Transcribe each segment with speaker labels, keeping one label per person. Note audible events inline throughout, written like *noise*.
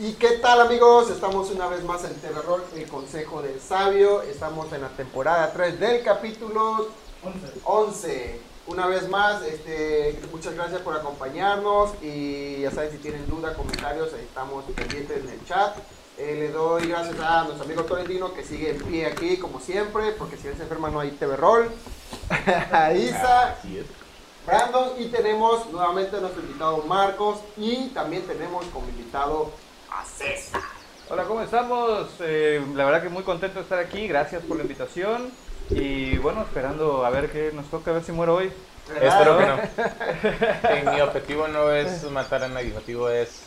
Speaker 1: ¿Y qué tal amigos? Estamos una vez más en Terror, el Consejo del Sabio. Estamos en la temporada 3 del capítulo 11. Una vez más, este, muchas gracias por acompañarnos y ya saben si tienen dudas, comentarios, ahí estamos pendientes en el chat. Eh, le doy gracias a nuestro amigo Torendino que sigue en pie aquí como siempre, porque si él se enferma no hay TV Roll. *laughs* a Isa,
Speaker 2: Así es.
Speaker 1: Brandon y tenemos nuevamente a nuestro invitado Marcos y también tenemos como invitado a César.
Speaker 3: Hola, ¿cómo estamos? Eh, la verdad que muy contento de estar aquí, gracias por la invitación y bueno, esperando a ver qué nos toca, a ver si muero hoy.
Speaker 1: ¿Verdad?
Speaker 2: Espero que no. *laughs* Eh, mi objetivo no es matar a nadie, mi objetivo es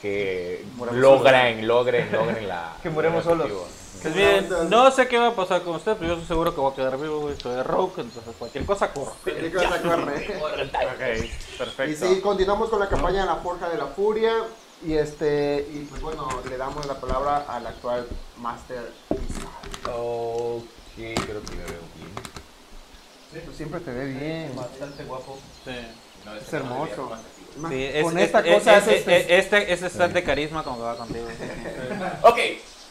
Speaker 2: que
Speaker 3: Muramos
Speaker 2: logren, logren,
Speaker 1: *laughs*
Speaker 2: logren la.
Speaker 3: Que muremos
Speaker 2: el objetivo.
Speaker 4: Pues bien, no sé qué va a pasar con usted, pero yo estoy seguro que voy a quedar vivo, güey. Soy de Rogue, entonces cualquier cosa corro.
Speaker 1: Tiene que sacarme.
Speaker 3: Ok,
Speaker 1: Y
Speaker 3: perfecto.
Speaker 1: ¿eh? sí, continuamos con la campaña de la Forja de la Furia. Y este, y pues bueno, le damos la palabra al actual Master Isa.
Speaker 3: Pues
Speaker 2: Ok, creo que me veo bien.
Speaker 3: siempre te ve bien.
Speaker 4: Bastante guapo. Sí.
Speaker 2: No,
Speaker 1: Es
Speaker 2: que no
Speaker 1: hermoso.
Speaker 2: debería tomar así, güey.
Speaker 4: Sí, es-
Speaker 1: Con
Speaker 4: es-
Speaker 1: esta
Speaker 4: es-
Speaker 1: cosa
Speaker 4: es-
Speaker 1: es
Speaker 4: es-
Speaker 1: este-
Speaker 4: este, este stat de carisma como que va contigo.
Speaker 2: Ok,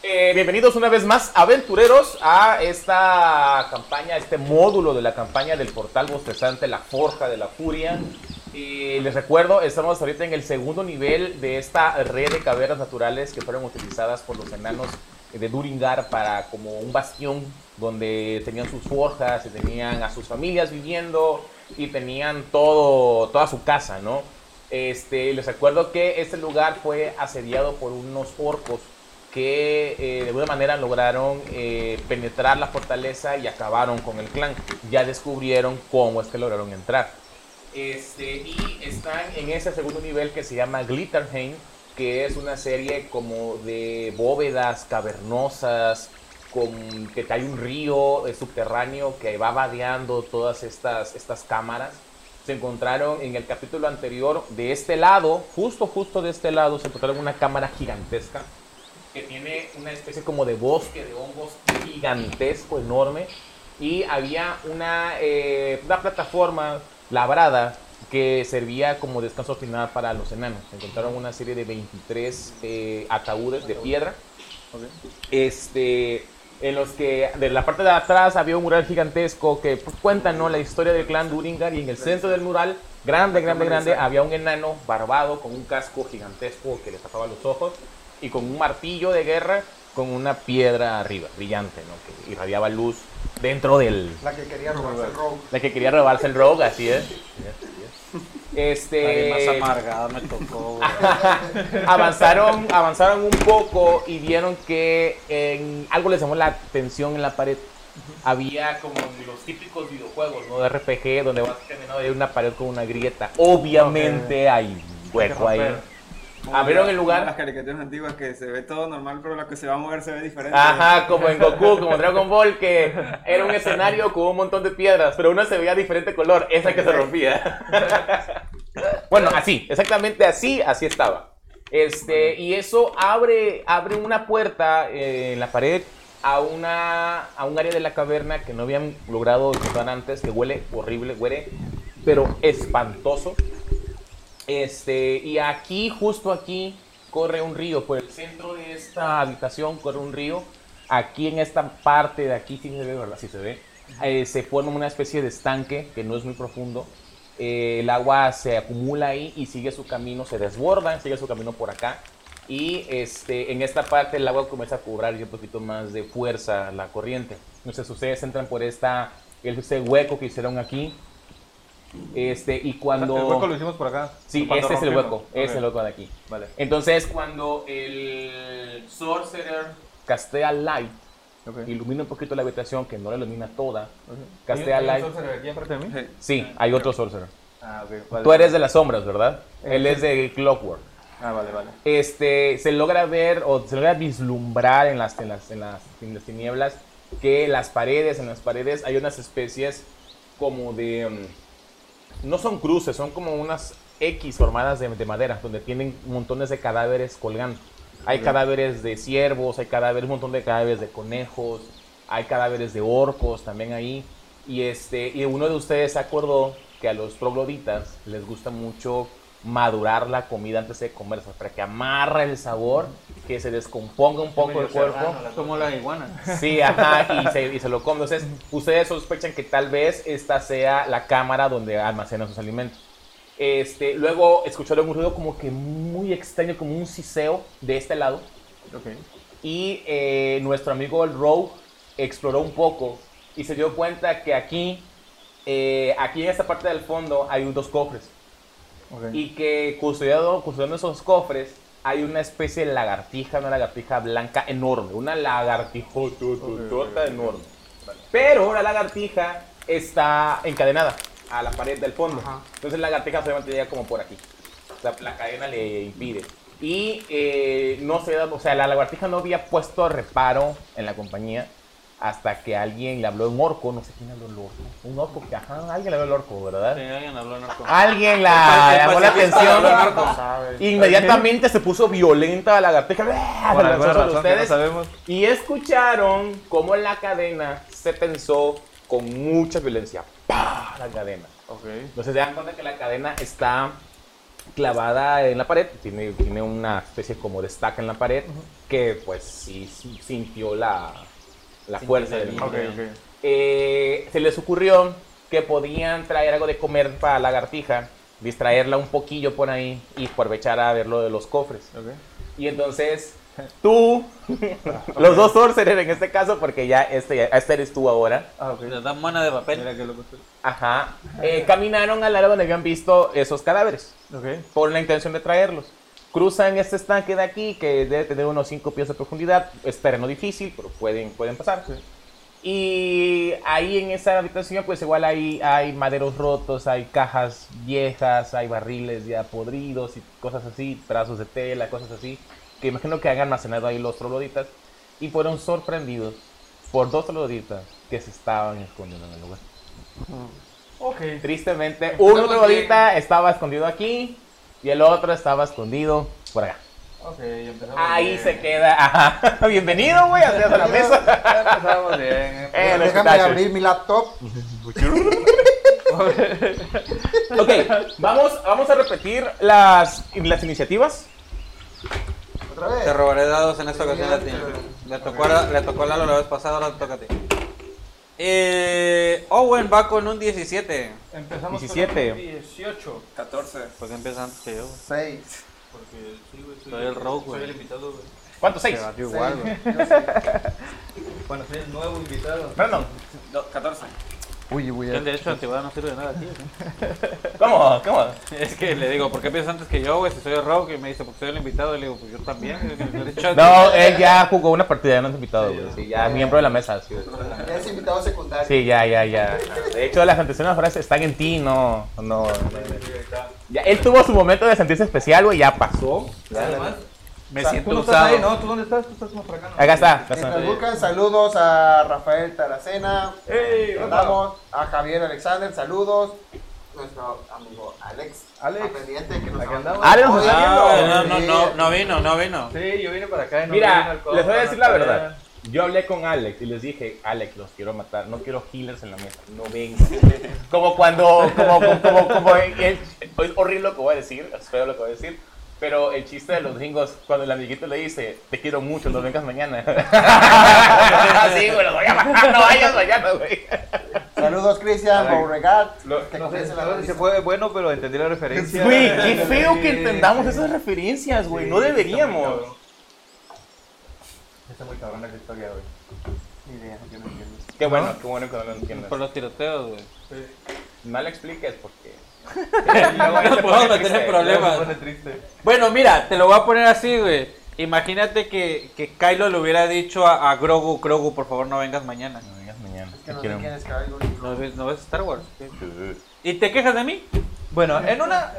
Speaker 2: eh, bienvenidos una vez más, aventureros, a esta campaña, a este módulo de la campaña del portal bostezante, la forja de la furia. Y les recuerdo, estamos ahorita en el segundo nivel de esta red de cavernas naturales que fueron utilizadas por los enanos de Duringar para como un bastión donde tenían sus forjas y tenían a sus familias viviendo y tenían todo, toda su casa, ¿no? Este, les recuerdo que este lugar fue asediado por unos orcos que eh, de alguna manera lograron eh, penetrar la fortaleza y acabaron con el clan. Ya descubrieron cómo es que lograron entrar. Este, y están en ese segundo nivel que se llama Glitterheim, que es una serie como de bóvedas cavernosas, con, que hay un río eh, subterráneo que va vadeando todas estas, estas cámaras. Se encontraron en el capítulo anterior de este lado, justo, justo de este lado, se encontraron una cámara gigantesca que tiene una especie como de bosque de hongos gigantesco, enorme. Y había una, eh, una plataforma labrada que servía como descanso final para los enanos. Encontraron una serie de 23 eh, ataúdes de piedra. Este, en los que de la parte de atrás había un mural gigantesco que pues, cuenta ¿no? la historia del clan Duringar y en el centro del mural, grande, grande, grande, había un enano barbado con un casco gigantesco que le tapaba los ojos y con un martillo de guerra con una piedra arriba, brillante, ¿no? que irradiaba luz dentro del,
Speaker 1: La que quería robarse el robo.
Speaker 2: la que quería robarse el rogue, así es.
Speaker 4: Alguien más
Speaker 2: Este,
Speaker 4: amargada me tocó, güey.
Speaker 2: avanzaron, avanzaron un poco y vieron que en- algo les llamó la atención en la pared. Había como los típicos videojuegos, ¿no? De RPG, donde vas caminando y hay una pared con una grieta. Obviamente hay hueco ahí. Abrieron el
Speaker 5: Las
Speaker 2: lugar.
Speaker 5: caricaturas antiguas que se ve todo normal, pero la que se va a mover se ve diferente.
Speaker 2: Ajá, como en Goku, como en Dragon Ball, que era un escenario con un montón de piedras, pero una se veía diferente color, esa que se rompía. *laughs* Bueno, así, exactamente así, así estaba. Este, y eso abre, abre una puerta eh, en la pared a, una, a un área de la caverna que no habían logrado encontrar antes, que huele horrible, huele, pero espantoso. Este, y aquí, justo aquí, corre un río. Por el centro de esta habitación corre un río. Aquí en esta parte de aquí, sí se ve, ¿verdad? Sí se ve. Eh, se forma una especie de estanque que no es muy profundo. Eh, el agua se acumula ahí y sigue su camino, se desborda, sigue su camino por acá. Y este, en esta parte el agua comienza a cobrar ya un poquito más de fuerza la corriente. Entonces ustedes entran por esta, ese hueco que hicieron aquí. Este, y cuando...
Speaker 3: Ah, El hueco lo hicimos por acá.
Speaker 2: Sí,
Speaker 3: Cuando
Speaker 2: este es el
Speaker 3: rompimos.
Speaker 2: hueco,
Speaker 3: Ok,
Speaker 2: ese es el hueco de aquí.
Speaker 3: Vale.
Speaker 2: Entonces, cuando el Sorcerer castea Light,
Speaker 3: ok.
Speaker 2: ilumina un poquito la habitación, que no la ilumina toda,
Speaker 3: Ok.
Speaker 2: castea
Speaker 3: ¿Hay un- hay un
Speaker 2: Light.
Speaker 3: sorcerer aquí enfrente de mí?
Speaker 5: Sí.
Speaker 2: Sí, hay otro Sorcerer.
Speaker 3: Ah, ok, vale.
Speaker 2: Tú eres de las sombras, ¿verdad?
Speaker 3: Eh,
Speaker 2: Él
Speaker 3: sí.
Speaker 2: es de Clockwork.
Speaker 3: Ah, vale, vale.
Speaker 2: Este, se logra ver o se logra vislumbrar en las, en las, en las, en las tinieblas que las paredes, en las paredes hay unas especies como de... mm, No son cruces, son como unas X formadas de, de madera, donde tienen montones de cadáveres colgando. Hay cadáveres de ciervos, hay cadáveres, un montón de cadáveres de conejos, hay cadáveres de orcos también ahí. Y este, y uno de ustedes se acordó que a los trogloditas les gusta mucho madurar la comida antes de comerse, para que amarre el sabor, que se descomponga un poco el cuerpo.
Speaker 4: *laughs* Como la iguana.
Speaker 2: Sí, ajá, y se, y se lo come. Entonces, ustedes sospechan que tal vez esta sea la cámara donde almacenan sus alimentos. Este, luego escucharon un ruido como que muy extraño, como un siseo de este lado. Y eh, nuestro amigo el Rogue exploró un poco y se dio cuenta que aquí, eh, aquí en esta parte del fondo, hay un- dos cofres. Y que custodiado, custodiando esos cofres hay una especie de lagartija, una lagartija blanca enorme, una lagartija enorme. Pero la lagartija está encadenada a la pared del fondo. Entonces la lagartija solamente llega como por aquí. O sea, la cadena le impide. Y eh, no se da, o sea, la lagartija no había puesto reparo en la compañía hasta que alguien le habló un orco, no sé quién habló el orco. Un orco que, ajá, alguien le habló el orco, ¿verdad?
Speaker 4: Sí, alguien habló en el
Speaker 2: Alguien la
Speaker 4: El
Speaker 2: llamó la
Speaker 4: pacifista
Speaker 2: atención.
Speaker 4: habló narco.
Speaker 2: Inmediatamente se puso violenta la lagartija.
Speaker 3: Por
Speaker 2: Se lanzó
Speaker 3: alguna
Speaker 2: sobre
Speaker 3: razón que no
Speaker 2: Ah, ustedes.
Speaker 3: sabemos.
Speaker 2: y escucharon cómo la cadena se tensó con mucha violencia. ¡Pah! La cadena. Entonces se dan cuenta que la cadena está clavada en la pared, tiene, tiene una especie como de estaca en la pared, que pues sí, sí sintió la, la fuerza del
Speaker 4: Ok,
Speaker 3: Ok,
Speaker 2: golpe.
Speaker 3: ok.
Speaker 2: Eh, se les ocurrió que podían traer algo de comer para la lagartija, distraerla un poquillo por ahí y aprovechar a ver lo de los cofres. Y entonces tú, *laughs* los dos sorcerers en este caso, porque ya este, ya- este eres tú ahora,
Speaker 3: Ah, ok.
Speaker 4: Le dan mana de papel.
Speaker 3: Mira que loco estoy.
Speaker 2: ajá, eh, caminaron al área donde habían visto esos cadáveres
Speaker 3: Ok.
Speaker 2: por la intención de traerlos. Cruzan este estanque de aquí, que debe tener unos 5 pies de profundidad. Es terreno difícil, pero pueden, pueden pasar. Y ahí en esa habitación, pues igual hay, hay maderos rotos, hay cajas viejas, hay barriles ya podridos y cosas así, trazos de tela, cosas así, que imagino que han almacenado ahí los troloditas. Y fueron sorprendidos por dos troloditas que se estaban escondiendo en el lugar.
Speaker 3: Ok.
Speaker 2: Tristemente, un troglodita estaba escondido aquí y el otro estaba escondido por acá.
Speaker 3: Ok, empezamos
Speaker 2: Ahí
Speaker 3: bien.
Speaker 2: se queda. Ajá. *laughs* Bienvenido, güey, hacia la mesa.
Speaker 3: Ya Empezamos
Speaker 2: *laughs*
Speaker 3: bien. eh.
Speaker 2: Eh, los
Speaker 1: Déjame
Speaker 2: tachos.
Speaker 1: abrir mi laptop.
Speaker 2: Ok, vamos, vamos a repetir las, las iniciativas.
Speaker 1: Otra
Speaker 4: Te
Speaker 1: vez.
Speaker 4: robaré dados en esta ocasión a ti. Le tocó a, le tocó a Lalo la vez pasada, ahora te toca a ti. Eh, Owen va con un 17.
Speaker 3: Empezamos
Speaker 2: 17.
Speaker 3: con un 18.
Speaker 5: 14.
Speaker 4: Porque Pues empieza antes que yo, güey.
Speaker 1: Seis.
Speaker 3: Porque sí, güey,
Speaker 4: Soy el rogue,
Speaker 3: Soy
Speaker 4: güey.
Speaker 3: el invitado, güey.
Speaker 2: ¿Cuántos? Seis.
Speaker 4: batió
Speaker 1: Seis. *laughs* Yo sé.
Speaker 3: Bueno, soy el nuevo invitado.
Speaker 2: Brandon,
Speaker 5: Do- 14.
Speaker 1: Uy, uy,
Speaker 4: Que
Speaker 1: uy.
Speaker 4: de hecho antibalas no sirve de nada, tío. ¿no?
Speaker 2: ¿cómo? ¿Cómo?
Speaker 4: *laughs* Es que le digo, ¿por qué empiezas antes que yo, güey? Si soy el rogue, y me dice, porque soy el invitado, y le digo, pues yo también. De hecho,
Speaker 2: No, él ya jugó una partida, ya no es invitado, güey. Sí, ya miembro de la mesa. Sí,
Speaker 1: Ya es invitado secundario.
Speaker 2: Sí, ya, ya, ya. De hecho, las antesiones frases están en ti, no. No. Ya, él tuvo su momento de sentirse especial, güey, ya pasó.
Speaker 4: me
Speaker 3: O sea,
Speaker 4: siento
Speaker 3: tú no estás
Speaker 4: usado.
Speaker 3: ahí, ¿no? ¿Tú dónde estás? Tú estás más por acá, ¿no?
Speaker 2: Acá está. acá está.
Speaker 1: Mientras buscan saludos a Rafael Taracena, mandamos a Javier Alexander, saludos, nuestro amigo Alex,
Speaker 3: Alex.
Speaker 1: al pendiente que nos
Speaker 3: Aquí
Speaker 1: abandonó.
Speaker 3: andamos.
Speaker 2: Alex nos
Speaker 1: Oye,
Speaker 2: está
Speaker 4: Ah,
Speaker 1: viendo.
Speaker 4: no, no, no, no vino, no vino.
Speaker 3: Sí, yo vine para acá. y no me vine
Speaker 2: Mira,
Speaker 3: al codo,
Speaker 2: les voy a
Speaker 3: no
Speaker 2: decir la
Speaker 3: sabía.
Speaker 2: verdad. Yo hablé con Alex y les dije, Alex, los quiero matar, no quiero healers en la mesa, no vengan. como cuando, como, como, como, como- es, es horrible lo que voy a decir, es feo lo que voy a decir, pero el chiste de los gringos, cuando el amiguito le dice, te quiero mucho, no vengas mañana. Así, güey, los voy a matar, no vayas mañana, güey.
Speaker 1: Saludos Cristian
Speaker 3: Alex.
Speaker 1: Beauregard,
Speaker 3: Lo-
Speaker 1: que
Speaker 3: no sé
Speaker 1: crece la
Speaker 3: no sé si
Speaker 1: risa.
Speaker 3: fue bueno, pero entendí la referencia.
Speaker 2: Güey, qué feo que
Speaker 3: Sí,
Speaker 2: entendamos
Speaker 3: sí.
Speaker 2: esas referencias, güey,
Speaker 3: Sí,
Speaker 2: no
Speaker 3: está muy
Speaker 2: deberíamos.
Speaker 3: cabrón. Está muy cabrón esa historia, güey. Ni idea, yo no
Speaker 2: *laughs*
Speaker 3: entiendo.
Speaker 2: Qué bueno, qué bueno que no lo entiendas.
Speaker 4: Por los tiroteos,
Speaker 3: *laughs*
Speaker 4: güey.
Speaker 2: No le expliques porque...
Speaker 4: No podemos meter en
Speaker 3: Luego se
Speaker 4: problemas.
Speaker 3: pone triste.
Speaker 4: Bueno, mira, te lo voy a poner así, güey. Imagínate que, que Kylo le hubiera dicho a, a Grogu, Grogu, por favor no vengas mañana.
Speaker 2: No vengas mañana.
Speaker 1: Es que no
Speaker 2: te
Speaker 1: sé
Speaker 2: quiero
Speaker 1: quién es Cabello.
Speaker 4: ¿No ves, no ves Star Wars? ¿Y te quejas de mí?
Speaker 3: Bueno, en una.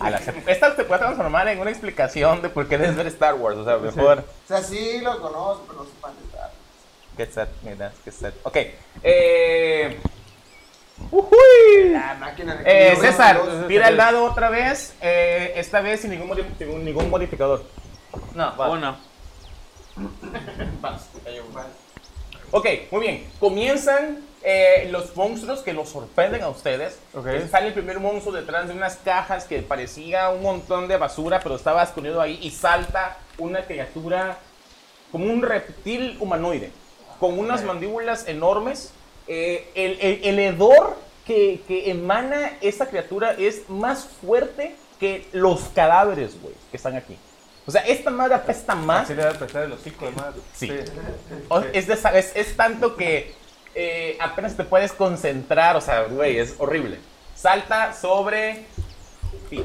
Speaker 2: A la- esta te puede transformar en una explicación de por qué debes ver Star Wars. O sea, mejor.
Speaker 1: O sea, sí lo conozco, pero no sé cuándo está.
Speaker 2: Get set, mira, get set. Ok. Eh, ujuy.
Speaker 1: La máquina de
Speaker 2: Eh,
Speaker 1: Cristo,
Speaker 2: César,
Speaker 1: saludos.
Speaker 2: tira el dado otra vez. eh, esta vez sin ningún, modi- sin ningún modificador.
Speaker 4: No, uno.
Speaker 2: Ok, muy bien. Comienzan eh, los monstruos que los sorprenden a ustedes. Eh,
Speaker 3: Ok.
Speaker 2: Sale el primer monstruo detrás de unas cajas que parecía un montón de basura, pero estaba escondido ahí y salta una criatura como un reptil humanoide, con unas mandíbulas enormes. Eh, el, el- el hedor que, que emana esta criatura es más fuerte que los cadáveres, güey, que están aquí. O sea, esta madre apesta más.
Speaker 3: Así le da a prestar el hocico, además.
Speaker 2: Sí. O- es, de esa- es- es tanto que eh, apenas te puedes concentrar, o sea, güey, es horrible. Salta sobre... ti.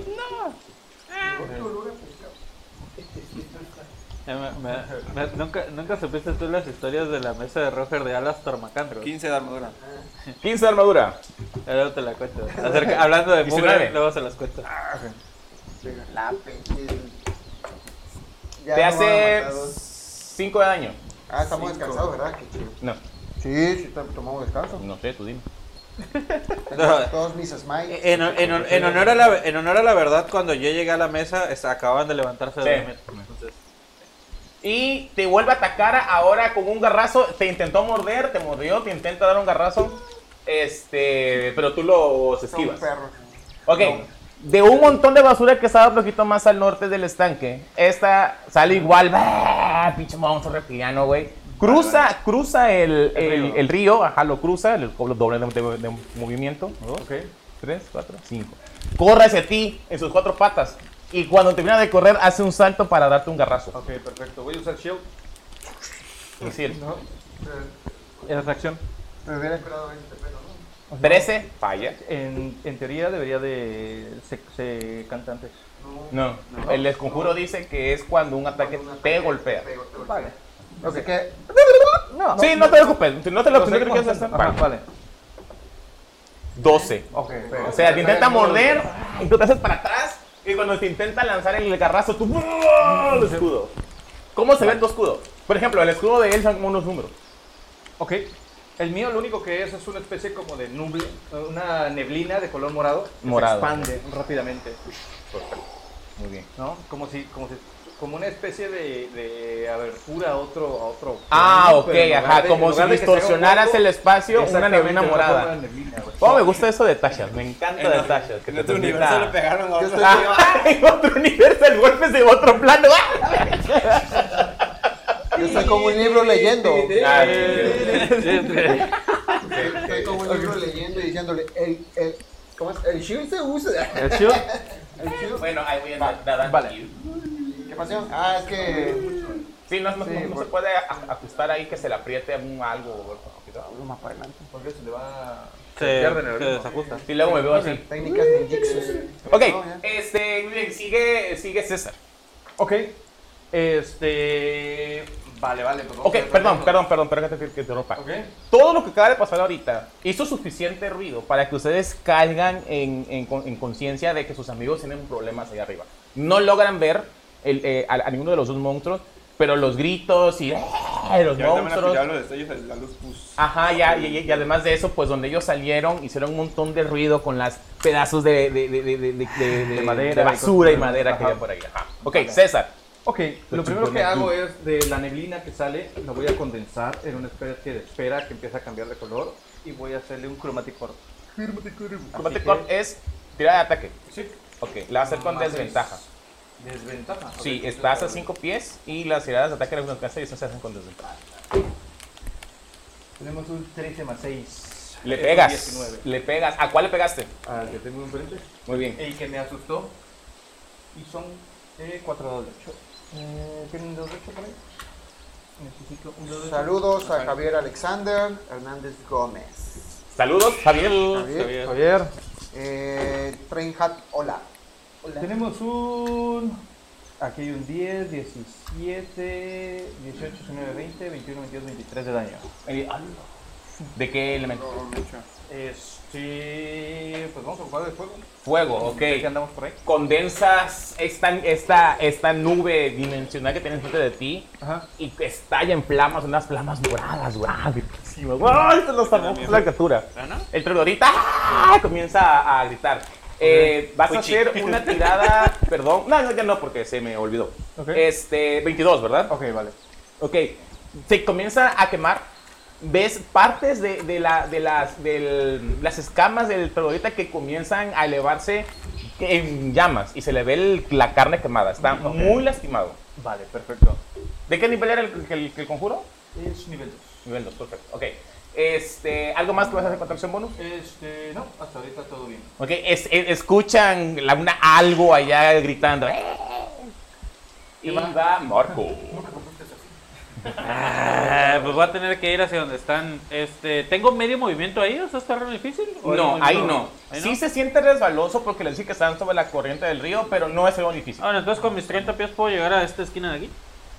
Speaker 4: Eh, me- me- me- ¿Nunca, nunca supiste tú las historias de la mesa de Roger de Alastor Macandro.
Speaker 5: 15 de armadura.
Speaker 2: 15 de armadura.
Speaker 4: Ahora te la cuento. Acerca- hablando de
Speaker 2: 19.
Speaker 4: mugre, luego se las cuento.
Speaker 2: Ah,
Speaker 1: La pinche- Ya
Speaker 2: Te
Speaker 1: no
Speaker 2: hace
Speaker 1: van a matar dos.
Speaker 2: 5 de daño.
Speaker 1: Ah, estamos descansados, ¿verdad? Qué chido.
Speaker 2: No,
Speaker 1: Sí, sí, to- tomamos descanso.
Speaker 2: no sé, tú dime.
Speaker 1: Tengo
Speaker 4: No.
Speaker 1: todos mis smiles.
Speaker 4: Eh, En, en- en- en honor a la, en honor a la verdad, cuando yo llegué a la mesa, es- acababan de levantarse
Speaker 2: Sí.
Speaker 4: de dormir. Entonces,
Speaker 2: Y te vuelve a atacar ahora con un garrazo. Te intentó morder, te mordió, te intenta dar un garrazo. Este, pero tú los
Speaker 1: Son
Speaker 2: esquivas.
Speaker 1: perros.
Speaker 2: Ok. De un montón de basura que estaba un poquito más al norte del estanque, esta sale igual, ¡bah! pinche monstruo reptiliano, güey. Cruza, cruza el, el, el río. ajá, lo cruza, el, lo doble de, de- de movimiento. Dos, tres, cuatro, cinco. Corre hacia ti en sus cuatro patas. Y cuando termina de correr, hace un salto para darte un garrazo.
Speaker 3: Ok, perfecto. Voy a usar shield.
Speaker 2: Es decir,
Speaker 1: Eh,
Speaker 3: Esa es acción.
Speaker 1: Me hubiera esperado 20 pesos, este, ¿no?
Speaker 2: 13, falla.
Speaker 3: En, en teoría debería de se, se canta antes.
Speaker 2: No, el desconjuro dice que es cuando un ataque te golpea.
Speaker 1: Te golpea.
Speaker 3: Vale.
Speaker 1: Así que,
Speaker 3: No,
Speaker 2: Sí, no te preocupes, no te lo no te lo
Speaker 3: seguimos
Speaker 2: quieres hacer.
Speaker 3: usando. Ajá, vale.
Speaker 2: 12.
Speaker 3: Ok,
Speaker 2: O sea, te intenta morder y tú te haces para atrás y cuando te intenta lanzar el garrazo, tú ¡buah! el escudo. ¿Cómo se ve tu escudo? Por ejemplo, el escudo de él son como unos números.
Speaker 3: Ok. El mío lo único que es es una especie como de nuble, una neblina de color morado. que
Speaker 2: Morado.
Speaker 3: Se expande rápidamente,
Speaker 2: Muy bien.
Speaker 3: ¿no? Como si, como si, como una especie de, de abertura a otro, a otro.
Speaker 2: Ah,
Speaker 3: plano,
Speaker 2: ok,
Speaker 3: pero en lugar
Speaker 2: ajá,
Speaker 3: de- en
Speaker 2: como si
Speaker 3: lugar de que se haga un
Speaker 2: distorsionaras
Speaker 3: hueco,
Speaker 2: el espacio, una
Speaker 3: exactamente,
Speaker 2: neblina
Speaker 3: una forma
Speaker 2: morada.
Speaker 3: de neblina, güey.
Speaker 2: Oh, me gusta eso de Tachas, me encanta de Tachas. que
Speaker 5: En
Speaker 2: te
Speaker 5: otro
Speaker 2: permita-
Speaker 5: universo le pegaron a
Speaker 1: yo
Speaker 5: otro.
Speaker 1: estoy
Speaker 2: Ah, *laughs* en otro universo, el golpe es de otro plano. ¡Ah!
Speaker 1: Yo estoy como un libro leyendo.
Speaker 2: Ah,
Speaker 1: Estoy como un libro leyendo y diciéndole, el, el, ¿cómo es? El shield se usa.
Speaker 3: El shield.
Speaker 1: El shield.
Speaker 2: Bueno, ahí voy a dar
Speaker 3: Vale.
Speaker 1: *laughs* ¿Qué pasó? Ah, es que...
Speaker 2: Sí, no, no-
Speaker 1: Sí,
Speaker 2: no se
Speaker 1: por-
Speaker 2: puede a- ajustar ahí que se le apriete un algo. o algo.
Speaker 1: Más para adelante.
Speaker 3: Porque se le va.
Speaker 4: se,
Speaker 3: pierden el
Speaker 4: se
Speaker 3: ritmo.
Speaker 4: desajusta.
Speaker 2: Sí, luego me veo así.
Speaker 1: Técnicas de Jigsaw.
Speaker 2: Ok,
Speaker 1: No, ya.
Speaker 2: este, muy bien, sigue, sigue César.
Speaker 3: Ok. Este. Vale, vale. pues vamos
Speaker 2: Ok,
Speaker 3: a ver
Speaker 2: perdón,
Speaker 3: rápido.
Speaker 2: perdón, perdón, perdón que te, que te rompa.
Speaker 3: Ok.
Speaker 2: Todo lo que acaba de pasar ahorita hizo suficiente ruido para que ustedes caigan en, en con- en conciencia de que sus amigos tienen problemas allá arriba. No logran ver el, eh, a, a ninguno de los dos monstruos, pero los gritos y ¡ah! los
Speaker 5: Y ahorita me
Speaker 2: monstruos. Ah,
Speaker 5: la los destellos de la luz. Pues,
Speaker 2: Ajá, ya, y, y- y además de eso, pues donde ellos salieron, hicieron un montón de ruido con las pedazos de, de, de- de- de- de- de- de
Speaker 3: madera y
Speaker 2: basura y
Speaker 3: cosas.
Speaker 2: madera que
Speaker 3: Ajá.
Speaker 2: había por ahí. Ajá. Ok, César.
Speaker 3: Ok,
Speaker 2: Lo
Speaker 3: lo primero que
Speaker 2: chupone
Speaker 3: hago es de la neblina que sale, lo voy a condensar en una especie de esfera que empieza a cambiar de color y voy a hacerle un chromatic orb.
Speaker 2: Combate
Speaker 3: que-
Speaker 2: Corp es tirada de ataque.
Speaker 3: Sí.
Speaker 2: Ok, la vas a hacer con
Speaker 3: Más
Speaker 2: desventaja.
Speaker 3: Desventaja. ok,
Speaker 2: Sí,
Speaker 3: entonces,
Speaker 2: estás a
Speaker 3: vale.
Speaker 2: 5 pies y las tiradas de ataque de alcance y eso se hacen con desventaja.
Speaker 3: Tenemos un 13 más 6.
Speaker 2: Le pegas. Le pegas. ¿A cuál le pegaste?
Speaker 3: Al que tengo enfrente.
Speaker 2: Muy bien.
Speaker 3: El que me asustó. Y son 4 dados de 8. ¿Tienen dos de 8 por ahí? Necesito un dado de ocho.
Speaker 1: Saludos a Javier Alexander Hernández Gómez.
Speaker 2: Saludos, Javier.
Speaker 1: Javier.
Speaker 3: Javier.
Speaker 1: Eh, Train Hat, hola.
Speaker 3: Tenemos un. Aquí hay un 10, 17, 18, 19, 20, 21, 22, 23 de daño.
Speaker 2: Eh, ay, ¿De qué elemento?
Speaker 3: Este. Pues vamos a jugar de fuego.
Speaker 2: Fuego, ok.
Speaker 3: Ya que andamos por ahí.
Speaker 2: condensas esta, esta, esta nube dimensional que tienes frente de ti
Speaker 3: Ajá.
Speaker 2: y estalla en flamas, unas flamas doradas, guau, grandísimas, guau, esta es la- la criatura. El troglodyta ¡ah! comienza a, a gritar. Eh, vas a
Speaker 4: Fuchi.
Speaker 2: hacer una tirada, perdón, no, no, ya no, porque se me olvidó.
Speaker 3: Ok.
Speaker 2: Este, 22, ¿verdad?
Speaker 3: Ok, vale.
Speaker 2: Ok, se comienza a quemar ves partes de, de la- de las, del- las escamas del perorita que comienzan a elevarse en llamas y se le ve el- la carne quemada. Está muy lastimado.
Speaker 3: Vale, perfecto.
Speaker 2: ¿De qué nivel era el, el- el conjuro?
Speaker 3: Es nivel 2.
Speaker 2: Nivel 2, perfecto. Ok. Este, ¿Algo más que vas a hacer con tu acción bonus?
Speaker 3: Este, no, hasta ahorita todo bien.
Speaker 2: Ok, es- es- escuchan la- una algo allá gritando. ¡Eh! Y va Marco.
Speaker 5: Ah, pues voy a tener que ir hacia donde están. Este, ¿Tengo medio movimiento ahí? ¿O sea, está re difícil? ¿O hay
Speaker 2: No,
Speaker 5: movimiento?
Speaker 2: ahí no.
Speaker 5: ¿Ahí
Speaker 2: Sí se siente resbaloso porque le dicen que están sobre la corriente del río, pero no es algo difícil.
Speaker 5: Ah, Bueno, entonces con mis 30 pies puedo llegar a esta esquina de aquí.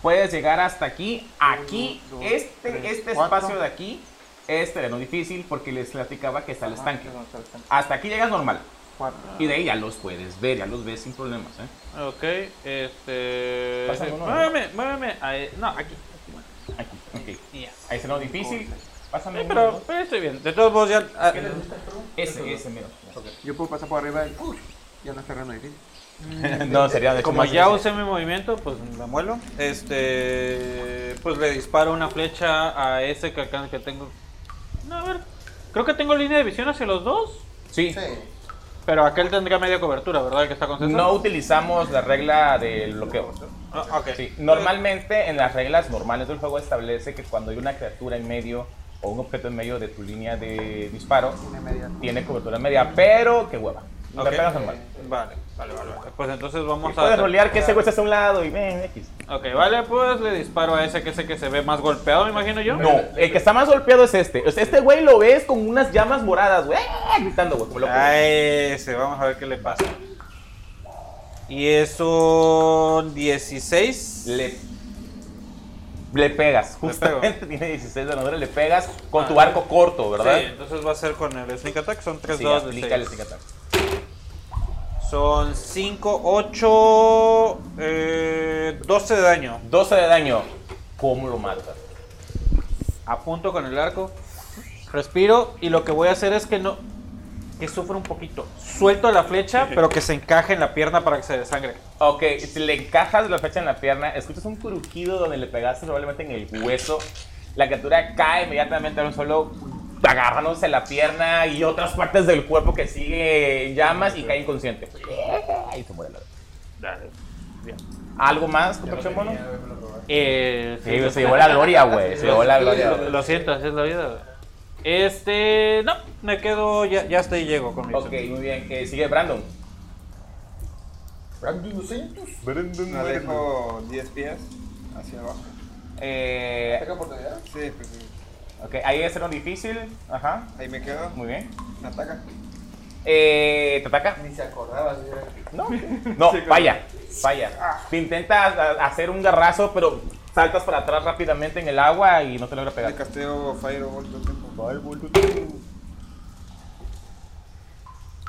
Speaker 2: Puedes llegar hasta aquí, aquí, este, este
Speaker 3: cuatro.
Speaker 2: espacio de aquí es terreno difícil porque les platicaba que está el estanque.
Speaker 3: Ah, perdón, está el estanque.
Speaker 2: Hasta aquí llegas normal.
Speaker 3: Cuatro.
Speaker 2: Y de ahí ya los puedes ver, ya los ves sin problemas. ¿eh?
Speaker 5: Ok, este.
Speaker 2: Pásalo, ¿no?
Speaker 5: Muéveme, muéveme. Ahí- no, aquí. aquí, bueno,
Speaker 2: Aquí, ok.
Speaker 5: y ya.
Speaker 2: Ahí es terreno difícil. Pásame
Speaker 5: Eh,
Speaker 2: uno,
Speaker 5: pero,
Speaker 2: dos.
Speaker 5: pero estoy bien. De todos modos, ya. ah,
Speaker 2: Ese, ese, mira.
Speaker 1: Yo puedo pasar por arriba del. Uy, ya no es terreno difícil.
Speaker 2: *laughs* no, sería de
Speaker 5: como ya usé mi movimiento, pues me muelo. Este. Pues le disparo una flecha a ese que alcance que tengo. No, a ver. Creo que tengo línea de visión hacia los dos.
Speaker 2: Sí.
Speaker 5: Pero aquel tendría media cobertura, ¿verdad? El que está con César.
Speaker 2: No utilizamos la regla del bloqueo.
Speaker 5: Ah, ok.
Speaker 2: Sí. Normalmente en las reglas normales del juego establece que cuando hay una criatura en medio o un objeto en medio de tu línea de disparo,
Speaker 1: Tiene media.
Speaker 2: tiene cobertura media, pero que hueva. No
Speaker 5: Ok.
Speaker 2: te pegas normal.
Speaker 5: Vale, vale, vale. vale. Pues entonces vamos
Speaker 2: Y
Speaker 5: a.
Speaker 2: puedes rolear que ese güey está a un lado y ven, X.
Speaker 5: Ok, vale, pues le disparo a ese que ese que se ve más golpeado, me imagino yo.
Speaker 2: No, el que está más golpeado es este. O sea, este güey lo ves con unas llamas moradas, güey, ¡ah! gritando, güey, como loco.
Speaker 5: A ese, vamos a ver qué le pasa. Y es un 16.
Speaker 2: Le, le pegas, justamente *laughs* tiene 16 de madera, le pegas con tu arco corto, ¿verdad?
Speaker 5: Ah. Sí, entonces va a ser con el sneak attack, son 3
Speaker 2: Sí,
Speaker 5: dados de
Speaker 2: aplica el
Speaker 5: seis.
Speaker 2: sneak attack.
Speaker 5: Son 5, 8, 12 eh, de daño.
Speaker 2: 12 de daño. ¿Cómo lo matas?
Speaker 5: Apunto con el arco. Respiro y lo que voy a hacer es que no que sufra un poquito. Suelto la flecha, pero que se encaje en la pierna para que se desangre.
Speaker 2: Ok, si le encajas la flecha en la pierna, escuchas un crujido donde le pegaste probablemente en el hueso. La criatura cae inmediatamente a un solo agarrándose la pierna y otras partes del cuerpo que sigue en llamas y cae inconsciente. Y se muere la ¿Algo más, compañero mono?
Speaker 5: Eh,
Speaker 2: Sí, güey, se llevó la gloria, güey. Se llevó la gloria.
Speaker 5: Lo, lo siento, así es la vida. güey. Este, no, me quedo, ya, ya hasta ahí llego con mi
Speaker 2: Ok,
Speaker 5: acción.
Speaker 2: muy bien. que sigue Brandon?
Speaker 6: Me alejo 10 pies hacia abajo.
Speaker 2: Eh,
Speaker 1: ¿Tengo oportunidad?
Speaker 6: Sí, pues sí.
Speaker 2: ok, ahí es lo difícil. Ajá,
Speaker 6: Ahí me quedo.
Speaker 2: muy bien.
Speaker 6: Me ataca.
Speaker 2: Eh, ¿Te ataca?
Speaker 1: Ni se acordaba. *laughs* sí, Ah. era-
Speaker 2: No, no, falla, falla. Te intentas a- hacer un garrazo, pero saltas para atrás rápidamente en el agua y no te logra
Speaker 6: Le
Speaker 2: pegar.
Speaker 6: casteo Firebolt todo el tiempo. Firebolt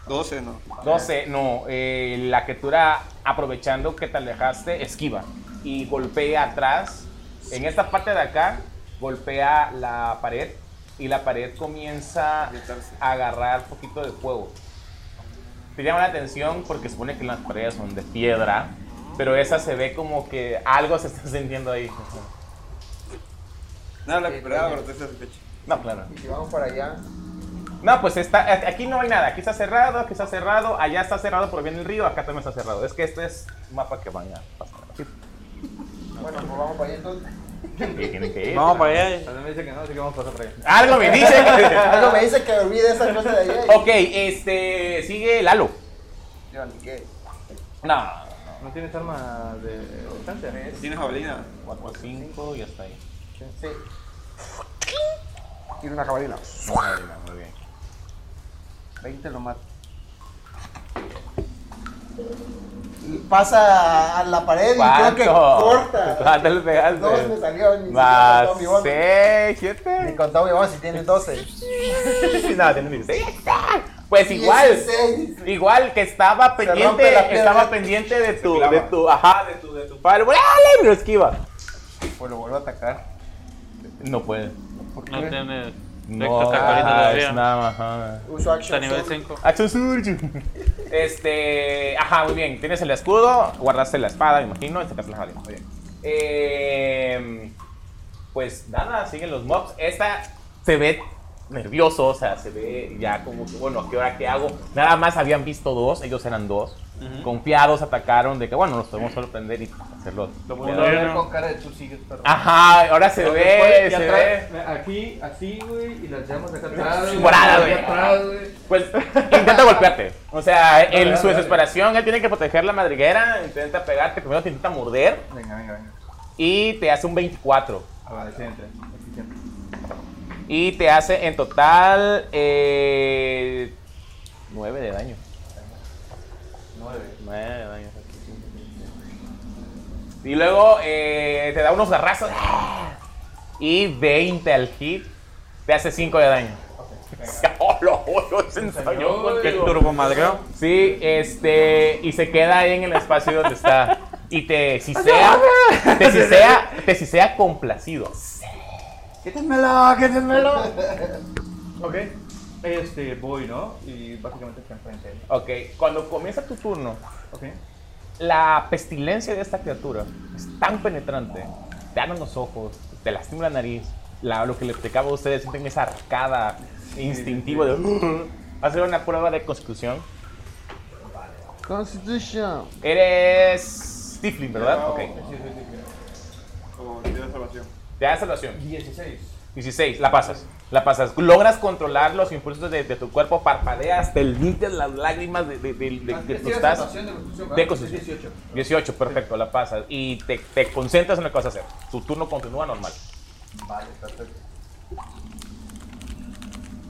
Speaker 6: 12, no.
Speaker 2: 12, no, eh, la criatura aprovechando que te alejaste, esquiva y golpea atrás. En esta parte de acá, golpea la pared y la pared comienza
Speaker 6: Inyectarse.
Speaker 2: a agarrar poquito de fuego. Te llama la atención porque supone que las paredes son de piedra, pero esa se ve como que algo se está *laughs* sintiendo ahí.
Speaker 6: Nada, la primera pero te hace pecho.
Speaker 2: No, claro.
Speaker 1: Y si vamos para allá.
Speaker 2: No, pues está, a- aquí no hay nada. Aquí está cerrado, aquí está cerrado, allá está cerrado porque viene el río, acá también está cerrado. Es que este es un mapa que van a pasar. Sí,
Speaker 1: Bueno, pues vamos para allá entonces.
Speaker 2: tienen que ir.
Speaker 5: Vamos para allá.
Speaker 3: También me dice que no, así que vamos a pasar por ahí.
Speaker 2: Algo me dice.
Speaker 1: Algo Ah, me dice que olvide esa cosa de allá.
Speaker 2: *laughs* ok, este, sigue Lalo. *laughs*
Speaker 1: y- Yo ni qué.
Speaker 2: No.
Speaker 3: ¿No tienes arma de distancia?
Speaker 6: Tienes jabalina.
Speaker 2: 4, 5 y hasta ahí.
Speaker 1: Sí. Tiene una cabalina.
Speaker 2: Muy bien.
Speaker 1: 20 lo mata. Y Pasa a la pared y creo que corta.
Speaker 2: ¿Cuánto le pegaste?
Speaker 1: Dos me salió, ni siquiera
Speaker 2: Más
Speaker 1: contó mi voz.
Speaker 2: 6,
Speaker 1: Ni
Speaker 2: 7.
Speaker 1: contaba mi mamá si tiene 12.
Speaker 2: *laughs* No, tiene 16. Pues igual.
Speaker 1: 16.
Speaker 2: Igual que estaba pendiente,
Speaker 1: rompe la piedra.
Speaker 2: estaba pendiente de tu,
Speaker 6: clava.
Speaker 2: de tu, ajá, de tu, de tu padre. ¡Dale! Me lo esquiva.
Speaker 1: Pues lo vuelvo a atacar.
Speaker 2: No puede.
Speaker 1: ¿Por qué?
Speaker 5: No tiene
Speaker 2: No,
Speaker 5: extra ahorita
Speaker 2: ah, es
Speaker 5: todavía.
Speaker 2: nada más. ajá.
Speaker 1: Uso
Speaker 5: Está a
Speaker 1: action.
Speaker 5: nivel
Speaker 1: surge.
Speaker 5: 5.
Speaker 2: Action Surge. Este, ajá, muy bien. Tienes el escudo, guardaste la espada, me imagino, y sacaste la Em, jabalina. Muy bien. Eh, pues nada, siguen los mobs. Esta se ve nervioso, o sea, se ve ya como que, bueno, ¿a qué hora qué hago? Nada más habían visto dos, ellos eran dos. Confiados, atacaron de que, bueno, nos podemos sorprender y hacerlo.
Speaker 3: Lo voy a
Speaker 4: Bueno.
Speaker 3: ver con cara de tú sigues, perro.
Speaker 2: Ajá, ahora se
Speaker 3: Porque
Speaker 2: ve,
Speaker 3: después,
Speaker 2: Ah, se
Speaker 3: ya
Speaker 2: ve.
Speaker 3: atrás, Aquí, así, güey, y las llamas de acá atrás. güey,
Speaker 2: Morada,
Speaker 3: acá
Speaker 2: güey.
Speaker 3: atrás, güey. *laughs*
Speaker 2: Pues intenta golpearte. O sea,
Speaker 3: Dale,
Speaker 2: en
Speaker 3: dale,
Speaker 2: su
Speaker 3: dale.
Speaker 2: desesperación, él tiene que proteger la madriguera, intenta pegarte, primero te intenta morder
Speaker 3: Venga, venga, venga. Ah,
Speaker 2: y te hace un 24.
Speaker 3: A la decente, eficiente.
Speaker 2: Y te hace en total eh, 9 de daño.
Speaker 3: Nueve.
Speaker 2: 9 de daño. Y luego eh, te da unos garrazos. Y 20 al hit. Te hace 5 de daño. *laughs* ¡Oh, lo juro! Se ensañó
Speaker 4: Qué
Speaker 2: contigo.
Speaker 4: turbo madreo.
Speaker 2: Sí, este, y se queda ahí en el espacio donde está. Y te sisea, te sisea, te sisea complacido.
Speaker 5: ¡Quítenmelo! ¡Quítenmelo!
Speaker 3: Ok. Este, voy, ¿no? Y básicamente está enfrente de él.
Speaker 2: Ok, cuando comienza tu turno,
Speaker 3: Ok.
Speaker 2: la pestilencia de esta criatura es tan penetrante, te dan los ojos, te lastima la nariz, la- lo que le explicaba a ustedes, sienten esa arcada instintiva de... "Uh", Va a ser una prueba de constitución.
Speaker 1: Constitution.
Speaker 2: Eres Stifling, ¿verdad? Ok.
Speaker 3: Sí, sí, sí.
Speaker 5: Como tiene salvación.
Speaker 2: Te da salvación.
Speaker 3: 16.
Speaker 2: 16, la pasas. La pasas. Logras controlar los impulsos de, de tu cuerpo, parpadeas, te limpias las lágrimas de, de, de, de-
Speaker 3: Ah,
Speaker 2: de- tú estás. De constitución.
Speaker 3: 18.
Speaker 2: 18, perfecto, la pasas. Y te, te concentras en lo que vas a hacer. Tu turno continúa normal.
Speaker 3: Vale, perfecto.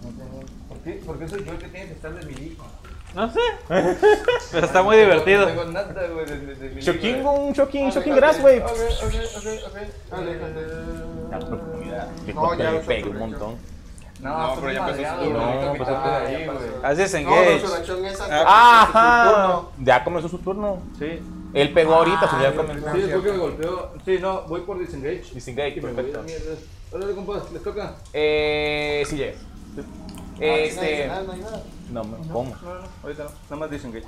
Speaker 3: No tengo- ¿Por qué, ¿Por qué soy yo el que tiene que estar de mi hijo?
Speaker 4: No sé. *laughs* Pero está muy divertido.
Speaker 3: No tengo nada, güey, de, de, de mi
Speaker 2: Shocking,
Speaker 3: güey.
Speaker 2: un shocking,
Speaker 3: Ah,
Speaker 2: shocking
Speaker 3: déjate.
Speaker 2: grass, güey.
Speaker 3: Ok, ok, ok, ok. Aléjate.
Speaker 2: La oportunidad. Que
Speaker 1: No,
Speaker 2: te
Speaker 1: ya
Speaker 2: le
Speaker 1: lo
Speaker 2: pegue un
Speaker 1: sospecho.
Speaker 2: montón.
Speaker 5: No,
Speaker 3: No,
Speaker 5: pero ya empezó su
Speaker 3: madreado,
Speaker 5: turno.
Speaker 3: güey,
Speaker 2: No,
Speaker 3: que
Speaker 2: pues,
Speaker 3: está
Speaker 2: ok.
Speaker 3: ahí, güey.
Speaker 4: Haces
Speaker 1: No,
Speaker 4: engage.
Speaker 1: su reacción es
Speaker 2: ¡Ajá! Ya comenzó su turno.
Speaker 3: Sí.
Speaker 2: Él pegó ahorita, pues ya
Speaker 1: Ah,
Speaker 2: comenzó.
Speaker 1: no,
Speaker 3: Sí,
Speaker 1: cierto.
Speaker 3: fue que me golpeó. Sí, no, voy por disengage.
Speaker 2: Disengage,
Speaker 3: Y me voy a
Speaker 2: perfecto.
Speaker 3: la mierda. Órale, compas, les toca.
Speaker 2: Eh, sí, llegas. Este.
Speaker 1: Y
Speaker 2: No, me- ¿cómo?
Speaker 3: No, no, no, ahorita no. Nada más disengage.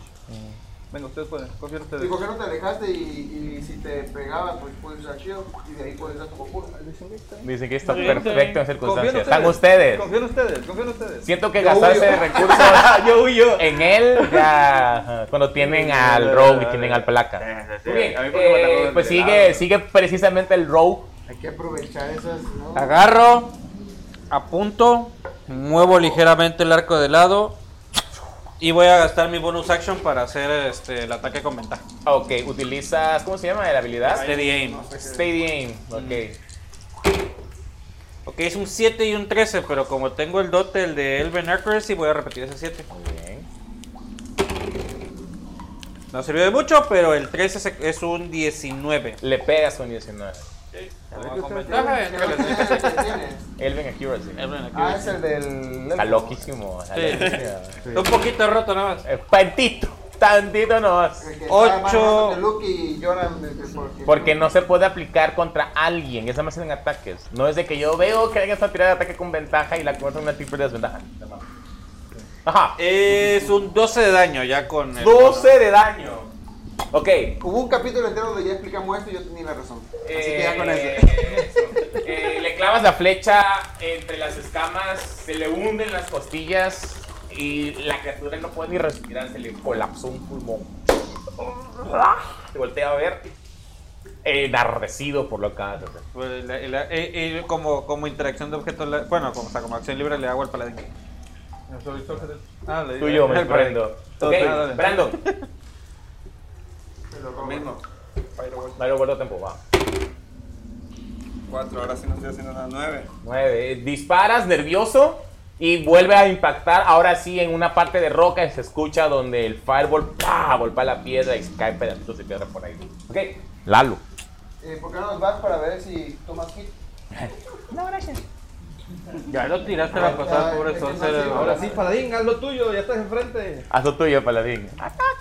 Speaker 3: Venga, ustedes pueden. Confíen ustedes.
Speaker 1: por qué no te alejaste y, y si te pegaba, pues puedes archivo y de ahí puedes dar como cura.
Speaker 3: Disengage también.
Speaker 2: Dicen que está
Speaker 4: Sí,
Speaker 2: perfecto en
Speaker 4: sí.
Speaker 2: circunstancias. Están ustedes.
Speaker 3: Confíen ustedes, confíen ustedes.
Speaker 2: Siento que
Speaker 1: Yo
Speaker 2: gastarse
Speaker 1: huyo.
Speaker 2: recursos yo huyo. en él ya ajá, cuando tienen al Rogue y tienen al Placa. Muy bien, eh, pues sigue, sigue precisamente el Rogue.
Speaker 1: Hay que aprovechar esas, ¿no?
Speaker 4: Agarro, apunto, muevo ligeramente el arco de lado y voy a gastar mi bonus action para hacer este, el ataque con ventaja. Este
Speaker 2: Ok, utilizas, ¿cómo se llama la habilidad?
Speaker 4: Steady aim.
Speaker 2: Steady Aim. Ok.
Speaker 4: Ok, es un 7 y un 13, pero como tengo el dote el de Elven Accuracy, voy a repetir ese 7.
Speaker 2: Muy bien.
Speaker 4: No sirvió de mucho, pero el 13 es- es un 19.
Speaker 2: Le pegas con 19.
Speaker 4: Como con ventaja,
Speaker 1: *laughs* ¿Qué tienes?
Speaker 2: Elven Accuracy.
Speaker 4: Elven
Speaker 1: Ah, es
Speaker 4: Accuracy.
Speaker 1: el del.
Speaker 2: Está loquísimo. está
Speaker 4: Sí.
Speaker 2: loquísimo.
Speaker 4: Está Un poquito roto nada más.
Speaker 2: Eh, Tantito, tantito nomás.
Speaker 1: El que
Speaker 4: Ocho.
Speaker 1: está manejando Luke y lloran desde-
Speaker 2: Porque no se puede aplicar contra alguien, esa más en ataques. No es de que yo veo que alguien está tirando ataque con ventaja y la convierto en una triple desventaja. Ajá.
Speaker 4: Es un 12 de daño ya con el.
Speaker 2: 12 Eh, de daño. Ok.
Speaker 1: Hubo un capítulo entero donde ya explicamos esto y yo tenía la razón. Así que ya con
Speaker 2: eh,
Speaker 1: eso.
Speaker 2: *laughs* eh, le clavas la flecha entre las escamas, se le hunden las costillas y la criatura no puede ni respirar, se le colapsó un pulmón. Se voltea a ver, enardecido por lo que acabas de hacer.
Speaker 4: Pues, la- la- eh, eh, como, como interacción de objetos, la- bueno, como, o sea, como acción libre le hago al paladín.
Speaker 3: No, sorry, sorry. Ah, le digo.
Speaker 2: Tuyo, me
Speaker 4: Dale,
Speaker 2: prendo.
Speaker 4: dale.
Speaker 2: Ok,
Speaker 4: Dale, dale.
Speaker 2: Brandon.
Speaker 1: Te lo robo.
Speaker 5: Mismo. Firewall.
Speaker 2: Mario vuelvo tiempo, va.
Speaker 5: 4, ahora sí no estoy haciendo nada. 9.
Speaker 2: 9. Disparas nervioso y vuelve a impactar. Ahora sí, en una parte de roca y se escucha donde el fireball ¡pah! golpea la piedra y cae pedacitos de piedra por ahí. Ok. Lalo.
Speaker 1: Eh, ¿Por qué no nos vas para ver si tomas hit?
Speaker 4: Ya lo tiraste la pasada, pobre Sorcerer.
Speaker 3: Ahora sí, paladín, haz lo tuyo, ya estás enfrente.
Speaker 2: Haz lo tuyo, paladín.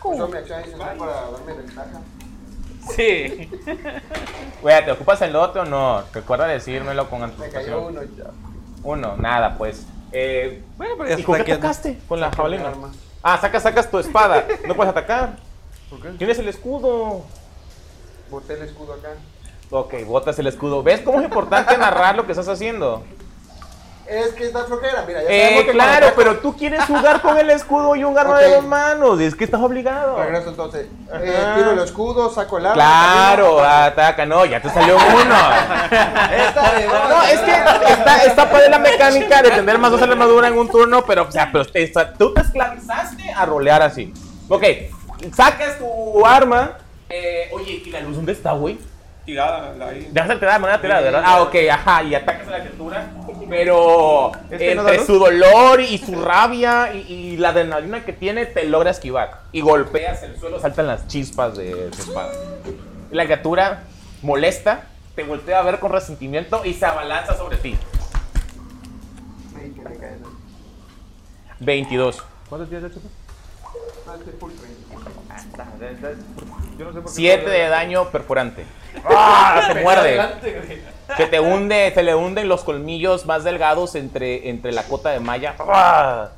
Speaker 1: Uso mi acción adicional para darme ventaja.
Speaker 2: *laughs*
Speaker 4: Sí.
Speaker 2: Wea, ¿te ocupas el otro o no? Recuerda decírmelo con
Speaker 1: Me cayó
Speaker 2: anticipación.
Speaker 1: uno ya.
Speaker 2: Uno, nada, pues. Eh,
Speaker 4: Bueno, pero ya
Speaker 2: ¿Y con
Speaker 4: está
Speaker 2: qué
Speaker 4: quieto.
Speaker 2: atacaste? Con la jabalina.
Speaker 1: arma.
Speaker 2: Ah, sacas, sacas tu espada. No puedes atacar.
Speaker 3: ¿Por qué?
Speaker 2: Tienes el escudo.
Speaker 1: Boté el escudo acá.
Speaker 2: Ok, botas el escudo. ¿Ves cómo es importante narrar lo que estás haciendo?
Speaker 1: Es que está flojera, mira, ya
Speaker 2: Eh,
Speaker 1: sabemos que
Speaker 2: claro,
Speaker 1: cuando-
Speaker 2: pero tú quieres jugar con el escudo y un arma
Speaker 1: Ok.
Speaker 2: de dos manos. Es que estás obligado.
Speaker 1: Regreso entonces. Eh,
Speaker 2: Ajá.
Speaker 1: tiro el escudo, saco el arma.
Speaker 2: Claro, ah.
Speaker 1: camino.
Speaker 2: ataca. No, ya te salió uno.
Speaker 1: Esta
Speaker 2: *laughs*
Speaker 1: de dos.
Speaker 2: No, es que está, está padre la mecánica de tener más dos en la armadura en un turno, pero, o sea, pero te- está- tú te esclavizaste a rolear así. Ok, sacas tu arma. Eh, oye, ¿y la luz dónde está, güey?
Speaker 5: Tirada, la ahí.
Speaker 2: Dejas alterada de manera alterada, ¿verdad? Ah, ok, ajá, y atacas a la criatura. Pero
Speaker 3: ¿Este no da
Speaker 2: entre
Speaker 3: luz?
Speaker 2: su dolor y su rabia y, y la adrenalina que tiene, te logra esquivar. Y golpeas el suelo, saltan las chispas de su espada. La criatura molesta, te voltea a ver con resentimiento y se abalanza sobre ti.
Speaker 1: Ay, que me cae. No,
Speaker 2: 22.
Speaker 3: ¿Cuántos días de HP? Ah, este
Speaker 1: estoy full range.
Speaker 3: Yo no sé por qué.
Speaker 2: 7 de daño perforante. ¡Ah! Se muerde. Se te hunde, se le hunden los colmillos más delgados entre, entre la cota de malla. ¡Ah!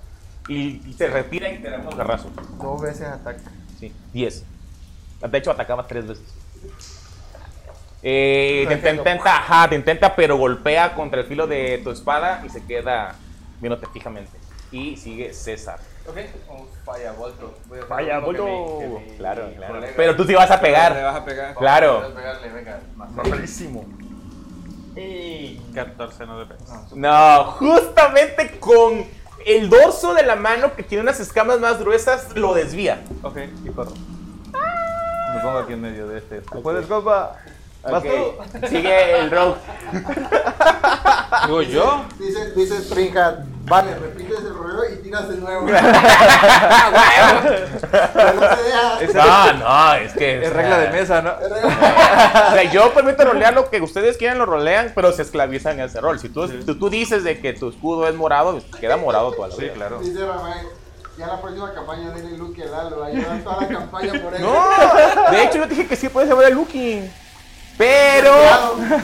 Speaker 2: Y, y se retira y te da unos garrazos.
Speaker 1: Dos veces ataca.
Speaker 2: Sí, 10. De hecho, atacaba tres veces. Eh, te, te intenta, ajá, te intenta, pero golpea contra el filo de tu espada y se queda viéndote fijamente. Y sigue César.
Speaker 7: Ok, un fireball, bro. Oh, Voy a hacer
Speaker 2: Vaya,
Speaker 7: lo mismo que
Speaker 2: boludo.
Speaker 7: mi- que mi
Speaker 2: Claro, claro.
Speaker 7: colega.
Speaker 2: Pero tú sí vas a
Speaker 5: Le
Speaker 2: pegar.
Speaker 5: vas a pegar.
Speaker 7: Vamos
Speaker 2: claro.
Speaker 7: a pegarle, venga, más.
Speaker 4: 14 no depende.
Speaker 2: No, justamente con el dorso de la mano que tiene unas escamas más gruesas, lo desvía.
Speaker 3: Ok, y corro. Me pongo aquí en medio de este. ¿Tú puedes, compa? ¿Vas tú?
Speaker 2: Ok, Sigue el rogue.
Speaker 4: Digo yo.
Speaker 1: Dice, dice Spring Hat, Vale, repites el rollo y tiras de
Speaker 2: *laughs*
Speaker 1: nuevo. Pero no se deja.
Speaker 3: Es-
Speaker 2: No, no, es que.
Speaker 3: Es regla de mesa, ¿no?
Speaker 2: O sea, yo permito rolear lo que ustedes quieran, lo rolean, pero se esclavizan a ese rol. Si tú, tú, tú dices de que tu escudo es morado, pues, queda morado toda la vida.
Speaker 3: claro.
Speaker 1: Dice Rafael, ya la próxima campaña denle Luke y Lalo, ayudan toda la campaña por él.
Speaker 2: No, de hecho yo dije que sí puedes llevar el Lucky. Pero.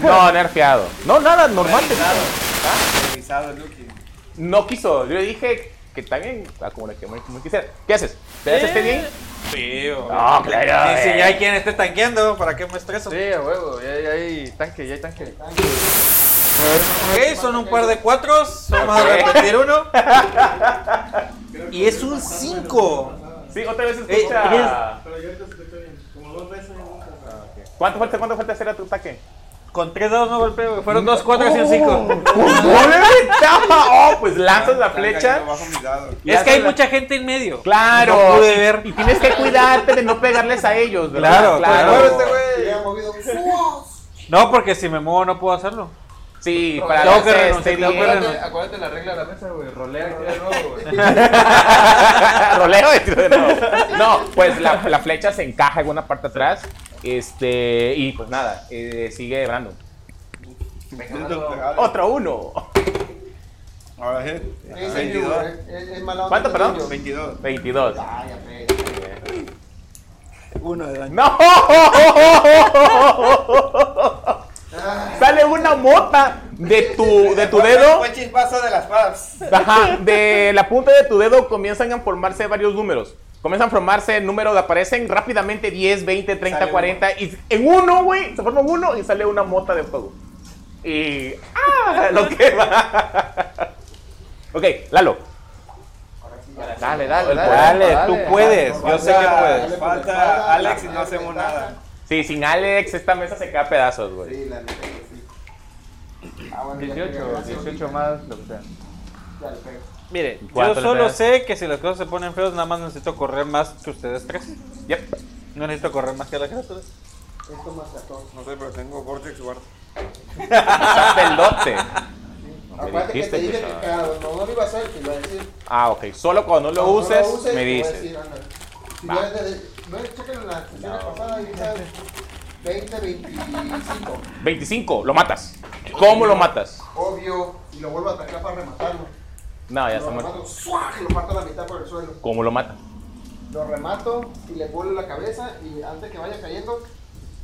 Speaker 2: No, nerfeado. No, nada, normal.
Speaker 5: Revisado, Lucky.
Speaker 2: No quiso. Yo le dije que también. Ah, como la que me, me quisiera. ¿Qué haces? ¿Te haces este bien?
Speaker 5: Feo.
Speaker 2: No, claro.
Speaker 5: Y si
Speaker 2: eh.
Speaker 5: ya hay quien esté tanqueando, ¿para qué me estreso?
Speaker 3: Sí, a huevo, ya hay, ya hay tanque, ya hay tanque.
Speaker 5: Ok, son un par de cuatro, vamos a repetir uno. Y es un 5.
Speaker 2: Sí, otra
Speaker 4: Eh,
Speaker 2: vez escucha. ¿Cuánto falta, cuánto falta hacer a tu ataque?
Speaker 4: Con 3 dados no golpeo. Fueron 2, 4 y un 5.
Speaker 2: ¡Pues no le ventaja! ¡Oh! Pues lanzas la flecha.
Speaker 5: Bajo mi dado.
Speaker 4: Es que hay mucha gente en medio.
Speaker 2: Claro.
Speaker 4: No pude ver.
Speaker 2: Y tienes que cuidarte de no pegarles a ellos, ¿verdad?
Speaker 4: Claro, claro.
Speaker 5: Muévete, este güey.
Speaker 1: Se le ha movido. ¡Fua!
Speaker 4: No, porque si me muevo no puedo hacerlo.
Speaker 2: Sí, para este
Speaker 4: Tengo
Speaker 2: los
Speaker 4: que
Speaker 2: que
Speaker 4: renunciar, tengo que
Speaker 7: Acuérdate, acuérdate la regla de la mesa, güey. Rolea y tira de nuevo, güey.
Speaker 2: *laughs* Roleo y tiro de nuevo. No, pues la, la flecha se encaja en una parte atrás. Este, y pues nada, eh, sigue Brandon. Otro uno.
Speaker 5: Ahora sí.
Speaker 1: Es el Luke,
Speaker 5: 22.
Speaker 1: eh. Es- es mala onda
Speaker 2: ¿Cuánto,
Speaker 1: del
Speaker 2: perdón?
Speaker 1: niño.
Speaker 5: 22.
Speaker 2: 22.
Speaker 1: Ay, ya fe.
Speaker 5: Uno de daño.
Speaker 2: ¡No! *laughs* Sale una mota de tu, de tu dedo.
Speaker 5: Fue chispazo de las palas.
Speaker 2: Ajá, de la punta de tu dedo comienzan a formarse varios números. Comienzan a formarse números, aparecen rápidamente 10, 20, 30,
Speaker 5: Sale
Speaker 2: 40. Y en uno, güey, se forma uno y sale una mota de fuego. Y. ¡Ah! Lo que va. Ok, Lalo.
Speaker 3: Dale, dale,
Speaker 4: Dale, tú puedes. Yo
Speaker 5: Falta-
Speaker 4: sé que puedes.
Speaker 5: Falta Alex y no hacemos nada.
Speaker 2: Sí, sin Alex, esta mesa se cae a pedazos, güey.
Speaker 1: Sí, la neta que sí. Ah, bueno, ya
Speaker 3: 18,
Speaker 1: pega.
Speaker 3: 18 más, lo que sea.
Speaker 1: Ya le pego.
Speaker 4: Mire, yo
Speaker 2: Cuatro
Speaker 4: solo
Speaker 2: pegas.
Speaker 4: sé que si las cosas se ponen feas, nada más necesito correr más que ustedes tres.
Speaker 2: Yep.
Speaker 4: No necesito correr más que las criaturas.
Speaker 1: Esto más 14.
Speaker 5: No sé, pero tengo Vortex Guard.
Speaker 2: Saca el dote.
Speaker 1: Acuérdate que
Speaker 2: dijiste
Speaker 1: te
Speaker 2: que
Speaker 1: dije que
Speaker 2: estaba-
Speaker 1: cada uno no lo iba a hacer, te iba a decir.
Speaker 2: Ah, ok. Solo cuando no lo
Speaker 1: Cuando no
Speaker 2: uses,
Speaker 1: lo uses,
Speaker 2: me
Speaker 1: te voy a
Speaker 2: dices.
Speaker 1: decir, ándale. Si
Speaker 2: Va.
Speaker 1: ya desde- ve, chécalo en la sesión pasada, ahí está 20, 25.
Speaker 2: 25, lo matas. ¿Cómo lo matas?
Speaker 1: Obvio, y lo vuelvo a atacar para rematarlo.
Speaker 2: No, ya está
Speaker 1: lo
Speaker 2: muerto.
Speaker 1: remato, ¡suaj! y lo parto a la mitad por el suelo.
Speaker 2: ¿Cómo lo matas?
Speaker 1: Lo remato y le vuelo la cabeza y antes que vaya cayendo,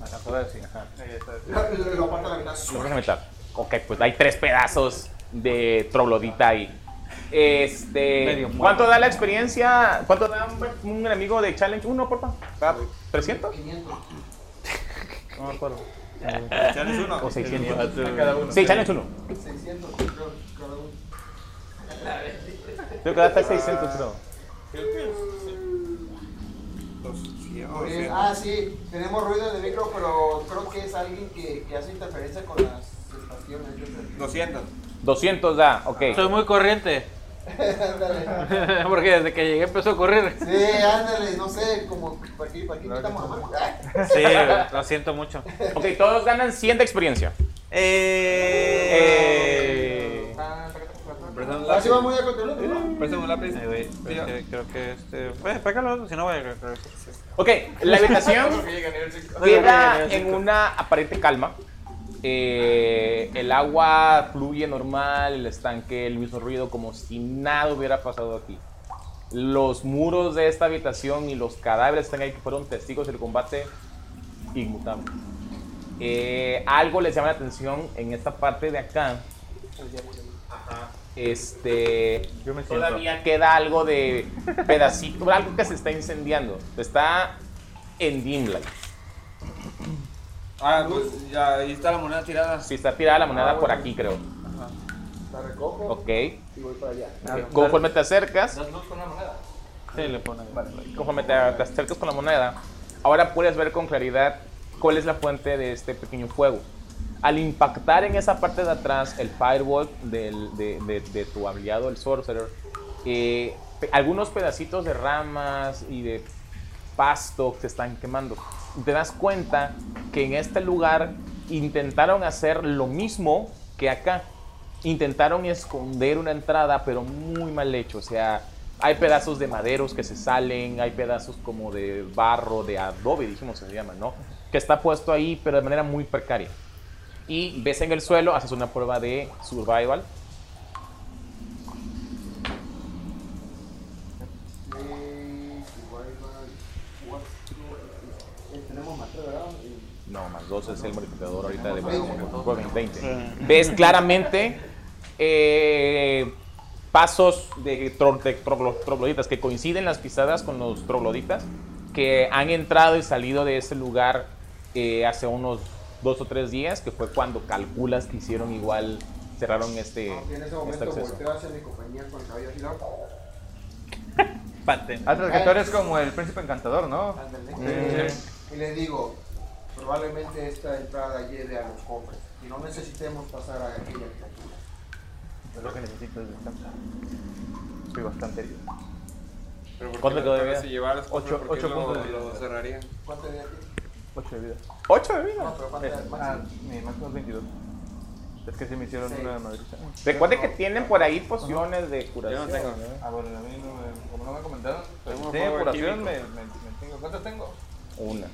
Speaker 1: lo, lo- lo parto a la mitad.
Speaker 2: Lo
Speaker 1: ¡suaj!
Speaker 2: vas a meter. Ok, pues hay tres pedazos de troglodita ahí. Este,
Speaker 4: Medio muerto.
Speaker 2: ¿Cuánto da la experiencia? ¿Cuánto da un, un enemigo de Challenge 1, porfa? ¿300?
Speaker 1: 500.
Speaker 3: No me acuerdo.
Speaker 5: ¿Tienes uno?
Speaker 2: ¿O 600?
Speaker 3: cada uno.
Speaker 2: Sí, Challenge 1.
Speaker 1: 600, creo, cada uno.
Speaker 2: Creo que hasta 600, creo.
Speaker 1: Eh, ah, sí, tenemos ruido de micro, pero creo que es alguien que, que hace interferencia con las estaciones. yo creo. *laughs*
Speaker 5: 200.
Speaker 2: 200 da, ok.
Speaker 4: Soy muy corriente.
Speaker 1: Ándale.
Speaker 4: *laughs* Porque desde que llegué empezó a ocurrir.
Speaker 1: Sí, ándale, no sé, como para aquí, para aquí quitamos a Marco. Ah,
Speaker 4: Sí, güey, lo siento mucho.
Speaker 2: Ok, todos ganan 100 de experiencia.
Speaker 5: Eh.
Speaker 1: ah, taca, taca, taca, taca.
Speaker 5: Perdón,
Speaker 1: Así
Speaker 5: lápiz.
Speaker 1: va muy a control, ¿no?
Speaker 5: Préstame un lápiz.
Speaker 4: Ay, güey,
Speaker 5: Sí, ya.
Speaker 4: este, creo que este. Pues, pégalo, si no voy a.
Speaker 2: Ok, la
Speaker 3: *laughs*
Speaker 2: habitación queda en una aparente calma. Eh, el agua fluye normal, el estanque, el mismo ruido, como si nada hubiera pasado aquí. Los muros de esta habitación y los cadáveres están ahí que fueron testigos del combate inmutables. Eh, algo les llama la atención en esta parte de acá. Este,
Speaker 3: Yo me siento.
Speaker 2: todavía queda algo de pedacito, algo que se está incendiando. Está en dim light.
Speaker 5: Ah, pues ya ahí está la moneda tirada.
Speaker 2: Si está tirada la moneda por aquí, creo.
Speaker 1: La recojo
Speaker 2: Ok.
Speaker 1: y voy para allá.
Speaker 2: Ok, Conforme te acercas,
Speaker 4: Sí, le pone.
Speaker 2: conforme te, te acercas con la moneda, ahora puedes ver con claridad cuál es la fuente de este pequeño fuego. Al impactar en esa parte de atrás el firewall del- de, de- de tu aliado, el sorcerer, eh, pe- algunos pedacitos de ramas y de pasto que se están quemando. Te das cuenta que en este lugar intentaron hacer lo mismo que acá. Intentaron esconder una entrada, pero muy mal hecho. O sea, hay pedazos de maderos que se salen, hay pedazos como de barro, de adobe, dijimos que se llama, ¿no? Que está puesto ahí, pero de manera muy precaria. Y ves en el suelo, haces una prueba de survival.
Speaker 1: Eh, igual va el cuatro, eh, Tenemos más tres, ¿verdad? Y-
Speaker 2: No, más 2 es el modificador ahorita de 20. 20. Ves claramente eh, pasos de, tro- de troglo- trogloditas que coinciden las pisadas con los trogloditas que han entrado y salido de ese lugar eh, hace unos dos o tres días, que fue cuando calculas que hicieron igual, cerraron este,
Speaker 1: Aunque Ah, en ese
Speaker 2: este
Speaker 1: momento
Speaker 2: acceso.
Speaker 1: volteo hacia mi compañía con el cabello así, ¿no?
Speaker 2: Ah,
Speaker 3: Atrás, que tú eres como el príncipe encantador, ¿no?
Speaker 1: Ándale.
Speaker 3: Mm.
Speaker 1: Y le digo, probablemente esta entrada lleve a los cofres y no necesitemos pasar a aquella criatura.
Speaker 3: Es lo que necesito es descansar. Estoy bastante herido.
Speaker 2: ¿Cuánto quedó de vida?
Speaker 5: Si llevaras
Speaker 3: Ocho- ocho puntos de
Speaker 5: lo,
Speaker 3: vida.
Speaker 5: lo cerrarían.
Speaker 1: ¿Cuánto había aquí?
Speaker 3: 8 de vida.
Speaker 2: Ocho eh, de vida.
Speaker 1: No, pero ¿cuánto era el
Speaker 3: Ah,
Speaker 1: máximo?
Speaker 3: mi máximo es 22. Es que se me hicieron
Speaker 1: Seis.
Speaker 3: una madriza.
Speaker 2: Recuerden que tienen por ahí pociones de
Speaker 5: Yo
Speaker 2: curación. ¿eh?
Speaker 5: no tengo.
Speaker 3: Ah, bueno, a mí no me, como no me comentaron, pues,
Speaker 5: Tengo un
Speaker 3: tengo
Speaker 5: fuego
Speaker 3: curación, me, me,
Speaker 5: químico.
Speaker 3: me tengo. ¿Cuántas tengo?
Speaker 2: Una.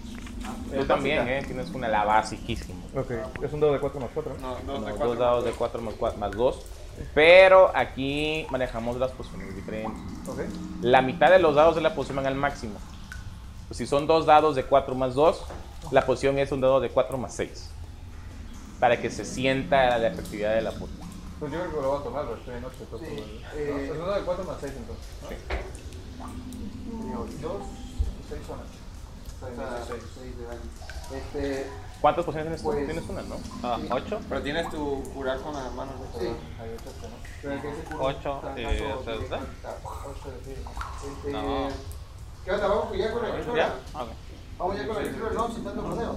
Speaker 5: Ah,
Speaker 2: Tú también, ¿eh? Tienes una lava psiquísima.
Speaker 3: Ok, es un dado de 4 más 4.
Speaker 5: No, dos
Speaker 2: No,
Speaker 5: de
Speaker 2: dos
Speaker 5: cuatro.
Speaker 2: dados de 4 más 4 más 2. Pero aquí manejamos las pociones diferentes.
Speaker 3: Ok.
Speaker 2: La mitad de los dados se la poción van al máximo. Si son dos dados de 4 más 2, la poción es un dado de 4 más 6. Para que se sienta la efectividad de la poción.
Speaker 3: Pues yo creo que lo voy a tomar, pero estoy en 8.
Speaker 1: Sí, eh,
Speaker 3: Es un dado de 4 más 6 entonces. ¿no?
Speaker 1: Tenía dos, seis son ocho. O sea,
Speaker 3: Seis.
Speaker 1: seis de daño. Este,
Speaker 2: ¿Cuántas pociones tienes tú?
Speaker 1: Pues-
Speaker 2: tienes una, ¿no?
Speaker 4: Ah, ¿Ocho?
Speaker 5: Pero tienes tu curar con las manos. ¿no?
Speaker 1: sí.
Speaker 3: Ahí está, este, ¿no?
Speaker 1: Pero el que se cura,
Speaker 4: Ocho,
Speaker 1: trancazo,
Speaker 4: eh,
Speaker 1: tiene
Speaker 4: o sea,
Speaker 1: que
Speaker 4: ¿está?
Speaker 1: quitar.
Speaker 3: Ocho de vida.
Speaker 1: Este,
Speaker 4: No.
Speaker 1: ¿Qué onda? ¿Vamos ya con la criatura?
Speaker 4: ¿Ya? Ok.
Speaker 1: Vamos ya con la criatura, no, sin tanto rodeo.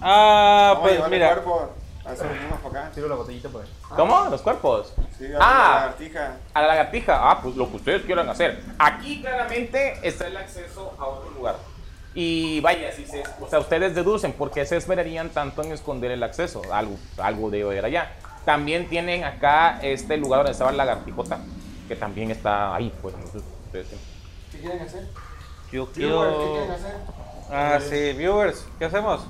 Speaker 4: Ah,
Speaker 5: Vamos a
Speaker 4: pues
Speaker 5: llevar el
Speaker 4: mira.
Speaker 5: cuerpo. Así venimos para acá.
Speaker 3: Tiro la botellita por ahí.
Speaker 2: ¿Cómo? ¿Los cuerpos?
Speaker 5: Sí, a
Speaker 2: Ah.
Speaker 5: la lagartija.
Speaker 2: A la lagartija. Ah, pues lo que ustedes quieran hacer. Aquí claramente está el acceso a otro lugar. Y vaya, si se, o sea, ustedes deducen por qué se esperarían tanto en esconder el acceso. Algo, algo debe haber allá. También tienen acá este lugar donde estaba la lagartijota, que también está ahí, pues. entonces, ustedes tienen-
Speaker 1: ¿Qué quieren hacer?
Speaker 4: Yo
Speaker 1: Viewers, ¿Qué quieren
Speaker 4: quiero.
Speaker 1: hacer?
Speaker 4: Ah, sí, viewers, ¿qué hacemos?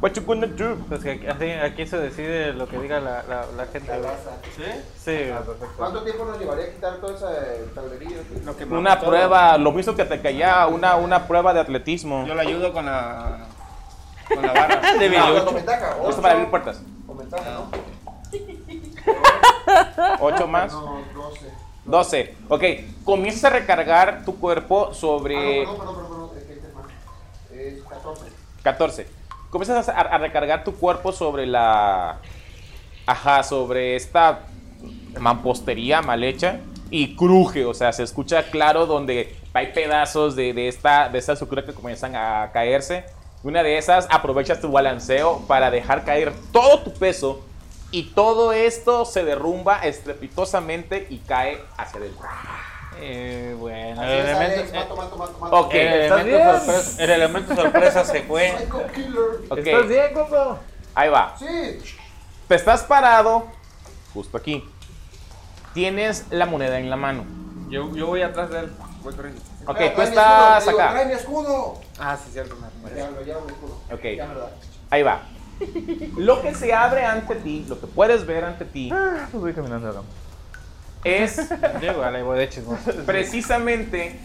Speaker 2: What you gonna do?
Speaker 4: Pues que aquí, así- aquí se decide lo que diga la, la, la gente.
Speaker 1: La
Speaker 4: güey.
Speaker 1: raza.
Speaker 4: Sí,
Speaker 3: Ah,
Speaker 4: güey.
Speaker 3: perfecto.
Speaker 1: ¿Cuánto tiempo nos llevaría a quitar todo ese tablerillo?
Speaker 5: Lo que
Speaker 2: Una
Speaker 5: todo.
Speaker 2: prueba, lo mismo que te caía, una, una prueba de atletismo.
Speaker 5: Yo le ayudo con la. Con la barra. *laughs*
Speaker 4: de
Speaker 1: Ah,
Speaker 4: Bilucho.
Speaker 1: con ventaja.
Speaker 2: Esto para abrir
Speaker 1: ocho,
Speaker 2: puertas.
Speaker 1: Con ventaja, ¿no?
Speaker 2: 8 más.
Speaker 1: No, 12.
Speaker 2: 12. Ok, comienzas a recargar tu cuerpo sobre
Speaker 1: Ah, no, perdón, perdón, perdón, perdón, es que este es más. Es 14.
Speaker 2: 14. Comienzas a, a recargar tu cuerpo sobre la. Ajá, sobre esta mampostería mal hecha y cruje, o sea, se escucha claro donde hay pedazos de, de esta, de esta estructura que comienzan a caerse. Una de esas aprovechas tu balanceo para dejar caer todo tu peso y todo esto se derrumba estrepitosamente y cae hacia adentro.
Speaker 4: Eh, bueno,
Speaker 1: Así
Speaker 4: el
Speaker 1: es,
Speaker 4: elemento,
Speaker 1: Alex, mato, mato, mato, mato.
Speaker 2: Ok,
Speaker 4: el
Speaker 2: ¿estás
Speaker 4: elemento
Speaker 2: bien?
Speaker 4: sorpresa, el elemento sorpresa se fue.
Speaker 1: Psycho Killer.
Speaker 2: Ok,
Speaker 3: ¿Estás bien, compa?
Speaker 2: ahí va.
Speaker 1: Sí.
Speaker 2: Te estás parado justo aquí. Tienes la moneda en la mano.
Speaker 7: Yo, yo voy atrás de él. Voy corriendo.
Speaker 3: Ah,
Speaker 2: Ok,
Speaker 1: Trae- trae
Speaker 2: tú
Speaker 1: mi
Speaker 2: estás
Speaker 1: escudo, te digo,
Speaker 2: acá.
Speaker 1: Trae mi escudo.
Speaker 5: Ah, sí, cierto. me acuerdo.
Speaker 1: Ya lo llevo mi escudo.
Speaker 2: Ok.
Speaker 1: Ya me lo da.
Speaker 2: Ahí va.
Speaker 3: *laughs*
Speaker 2: Lo que se abre ante ti, lo que puedes ver ante ti,
Speaker 3: Ah, pues voy caminando acá. *laughs*
Speaker 2: es
Speaker 4: Llego a la voy de chismoso.
Speaker 2: precisamente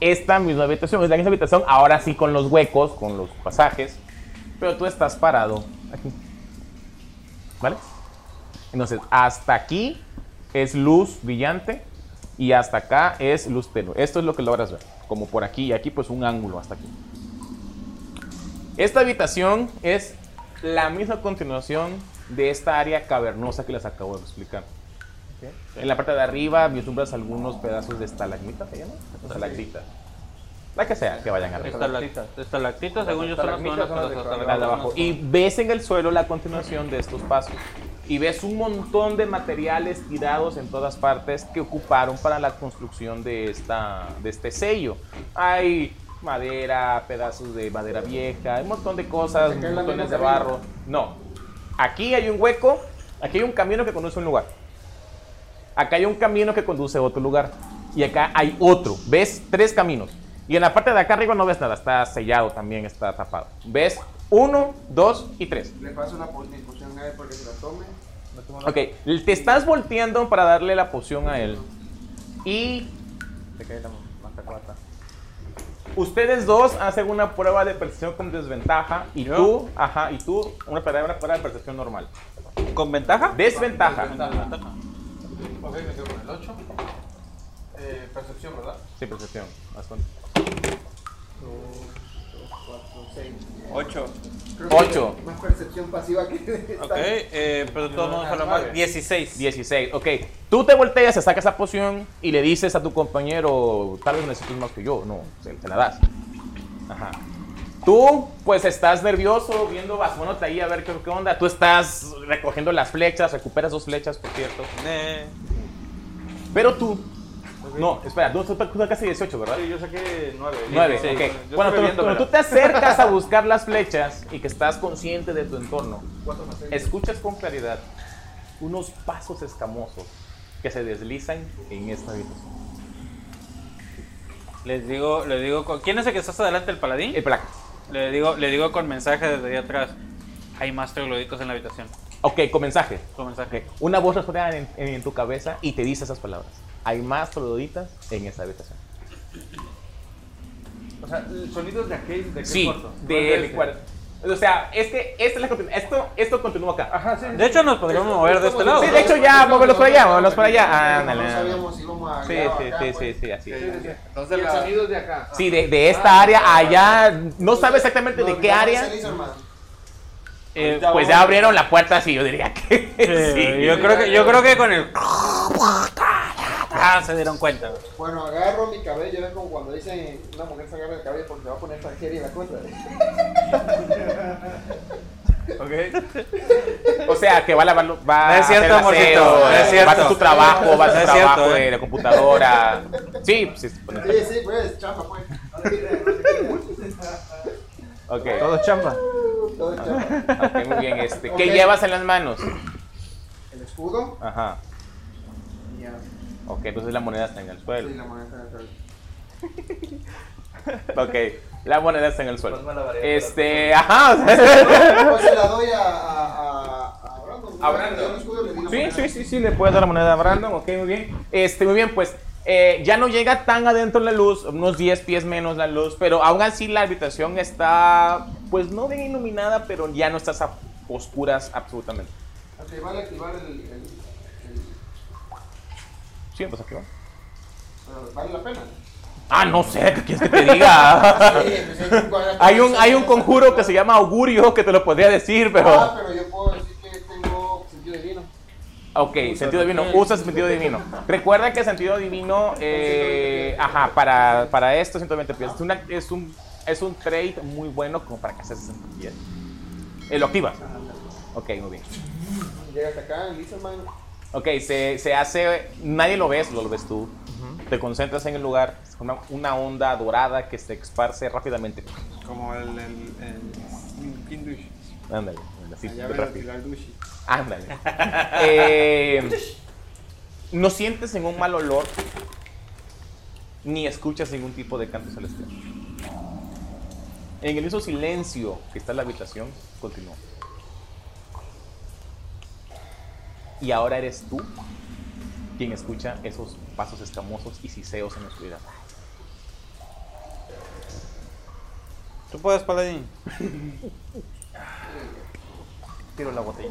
Speaker 2: esta misma habitación. Es la misma habitación, ahora sí con los huecos, con los pasajes. Pero tú estás parado aquí. ¿Vale? Entonces, hasta aquí es luz brillante y hasta acá es luz tenue. Esto es lo que logras ver. Como por aquí y aquí, pues un ángulo hasta aquí. Esta habitación es la misma continuación de esta área cavernosa que les acabo de explicar. En la parte de arriba vislumbras algunos pedazos de estalagmita, ¿se llama? Estalactita. La que sea, que vayan arriba.
Speaker 4: Estalactitas, estalactitas, según yo son las
Speaker 7: estalagmitas
Speaker 4: zonas
Speaker 7: son las
Speaker 4: con las
Speaker 7: de
Speaker 2: la de
Speaker 4: estalactitas.
Speaker 2: abajo. Y ves en el suelo la continuación de estos pasos. Y ves un montón de materiales tirados en todas partes que ocuparon para la construcción de, esta, de este sello. Hay madera, pedazos de madera vieja, un montón de cosas,
Speaker 1: Se cae la
Speaker 2: montones
Speaker 1: mina
Speaker 2: de
Speaker 1: también.
Speaker 2: barro. No. Aquí hay un hueco, aquí hay un camino que conduce a un lugar. Acá hay un camino que conduce a otro lugar. Y acá hay otro. ¿Ves? Tres caminos. Y en la parte de acá arriba no ves nada. Está sellado también, está tapado. ¿Ves? Uno, dos y tres.
Speaker 1: Le paso una po- mi poción a él porque se la tome.
Speaker 2: Ok. Te estás volteando para darle la poción a él. Y
Speaker 3: Te cae la mantacuata.
Speaker 2: ustedes dos hacen una prueba de percepción con desventaja. Y
Speaker 4: ¿Yo?
Speaker 2: tú, ajá, y tú, una prueba, una prueba de percepción normal.
Speaker 4: ¿Con ventaja?
Speaker 2: Desventaja.
Speaker 7: Ok, me quedo con el 8. Eh, percepción, ¿verdad?
Speaker 2: Sí, percepción. Más con-
Speaker 5: 8.
Speaker 1: Creo que
Speaker 2: Ocho.
Speaker 1: Más percepción pasiva que. *laughs*
Speaker 4: Ok, eh, pero de todos modos a la madre.
Speaker 5: 16.
Speaker 2: 16, ok. Tú te volteas, te sacas esa poción y le dices a tu compañero, tal vez necesites más que yo. No, se, te la das. Ajá. Tú, pues estás nervioso, viendo, basándote ahí a ver qué, qué onda. Tú estás recogiendo las flechas, recuperas dos flechas, por cierto.
Speaker 4: Eh,
Speaker 2: Pero tú. No, espera, tú tú sacaste 18, ¿verdad?
Speaker 3: Sí, yo saqué 9.
Speaker 2: 9, ok. Bueno, tú- tú, tú te acercas a buscar las flechas y que estás consciente de tu entorno, escuchas con claridad unos pasos escamosos que se deslizan en esta habitación.
Speaker 4: les digo, les digo, con- ¿quién es el que está hasta adelante el paladín?
Speaker 2: El placa.
Speaker 4: Le digo, le digo con mensaje desde ahí atrás. Hay más trogloditos en la habitación.
Speaker 2: Ok, con mensaje.
Speaker 4: Con
Speaker 2: Ok,
Speaker 4: mensaje.
Speaker 2: Una voz responde en, en- en tu cabeza y te dice esas palabras. Hay más trogloditas en esta habitación.
Speaker 7: O sea, el sonido es de aquel, de aquel
Speaker 2: Sí,
Speaker 7: cuarto. No es
Speaker 2: del
Speaker 7: este.
Speaker 2: cuarto. O sea, es que esta es la continu- esto, esto continúa acá.
Speaker 7: Ajá, sí.
Speaker 4: De hecho, nos podríamos mover de este lado.
Speaker 2: Sí, de hecho ya, móvelos para allá, móvelos para allá.
Speaker 1: Ah,
Speaker 2: Ándale.
Speaker 1: No sabíamos si íbamos a.
Speaker 2: Sí,
Speaker 1: allá o
Speaker 2: sí,
Speaker 1: acá,
Speaker 2: sí, sí,
Speaker 1: pues.
Speaker 2: sí, así.
Speaker 7: Y el sonido es de acá.
Speaker 2: Sí, de, de esta área a allá, no sabe exactamente
Speaker 1: No,
Speaker 2: de
Speaker 1: ni
Speaker 2: qué
Speaker 1: cómo
Speaker 2: área.
Speaker 1: se hizo, hermano.
Speaker 4: Eh,
Speaker 2: Pues ya abrieron la puerta, así yo diría que *laughs*
Speaker 4: eh,
Speaker 2: sí.
Speaker 4: yo creo que, yo creo que con el. Ah, se dieron cuenta.
Speaker 1: Bueno, agarro mi cabello, es como cuando dicen una mujer se agarra el cabello porque le va a poner extranjera y la contra.
Speaker 2: O sea, que va a lavarlo, va
Speaker 4: No es cierto,
Speaker 2: a hacer el
Speaker 4: amorcito, no es
Speaker 2: eh, va a hacer
Speaker 4: cierto.
Speaker 2: su trabajo, va a hacer
Speaker 4: No
Speaker 2: su
Speaker 4: es cierto,
Speaker 2: trabajo
Speaker 4: eh.
Speaker 2: de la computadora. Sí, sí, sí.
Speaker 1: Sí, sí, pues, chapa, pues.
Speaker 2: *laughs* Ok,
Speaker 3: Todo champa.
Speaker 1: Todo chapa.
Speaker 2: ok, muy bien. Este, ¿Qué
Speaker 1: Ok.
Speaker 2: llevas en las manos?
Speaker 1: El escudo.
Speaker 2: Ajá.
Speaker 1: Y ya.
Speaker 2: Ok, entonces la moneda está en el
Speaker 1: Sí,
Speaker 2: suelo.
Speaker 1: la moneda está en el suelo.
Speaker 2: Ok, la moneda está en el
Speaker 7: Pues
Speaker 2: suelo.
Speaker 7: mala variedad.
Speaker 2: Este, ajá, o sea, *laughs*
Speaker 1: Pues se la doy a. a, a, a Brandon. ¿no?
Speaker 2: A Brandon.
Speaker 1: El escudo le di la
Speaker 2: Sí,
Speaker 1: moneda.
Speaker 2: sí, sí, sí, le puedes dar la moneda a Brandon, ok, muy bien. Este, muy bien, pues eh, ya no llega tan adentro la luz, unos 10 pies menos la luz, pero aún así la habitación está, pues no bien iluminada, pero ya no estás a oscuras absolutamente.
Speaker 1: Ok, vale activar el. el, el-
Speaker 2: Sí, pues aquí va.
Speaker 1: pero ¿Vale la
Speaker 2: *laughs*
Speaker 1: pena?
Speaker 2: Ah, no sé, ¿qué quieres que te diga? *laughs*
Speaker 1: Sí, pues, hay un cuadrado-
Speaker 2: hay, un, hay un conjuro que se llama augurio que te lo podría decir,
Speaker 1: Ah,
Speaker 2: pero...
Speaker 1: pero yo puedo decir que tengo sentido divino.
Speaker 2: Ok, Ok, sentido divino. Usa sentido divino. Recuerda que sentido divino, eh, ajá, para, para esto 120 pies. Es, una- es un, es un trade muy bueno como para que haces 60 pies. Eh, lo activas. Ok, muy bien.
Speaker 1: Llega hasta acá, listo, hermano.
Speaker 2: Ok, se, se hace. Nadie lo ve, solo lo ves tú. Te concentras en el lugar, una, una onda dorada que se esparce rápidamente.
Speaker 7: Como el. el. el. Kindush.
Speaker 2: Ándale, ándale, así,
Speaker 7: Allá
Speaker 2: rápido.
Speaker 7: verás el Ardushi.
Speaker 2: Ándale. *laughs* Eh, no sientes ningún mal olor, ni escuchas ningún tipo de canto celestial. En el mismo silencio que está en la habitación, continúa. Y ahora eres tú quien escucha esos pasos escamosos y siseos en la oscuridad.
Speaker 5: Tú puedes, *laughs* paladín.
Speaker 3: Tiro la botella.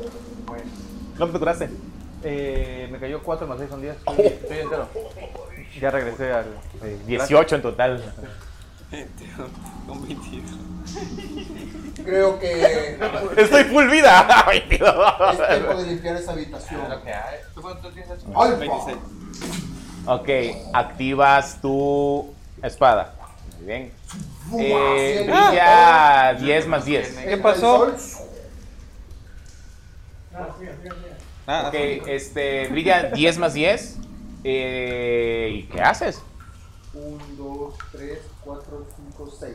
Speaker 2: ¿Cuánto te curaste?
Speaker 3: Eh, me cayó 4 más 6 son 10. Estoy, estoy entero. Ya regresé al. eh,
Speaker 2: 18 en total.
Speaker 5: Con 22.
Speaker 1: Creo
Speaker 2: *laughs*
Speaker 1: que
Speaker 2: Estoy full vida. *laughs*
Speaker 1: es tiempo de limpiar esa
Speaker 3: Ah,
Speaker 1: habitación.
Speaker 7: ¿Tú cuánto tienes?
Speaker 1: ¡Alfa!
Speaker 5: 26.
Speaker 2: Ok, activas tu espada. Muy bien.
Speaker 1: ¡Fua!
Speaker 2: Eh,
Speaker 1: Cien
Speaker 2: brilla 10 más 10.
Speaker 5: ¿Qué pasó?
Speaker 1: El sol.
Speaker 5: Ah,
Speaker 2: Ok, este, brilla 10 más 10. Eh, ¿Y qué haces?
Speaker 1: 1, 2, 3, 4, 5, 6.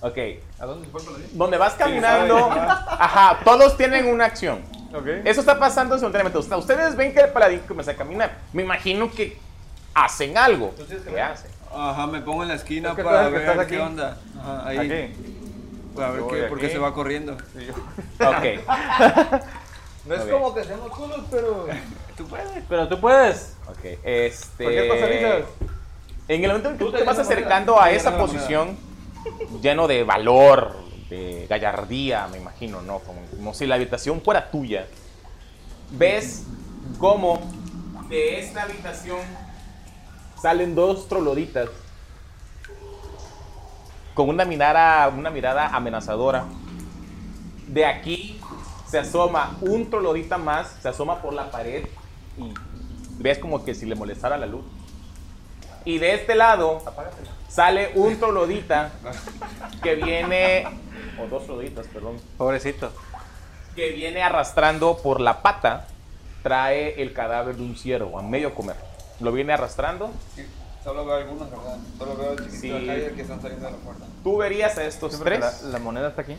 Speaker 2: Ok,
Speaker 7: ¿A dónde se fue el paladín?
Speaker 2: donde vas caminando. Ajá, todos tienen una acción.
Speaker 3: Ok.
Speaker 2: Eso está pasando simultáneamente. Ustedes- Ustedes ven que el paladín comienza a caminar. Me imagino que hacen algo. ¿Qué hacen?
Speaker 5: Ajá, me pongo en la esquina
Speaker 3: Es que
Speaker 5: para
Speaker 3: tú eres el que
Speaker 5: ver
Speaker 3: estás
Speaker 5: qué
Speaker 3: aquí.
Speaker 5: onda. Ajá, ahí.
Speaker 3: Aquí.
Speaker 5: Para ver
Speaker 2: Yo
Speaker 5: qué,
Speaker 2: voy
Speaker 5: por qué
Speaker 2: aquí.
Speaker 5: se va corriendo.
Speaker 2: Ok,
Speaker 7: No es
Speaker 2: Ok.
Speaker 7: como que seamos culos, pero.
Speaker 5: Tú puedes.
Speaker 4: Pero tú puedes.
Speaker 2: ok. Este.
Speaker 3: ¿Por qué pasaditas?
Speaker 2: En el momento en que tú te
Speaker 7: tenías
Speaker 2: vas
Speaker 7: la moneda.
Speaker 2: acercando a
Speaker 7: Yo
Speaker 2: esa
Speaker 7: tenía la moneda.
Speaker 2: posición, lleno de valor, de gallardía, me imagino, ¿no? Como, como si la habitación fuera tuya. Ves cómo de esta habitación salen dos troloditas con una mirada, una mirada amenazadora. De aquí se asoma un trolodita más, se asoma por la pared y ves como que si le molestara la luz. Y de este lado sale un trolodita que viene, o dos troloditas, perdón,
Speaker 5: Pobrecito.
Speaker 2: que viene arrastrando por la pata, trae el cadáver de un ciervo a medio comer. Lo viene arrastrando.
Speaker 7: Sí, Solo veo algunos, ¿verdad? Solo veo el chiquito
Speaker 2: Sí.
Speaker 7: acá y el que están saliendo de la puerta.
Speaker 2: Tú verías a estos
Speaker 3: La,
Speaker 2: tres.
Speaker 3: la moneda está aquí.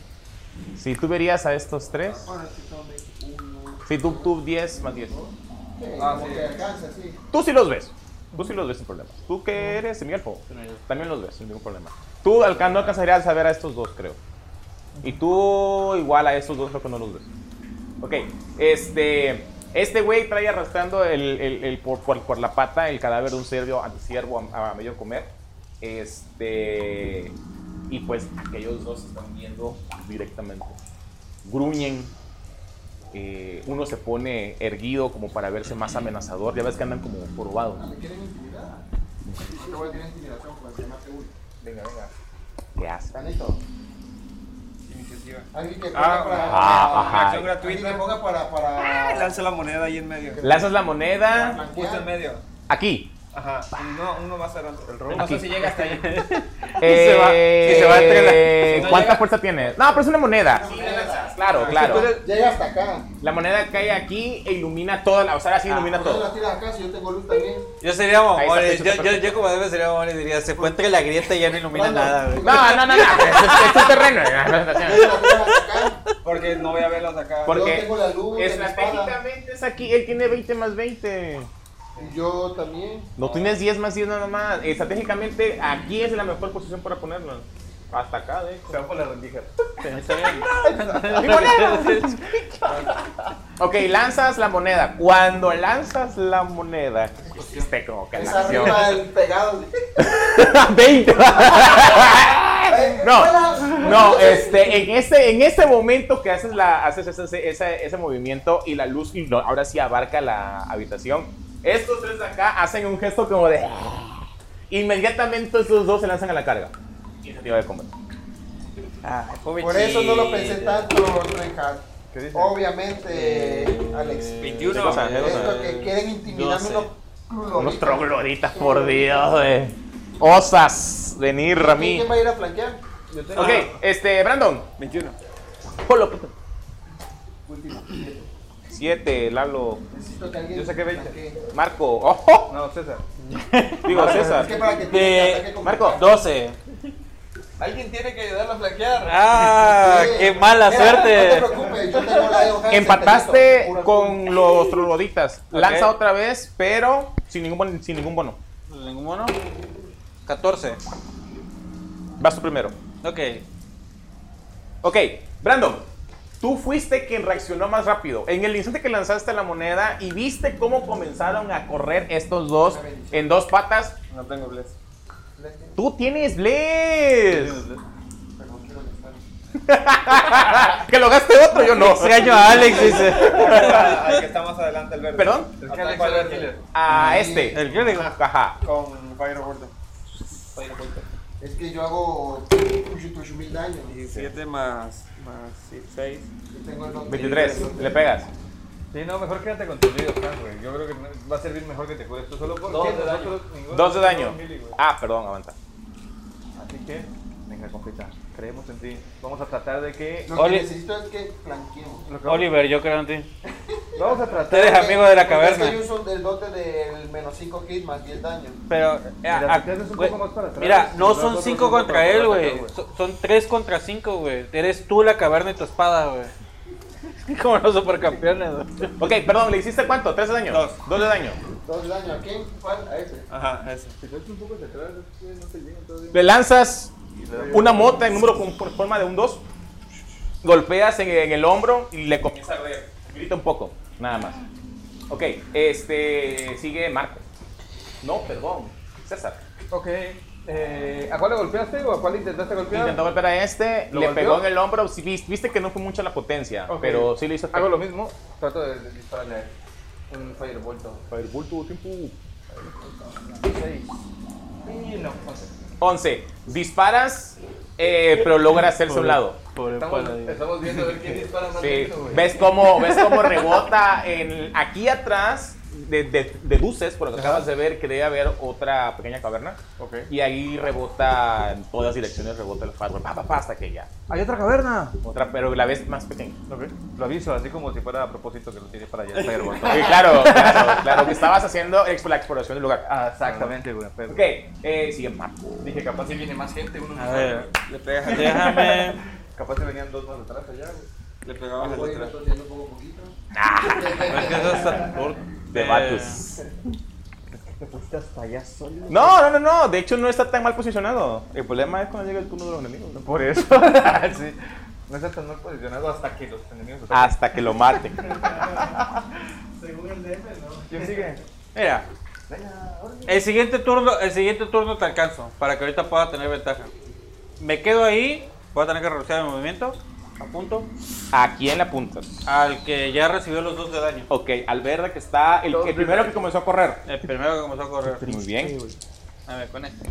Speaker 2: Si tú verías a estos tres.
Speaker 1: Bueno, sí son de 1.
Speaker 2: Si tú, tú 10 más 10.
Speaker 7: Ah,
Speaker 1: Ah, sí.
Speaker 7: sí.
Speaker 1: Que alcanza, sí.
Speaker 2: Tú sí los ves. Tú sí los ves sin problema. Tú que eres semielfo, también los ves sin ningún problema. Tú alca- no alcanzarías a ver a estos dos, creo. Y tú igual a estos dos creo que no los ves. Ok, este... Este güey trae arrastrando el, el- el por, por- por la pata el cadáver de un serbio antisiervo a, a medio comer. Este... Y pues aquellos dos están viendo directamente. Gruñen, eh, uno se pone erguido como para verse más amenazador. Ya ves que andan como jorobados.
Speaker 1: Ah, Me quieren intimidar. Yo voy a tener intimidación con el que mate uno.
Speaker 7: Venga, venga.
Speaker 2: ¿Qué hace?
Speaker 1: ¿Están listos?
Speaker 7: Iniciativa.
Speaker 1: Alguien que ponga
Speaker 5: Ah,
Speaker 1: para.
Speaker 2: Ah,
Speaker 5: Una acción
Speaker 2: ajá.
Speaker 1: Alguien que
Speaker 5: gratuita.
Speaker 1: ponga para. para.
Speaker 5: Lanza la moneda ahí en medio.
Speaker 2: Lanzas la moneda.
Speaker 1: flanquear.
Speaker 7: Justo en medio.
Speaker 2: Aquí.
Speaker 7: Ajá. Uno, uno más adelante. El robo.
Speaker 2: Aquí.
Speaker 5: llega hasta ahí.
Speaker 2: *laughs* Eh,
Speaker 5: se va- sí, se va entre la-
Speaker 7: no
Speaker 2: ¿Cuánta
Speaker 7: llega-
Speaker 2: fuerza tiene? No, pero es una moneda. pues Claro, claro.
Speaker 1: Llega hasta acá.
Speaker 2: La moneda cae aquí e ilumina toda la. O sea, así ilumina
Speaker 1: Por eso
Speaker 2: todo.
Speaker 1: la tiras acá si yo tengo luz también.
Speaker 5: *laughs* Yo sería mamón.
Speaker 2: Ahí
Speaker 5: eh,
Speaker 2: está,
Speaker 5: Yo,
Speaker 2: perfecto.
Speaker 5: yo, yo como debe sería mamón y diría, se fue entre la grieta y ya no ilumina
Speaker 1: Brandon,
Speaker 5: nada, güey.
Speaker 1: tú-
Speaker 2: No, no, no, no. *laughs* Es, es- es tu terreno.
Speaker 1: Yo la tiras hasta acá.
Speaker 7: Porque no voy a verlos acá.
Speaker 2: Por-
Speaker 1: Yo
Speaker 2: Porque
Speaker 1: tengo la luz, la espada.
Speaker 2: Estratégicamente es aquí. Él tiene 20 más 20.
Speaker 1: Y yo también.
Speaker 2: No tienes 10 más 10 nada más. Estratégicamente, aquí es la mejor posición para ponerlo. Hasta acá, de hecho.
Speaker 3: por la rendija.
Speaker 2: Ok, lanzas la moneda. Cuando lanzas la moneda,
Speaker 3: Pues
Speaker 2: este como que
Speaker 1: Es
Speaker 2: la acción.
Speaker 1: arriba del pegado.
Speaker 2: *laughs* 20.
Speaker 1: Eh,
Speaker 2: no,
Speaker 1: hola.
Speaker 2: no, este, en este, en este momento que haces la, haces ese, ese- ese- ese movimiento y la luz y lo- ahora sí abarca la habitación. Estos tres de acá hacen un gesto como de. Inmediatamente estos dos se lanzan a la carga. Iniciativa de combate.
Speaker 5: Ah,
Speaker 1: Por eso no lo pensé tanto, Reinhardt.
Speaker 3: ¿Qué dice?
Speaker 1: Obviamente, Alex.
Speaker 5: 21.
Speaker 2: Sí, cosa,
Speaker 1: Es lo que quieren intimidarme unos culos.
Speaker 2: Unos trogloditas, por Dios, eh. güey. Osas venir a mí.
Speaker 1: ¿Quién va a ir a flanquear?
Speaker 2: Ok, este, Brandon.
Speaker 5: 21.
Speaker 2: Polo, puto. 7, Lalo.
Speaker 1: Necesito que alguien.
Speaker 3: Yo saqué 20.
Speaker 1: flanquee.
Speaker 2: Marco.
Speaker 1: Oh,
Speaker 2: Ojo.
Speaker 3: No, César.
Speaker 2: *laughs* Digo,
Speaker 1: Es que
Speaker 2: César. Eh,
Speaker 1: para que tú
Speaker 5: De-
Speaker 1: saque con-
Speaker 2: Marco,
Speaker 1: Mira,
Speaker 5: 12.
Speaker 7: Alguien tiene que ayudarla a flanquear.
Speaker 5: ¡Ah!
Speaker 1: Sí.
Speaker 5: ¡Qué mala
Speaker 1: no te
Speaker 5: suerte!
Speaker 1: preocupes, yo tengo la de Johansen,
Speaker 2: Empataste
Speaker 1: puro culo.
Speaker 2: con los trogloditas. Lanza
Speaker 5: Ok.
Speaker 2: otra vez, pero sin ningún, bon- sin ningún bono.
Speaker 5: ¿Ningún mono? 14.
Speaker 2: Vas tú primero.
Speaker 5: Ok.
Speaker 2: Ok, Brandon, tú fuiste quien reaccionó más rápido. En el instante que lanzaste la moneda y viste cómo comenzaron a correr estos dos en dos patas,
Speaker 3: No tengo bless.
Speaker 2: tú tienes Bless. Ah, que lo gaste otro, yo no.
Speaker 5: Extraño a Alex, dice.
Speaker 7: Al que está más adelante, el verde.
Speaker 2: *laughs* Perdón,
Speaker 7: El que Alex era el killer.
Speaker 2: a este.
Speaker 5: El clérigo.
Speaker 2: Ajá.
Speaker 7: Con Firebolt. Firebolt.
Speaker 1: Es que yo hago 8.000 daños.
Speaker 5: 7 más, más 6.
Speaker 1: Yo tengo el otro.
Speaker 2: 23, le pegas.
Speaker 3: Sí, no, mejor quédate con tu video, Frank, güey. Yo creo que no- va a servir mejor que te cures tú solo porque
Speaker 7: Dos de daño.
Speaker 3: nosotros ninguno-
Speaker 2: Dos de daño.
Speaker 3: mili, güey.
Speaker 2: Ah, perdón, aguanta.
Speaker 3: Así que, venga, compita. Creemos en ti. Vamos a tratar de que.
Speaker 1: Lo que
Speaker 4: Oli-
Speaker 1: necesito es que flanqueemos.
Speaker 3: lo que-
Speaker 4: Oliver, yo creo en ti.
Speaker 3: Vamos a
Speaker 5: Tú
Speaker 3: tratar.
Speaker 5: eres amigo de la
Speaker 1: Porque Es
Speaker 5: caverna.
Speaker 1: que yo uso el dote del menos 5 hit más 10 daños.
Speaker 5: Pero, eh,
Speaker 3: Mira,
Speaker 5: ah,
Speaker 3: si te haces un
Speaker 5: güey,
Speaker 3: poco más para atrás,
Speaker 5: mira, no
Speaker 3: nosotros
Speaker 5: son
Speaker 3: nos
Speaker 5: 5
Speaker 3: vamos
Speaker 5: contra
Speaker 3: para
Speaker 5: él,
Speaker 3: atrás,
Speaker 5: güey.
Speaker 3: güey.
Speaker 5: So- Son 3 contra 5, güey. Eres tú la caverna y tu espada, *laughs* güey. Como los supercampeones, güey.
Speaker 2: Ok, perdón, ¿le hiciste cuánto? ¿Tres de daño?
Speaker 5: Dos.
Speaker 2: Dos de daño.
Speaker 1: ¿Dos daños a quién? ¿Cuál? A este.
Speaker 5: Ajá, eso.
Speaker 3: Si te haces un poco hacia atrás, güey, no te llegan todavía.
Speaker 2: Le lanzas una mota en número con por forma de un 2. Golpeas en, en el hombro y le comienza a reír. Grita un poco, nada más. Ok, este. Sigue Marco. No, perdón. César.
Speaker 3: Ok. Eh, ¿A cuál le golpeaste o a cuál intentaste golpear?
Speaker 2: Intentó golpear a este,
Speaker 3: ¿Lo
Speaker 2: le
Speaker 3: golpeó?
Speaker 2: pegó en el hombro. sí, vis- viste que no fue mucha la potencia,
Speaker 3: Ok.
Speaker 2: pero sí le hizo.
Speaker 3: Hago lo mismo. Trato de, de dispararle a él. Un firebolt.
Speaker 2: Fireball tuvo tiempo.
Speaker 3: 6. Y no, no sé.
Speaker 2: 11. Disparas, eh, pero logra hacerse a un lado.
Speaker 4: Pobre
Speaker 3: Estamos,
Speaker 4: paladín.
Speaker 3: estamos viendo a ver quién dispara más
Speaker 2: Sí,
Speaker 3: lento, güey.
Speaker 2: ves cómo, ves
Speaker 3: *laughs*
Speaker 2: cómo rebota en, aquí atrás, de, de- deduces por lo que acabas de ver que debe haber otra pequeña caverna
Speaker 3: Ok.
Speaker 2: y ahí rebota en todas direcciones, rebota el hardware, pa, pa, pa, hasta que ya.
Speaker 3: Hay otra caverna.
Speaker 2: Otra, pero la ves más pequeña.
Speaker 3: Ok. Lo aviso, así como si fuera a propósito que lo tiene para allá. el firebolt.
Speaker 2: Sí, claro, claro, claro, que estabas haciendo ex- la exploración del lugar.
Speaker 3: *laughs* Ah, exactamente, güey. pero- Ah.
Speaker 2: Ok, eh, sigue Marco.
Speaker 3: Dije, capaz si viene más gente, uno
Speaker 5: A
Speaker 3: no
Speaker 5: ver,
Speaker 3: sabe.
Speaker 5: le pegas- déjame.
Speaker 3: Capaz si venían dos más atrás allá, güey.
Speaker 5: Le pegabas al
Speaker 1: Voy
Speaker 5: otro.
Speaker 1: retrocediendo poco a poquito.
Speaker 5: Es que eso está por-
Speaker 2: De
Speaker 5: eh,
Speaker 2: Batus.
Speaker 3: Te pusiste hasta allá solo.
Speaker 2: No, no, no, no, de hecho no está tan mal posicionado. El problema es cuando llega el turno de los enemigos. ¿no?
Speaker 3: Por eso. *laughs* sí. No está tan mal posicionado hasta que los enemigos ataquen.
Speaker 2: Hasta que lo maten.
Speaker 3: ¿Quién sigue?
Speaker 5: Mira. El siguiente turno, el siguiente turno te alcanzo para que ahorita pueda tener ventaja. Me quedo ahí, voy a tener que renunciar mi movimiento, apunto
Speaker 2: ¿A quién le apuntas?
Speaker 5: al que ya recibió los dos de daño.
Speaker 2: Ok, al verde que está el, el primero que comenzó a correr.
Speaker 5: El primero que comenzó a correr.
Speaker 2: Muy bien.
Speaker 5: A ver, con este.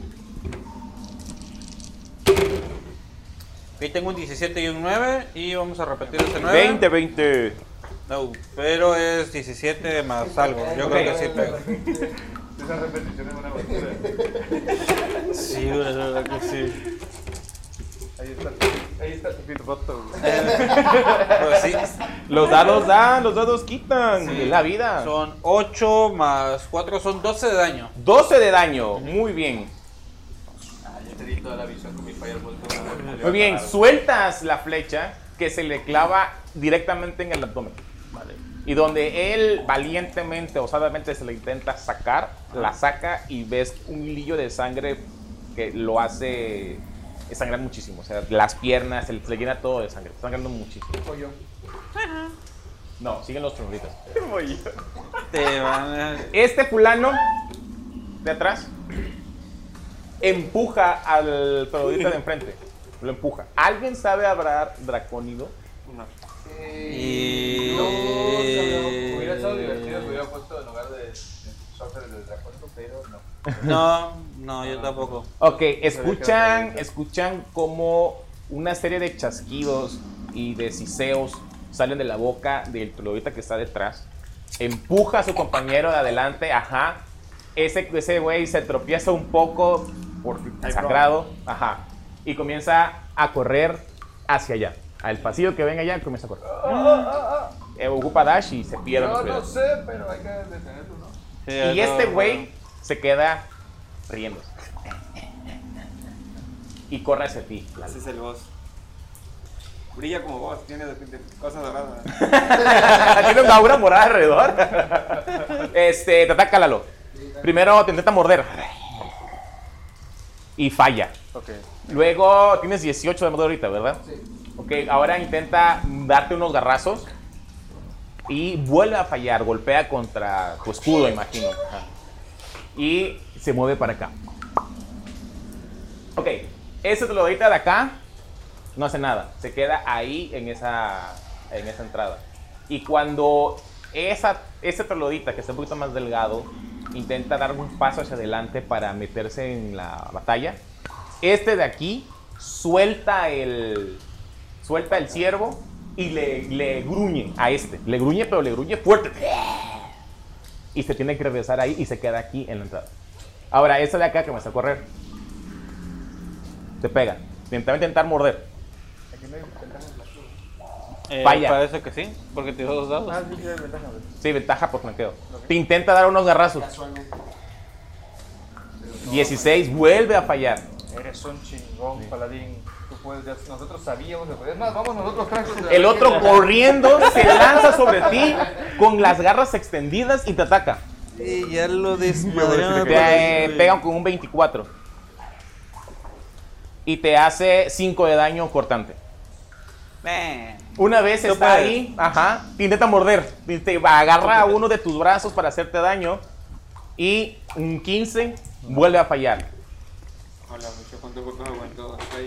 Speaker 5: Ahí tengo un 17 y un 9 y vamos a repetir ese 9.
Speaker 2: 20, 20.
Speaker 5: No, pero es 17 más algo. Yo creo que sí pego.
Speaker 3: *laughs* Esas repeticiones son una basura.
Speaker 5: Sí, verdad que sí.
Speaker 3: Ahí está. Ahí está tu pitboto, güey.
Speaker 5: Pero Eh, pues sí,
Speaker 2: Los dados dan, los dados quitan. Es la vida.
Speaker 5: son 8 más 4 son 12 de daño.
Speaker 2: 12 de daño. Muy bien.
Speaker 7: Yo te di toda la visión con mi Firebolt.
Speaker 2: Muy bien. Sueltas la flecha que se le clava directamente en el abdomen. Y donde él valientemente, osadamente se le intenta sacar, la saca y ves un hilillo de sangre que lo hace sangrar muchísimo. O sea, las piernas, se le, se le llena todo de sangre. Está sangrando muchísimo.
Speaker 1: Soy yo.
Speaker 2: No, siguen los tromblitos.
Speaker 5: Te van a-
Speaker 2: Este fulano de atrás empuja al troglodita de enfrente. Lo empuja. ¿Alguien sabe hablar dracónido?
Speaker 5: Y.
Speaker 3: Eh, Hubiera estado divertido que hubiera puesto en lugar de software del dragón, pero no.
Speaker 5: No, no, yo tampoco.
Speaker 2: Ok, escuchan, escuchan como una serie de chasquidos y de siseos salen de la boca del troglodita que está detrás. Empuja a su compañero de adelante, ajá. Ese ese güey se tropieza un poco por sagrado, ajá. Y comienza a correr hacia allá. Al pasillo que ven allá comienza a correr.
Speaker 7: Ah,
Speaker 2: Eh, ocupa dash y se pierde. en los
Speaker 7: Yo ah. no
Speaker 2: cuidados.
Speaker 7: sé, pero hay que detenerlo, ¿no?
Speaker 5: Sí,
Speaker 2: Y
Speaker 5: no,
Speaker 2: este güey
Speaker 5: bueno.
Speaker 2: se queda riendo. Y corre hacia ti.
Speaker 8: Ese es el boss. Brilla como vos, tiene de- de cosas doradas.
Speaker 2: *laughs* Tiene una aura morada alrededor. *laughs* Este, te ataca Lalo. Primero te intenta morder. Y falla. Luego tienes 18 de modo ahorita, ¿verdad?
Speaker 7: Sí.
Speaker 2: Ok, ahora intenta darte unos garrazos. Y vuelve a fallar. Golpea contra tu escudo, imagino. Ajá. Y se mueve para acá. Ok, ese te lo ahorita de acá no hace nada, se queda ahí en esa, en esa entrada. Y cuando esa, ese trolodita, que está un poquito más delgado, intenta dar un paso hacia adelante para meterse en la batalla, este de aquí suelta el, suelta el ciervo y le, le gruñe a este. Le gruñe, pero le gruñe fuerte. Y se tiene que regresar ahí y se queda aquí en la entrada. Ahora, ese de acá que me está a correr, te pega. Te va a intentar morder.
Speaker 5: Eh,
Speaker 2: Falla.
Speaker 5: Parece que sí, porque tiró dos dados.
Speaker 3: Ah, sí, sí, hay ventaja. güey.
Speaker 2: Sí, ventaja por flanqueo. Te intenta dar unos garrazos.
Speaker 1: Casualmente.
Speaker 2: 16, vuelve a fallar.
Speaker 3: Eres un chingón, paladín. Tú puedes, ya- nosotros sabíamos que podías. Más, vamos nosotros tres.
Speaker 2: El otro corriendo se lanza sobre ti con las garras extendidas y te ataca.
Speaker 5: Y ya lo
Speaker 2: Te eh, pega con un 24. Y te hace 5 de daño cortante. Una vez está
Speaker 5: puedes.
Speaker 2: ahí, ajá, te intenta morder. y Te va- agarra a uno de tus brazos para hacerte daño. Y un 15 vuelve a fallar.
Speaker 8: Hola, mucho cuánto poco aguantó. Hasta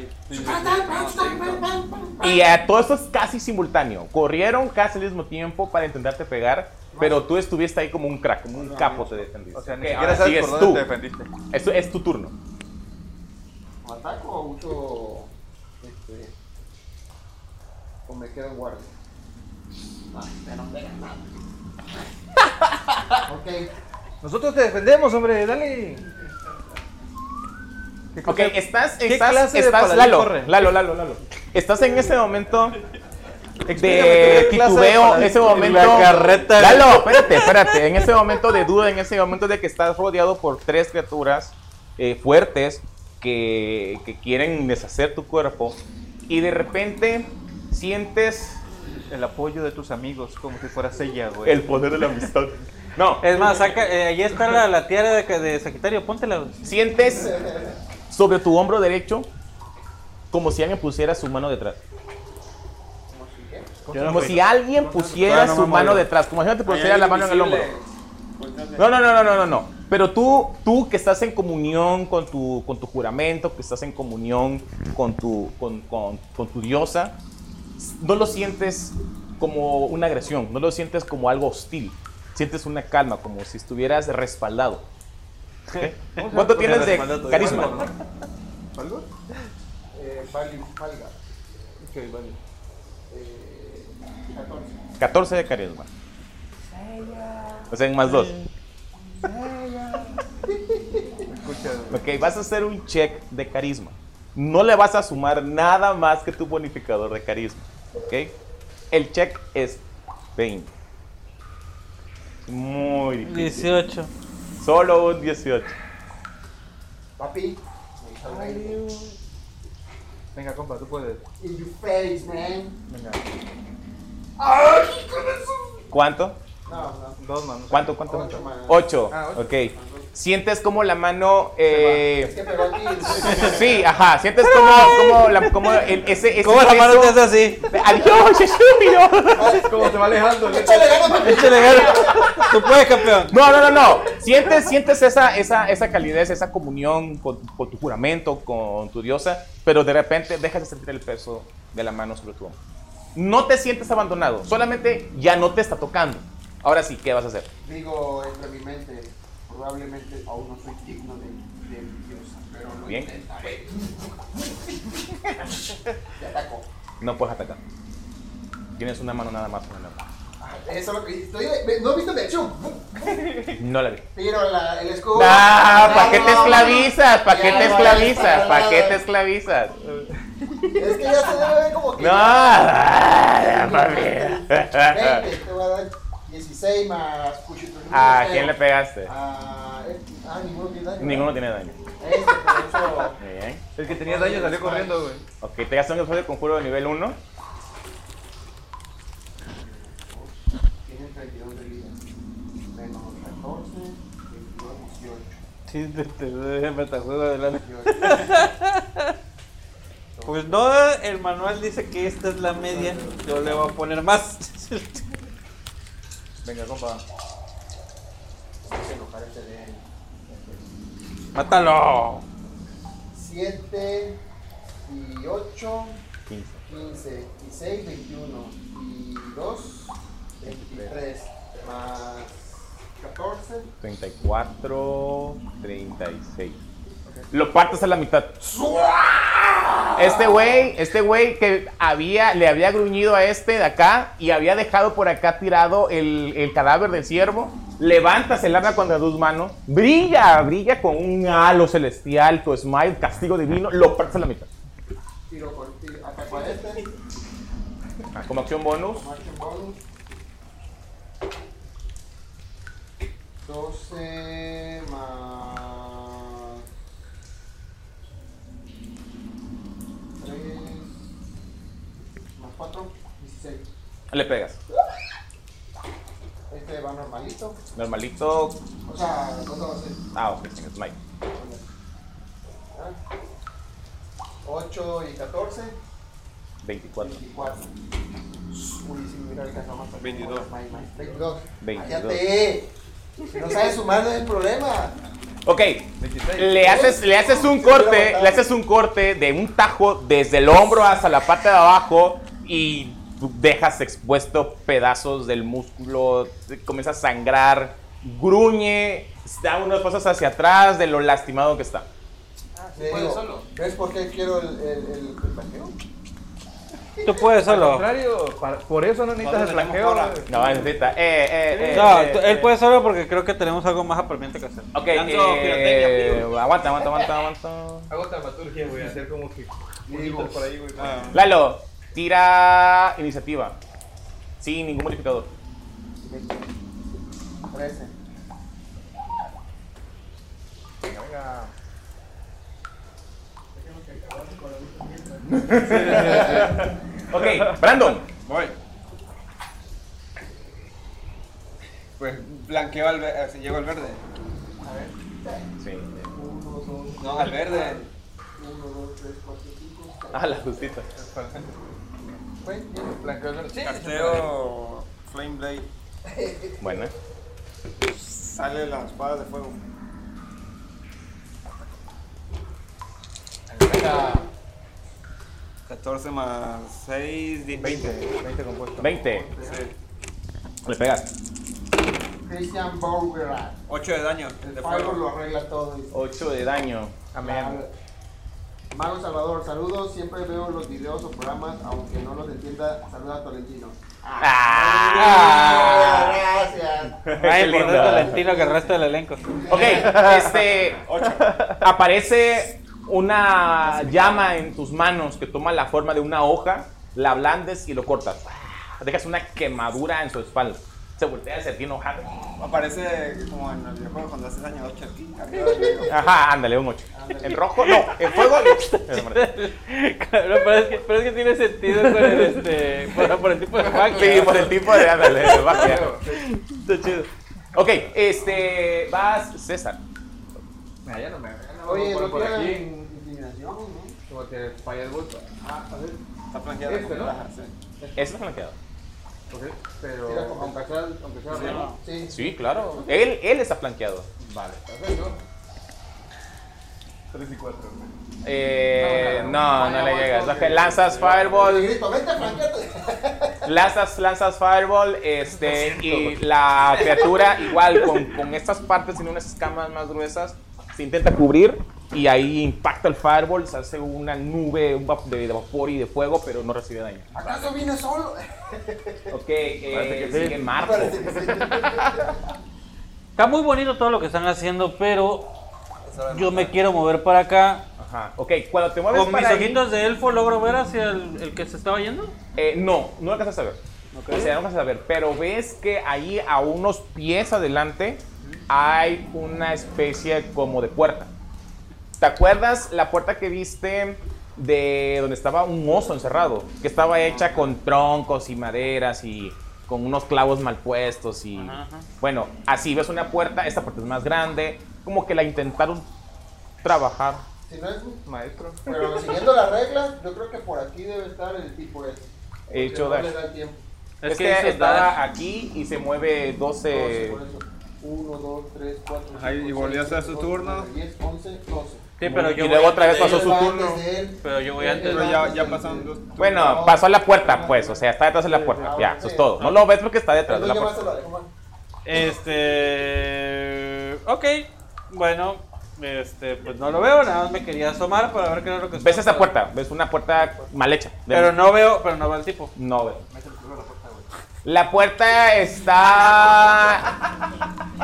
Speaker 8: ahí.
Speaker 2: Y eh, todo esto es casi simultáneo. Corrieron casi al mismo tiempo para intentarte pegar, pero tú estuviste ahí como un crack, como un capo te defendiste.
Speaker 3: O sea, ni
Speaker 2: Ok,
Speaker 3: siquiera
Speaker 2: ahora
Speaker 3: sabes
Speaker 2: sigues
Speaker 3: por
Speaker 2: tú.
Speaker 3: dónde te defendiste.
Speaker 2: Es, tu- es tu turno.
Speaker 1: ¿O ataco o uso. Este. O me quedo en guardia? No, este no pega nada. ok.
Speaker 3: Nosotros te defendemos, hombre, dale. ¿Qué
Speaker 2: Ok,
Speaker 3: cosa-
Speaker 2: estás,
Speaker 3: ¿Qué
Speaker 2: estás,
Speaker 3: clase de
Speaker 2: estás,
Speaker 3: paladín
Speaker 2: Lalo,
Speaker 3: corre?
Speaker 2: Lalo,
Speaker 3: *laughs*
Speaker 2: Lalo, Lalo. Estás en ese momento
Speaker 3: Explícame
Speaker 2: de
Speaker 3: qué clase de
Speaker 2: titubeo, en
Speaker 3: paladín.
Speaker 2: ese momento.
Speaker 5: La carreta.
Speaker 2: Lalo, espérate, espérate. En ese momento de duda, en ese momento de que estás rodeado por tres criaturas eh, fuertes que, que quieren deshacer tu cuerpo y de repente sientes
Speaker 3: El apoyo de tus amigos, como si fueras ella, güey.
Speaker 2: el poder de la amistad. No,
Speaker 5: Es más, saca, eh, ahí está la, la tiara de, de Sagitario, póntela. güey.
Speaker 2: sientes sobre tu hombro derecho como si alguien pusiera su mano detrás. Como si alguien pusiera
Speaker 5: no me
Speaker 2: su
Speaker 5: muevo.
Speaker 2: mano detrás, como si Pues te pusiera
Speaker 8: Ahí
Speaker 2: la mano en el hombro.
Speaker 8: invisible. Volteate.
Speaker 2: No, no, no, no, no, no, no. Pero tú, tú que estás en comunión con tu, con tu juramento, que estás en comunión con tu, con, con- con tu diosa, no lo sientes como una agresión, no lo sientes como algo hostil. Sientes una calma, como si estuvieras respaldado. ¿Ok? ¿Cuánto tienes de
Speaker 5: respaldado todavía.
Speaker 2: carisma?
Speaker 1: ¿Valgo? Eh, value, valga.
Speaker 3: Ok, vale.
Speaker 1: Eh, 14.
Speaker 2: 14 de carisma. O sea, en más dos.
Speaker 3: Escucha, güey.
Speaker 2: Ok, vas a hacer un check de carisma. No le vas a sumar nada más que tu bonificador de carisma. Ok. El check es 20. Muy difícil.
Speaker 5: 18.
Speaker 2: Solo un 18.
Speaker 1: Papi. me hizo algo.
Speaker 3: Venga, compa, tú puedes.
Speaker 1: In your face, man.
Speaker 3: Venga,
Speaker 2: ¿Cuánto?
Speaker 1: No, no.
Speaker 3: dos manos.
Speaker 2: ¿Cuánto? ¿Cuánto?
Speaker 1: Ocho, man.
Speaker 2: 8.
Speaker 3: Ah, ocho.
Speaker 2: Ok. Sientes como la mano.
Speaker 1: Es
Speaker 2: Eh,
Speaker 1: que pegó *laughs* aquí.
Speaker 2: sí, ajá. Sientes como, como, la, como el- ese, ese
Speaker 5: ¿Cómo la mano te
Speaker 2: hueso-
Speaker 5: hace así?
Speaker 2: Adiós, estúpido.
Speaker 3: ¿Cómo se va alejando? güey.
Speaker 1: Échale ganas, papi.
Speaker 5: Échale ganas. Tú puedes, campeón.
Speaker 2: No, no, no, no. Sientes, sientes esa, esa, esa calidez, esa comunión con, con tu juramento, con tu diosa, pero de repente dejas de sentir el peso de la mano sobre tu hombro. No te sientes abandonado, solamente ya no te está tocando. Ahora sí, ¿qué vas a hacer?
Speaker 1: Digo entre mi mente, probablemente aún no soy digno de, de mi diosa, pero lo
Speaker 2: Bien.
Speaker 1: intentaré. Te atacó.
Speaker 2: No puedes atacar. Tienes una mano nada más. una mano.
Speaker 1: Eso es lo que estoy, ve- ¿No viste mi acción?
Speaker 2: No la vi.
Speaker 1: Tiro la, el escudo.
Speaker 2: Ah, ¿para qué te
Speaker 1: no,
Speaker 2: esclavizas? ¿Para qué
Speaker 1: Ya
Speaker 2: te
Speaker 1: no,
Speaker 2: esclavizas?
Speaker 1: ya
Speaker 2: ¿Para qué te
Speaker 1: no.
Speaker 2: esclavizas?
Speaker 1: Es que ya se debe ver como que.
Speaker 2: No, ah, mami.
Speaker 1: 20, te voy a dar 16 más cuchito.
Speaker 2: ¿A quién le pegaste?
Speaker 1: Ah, eh, ah, ninguno tiene daño.
Speaker 2: Ninguno tiene daño.
Speaker 1: Este, por eso.
Speaker 2: Muy bien.
Speaker 3: El que tenía daño salió corriendo, güey.
Speaker 2: Ok, te gastas un esfuerzo de conjuro de nivel 1.
Speaker 1: Tienen 32 de vida. Menos 14, 22, 18.
Speaker 5: Sí, te, te, te metajuego adelante.
Speaker 1: 18.
Speaker 5: Pues no, el manual dice que esta es la media. Yo le voy a poner más. *laughs*
Speaker 3: Venga, compa.
Speaker 1: Hay que enojar este de
Speaker 5: ¡Mátalo!
Speaker 1: 7 y 8,
Speaker 2: 15.
Speaker 1: 15 y 6, 21 y 2, 23 más 14.
Speaker 2: 34, 36. Lo partes a la mitad. Este güey, este güey que había, le había gruñido a este de acá y había dejado por acá tirado el, el cadáver del ciervo. Levantas el arma con las dos manos, brilla, brilla con un halo celestial, tu smile, castigo divino, lo partes a la mitad.
Speaker 1: Tiro por ti, ataco a este,
Speaker 2: Ah, Como acción bonus,
Speaker 1: marcha en bonus. 12 más 3 más 4, 16.
Speaker 2: le pegas.
Speaker 1: Este va normalito.
Speaker 2: Normalito.
Speaker 1: O sea, no se va a hacer.
Speaker 2: Ah, ok, sin smite.
Speaker 1: 8 y 14,
Speaker 2: 24.
Speaker 1: 24. Uy, sí, mira el caso más.
Speaker 8: 22.
Speaker 1: 22.
Speaker 2: 22.
Speaker 1: Cállate. Si No sabes sumar, no es el problema.
Speaker 2: Ok, le haces, le haces un corte, le haces un corte de un tajo desde el hombro hasta la parte de abajo y dejas expuesto pedazos del músculo, te comienza a sangrar, gruñe, da unos pasos hacia atrás de lo lastimado que está.
Speaker 7: Ah,
Speaker 1: Le digo, ¿Ves por qué quiero el, el, el, el blanqueo?
Speaker 5: Tú puedes
Speaker 3: Al
Speaker 5: solo.
Speaker 3: contrario, para- por eso no necesitas el blanqueo, güey.
Speaker 2: No, necesita, eh, eh, eh,
Speaker 5: No,
Speaker 2: eh,
Speaker 5: tú- él puede solo porque creo que tenemos algo más apremiante que hacer.
Speaker 2: Ok,
Speaker 8: Lanzo
Speaker 2: eh,
Speaker 8: pirotecnia,
Speaker 2: aguanta, aguanta, aguanta, aguanta.
Speaker 7: Hago dramaturgia, güey, hacer como que.
Speaker 1: Digo,
Speaker 7: por ahí, güey.
Speaker 2: Lalo, tira iniciativa, sin ningún modificador.
Speaker 1: 13.
Speaker 2: *laughs* Ok, Brandon.
Speaker 8: Voy. Pues blanqueo al verde. Así llego al verde.
Speaker 2: Sí.
Speaker 1: 1, 2, 1, 2,
Speaker 8: No, al verde.
Speaker 1: 3, 4, 5,
Speaker 2: Ah, la justita.
Speaker 1: 6.
Speaker 7: Blanqueo el Sí,
Speaker 8: Casteo Flame Blade.
Speaker 2: Bueno.
Speaker 8: Sale las espadas de fuego.
Speaker 7: venga.
Speaker 8: 14 más 6, 10, 20.
Speaker 3: 20 compuesto.
Speaker 2: 20. Le pegas.
Speaker 1: Christian Bauer.
Speaker 8: 8 de daño
Speaker 1: El
Speaker 8: de
Speaker 1: fuego
Speaker 8: fuego.
Speaker 1: lo arregla todo. dice.
Speaker 2: 8 de daño.
Speaker 1: Amén. Mago Salvador, saludos. Siempre veo los videos o programas, aunque no los entienda. Saluda a Tolentino.
Speaker 2: Ah. *laughs*
Speaker 1: gracias.
Speaker 2: *laughs* Qué
Speaker 5: Ay, por
Speaker 2: lindo.
Speaker 5: el Valentino que el resto del elenco. *laughs*
Speaker 2: Ok, este. Aparece una llama en tus manos que toma la forma de una hoja, la blandes y lo cortas. Dejas una quemadura en su espalda. Se voltea hacia ti enojado.
Speaker 8: Aparece como en el videojuego cuando hace daño 8 aquí. Arriba del fuego.
Speaker 2: Ajá, ándale, un 8. En rojo, no, en fuego.
Speaker 5: *laughs*
Speaker 2: no.
Speaker 5: Cabrón, pero, es que, pero es que tiene sentido con el este. Por, por el tipo de Juan.
Speaker 2: Sí, por el tipo de ándale, de magia.
Speaker 5: Está chido.
Speaker 2: Ok, este. Vas, César.
Speaker 7: Ah, ya no me ya no me
Speaker 1: Oye,
Speaker 7: voy
Speaker 1: no
Speaker 7: por
Speaker 1: tiene
Speaker 7: aquí.
Speaker 1: intimidación, Este, ¿no?
Speaker 7: Como que falla el voto.
Speaker 1: Ah, a ver.
Speaker 8: Está flanqueado
Speaker 7: Este,
Speaker 8: con
Speaker 7: ¿no?
Speaker 8: ventaja, sí.
Speaker 2: Ese es flanqueado.
Speaker 7: Ok,
Speaker 1: Tira
Speaker 7: pero.
Speaker 1: como-
Speaker 7: Aunque sea, aunque sea arriba.
Speaker 1: Sí.
Speaker 2: Sí, claro. Él, él está flanqueado.
Speaker 7: Vale, perfecto.
Speaker 8: 3 y 4.
Speaker 2: Eh,
Speaker 7: No,
Speaker 2: no,
Speaker 7: claro.
Speaker 2: no le
Speaker 7: Fireball,
Speaker 2: llegas. Ok,
Speaker 7: sí.
Speaker 2: lanzas
Speaker 1: Le
Speaker 2: Fireball,
Speaker 1: grito, vente, franquete.
Speaker 2: lanzas, lanzas Fireball, este, y la criatura igual con, con estas partes, tiene unas escamas más gruesas, se intenta cubrir Y ahí impacta el fireball, se hace una nube un va- de, de vapor y de fuego, pero no recibe daño.
Speaker 1: ¿Acaso vine solo?
Speaker 2: Ok, eh,
Speaker 8: que sí.
Speaker 2: sigue Marco.
Speaker 1: Parece que sí.
Speaker 5: Está muy bonito todo lo que están haciendo, pero yo me quiero mover para acá.
Speaker 2: Ajá. Ok, cuando te mueves
Speaker 5: ¿Con mis
Speaker 2: para ahí,
Speaker 5: ojitos de elfo logro ver hacia el, el que se estaba yendo?
Speaker 2: eh, no, no alcanzas a ver. O sea, no alcanzas a ver, pero ves que ahí a unos pies adelante hay una especie como de puerta. ¿Te acuerdas la puerta que viste de donde estaba un oso encerrado? Que estaba hecha con troncos y maderas y con unos clavos mal puestos y... Bueno, así ves una puerta, esta puerta es más grande, como que la intentaron trabajar.
Speaker 1: Si no es un-
Speaker 3: Maestro.
Speaker 1: Pero siguiendo las reglas, yo creo que por aquí debe estar el tipo ese. Porque
Speaker 2: He hecho
Speaker 1: no
Speaker 2: dash.
Speaker 1: le da tiempo.
Speaker 5: Es
Speaker 2: Es,
Speaker 5: que
Speaker 2: que,
Speaker 5: dice
Speaker 2: estaba aquí y se mueve
Speaker 1: 12,
Speaker 2: 12...
Speaker 1: por eso. 1, 2, 3, 4, 5,
Speaker 8: Ahí, y volvió a hacer su turno.
Speaker 1: 10, 11, 12.
Speaker 5: Sí, pero
Speaker 2: y
Speaker 5: yo
Speaker 2: luego
Speaker 5: voy
Speaker 2: otra vez
Speaker 5: antes de
Speaker 2: pasó
Speaker 5: él.
Speaker 2: su turno.
Speaker 5: Pero yo voy antes.
Speaker 8: Pero ya, ya pasaron dos.
Speaker 2: Bueno, pasó a la puerta, pues, o sea, está detrás de la puerta. Ya, eso es todo. No lo ves porque está detrás de la
Speaker 1: Entonces ya vas
Speaker 2: puerta.
Speaker 1: a la dejo, Juan.
Speaker 5: Este. Ok, bueno, este, pues no lo veo, nada más me quería asomar para ver qué era lo que
Speaker 2: Ves
Speaker 5: estaba
Speaker 2: esa puerta, ves una puerta mal hecha. De-
Speaker 5: Pero no veo, pero no veo al tipo.
Speaker 2: No, güey. La puerta está.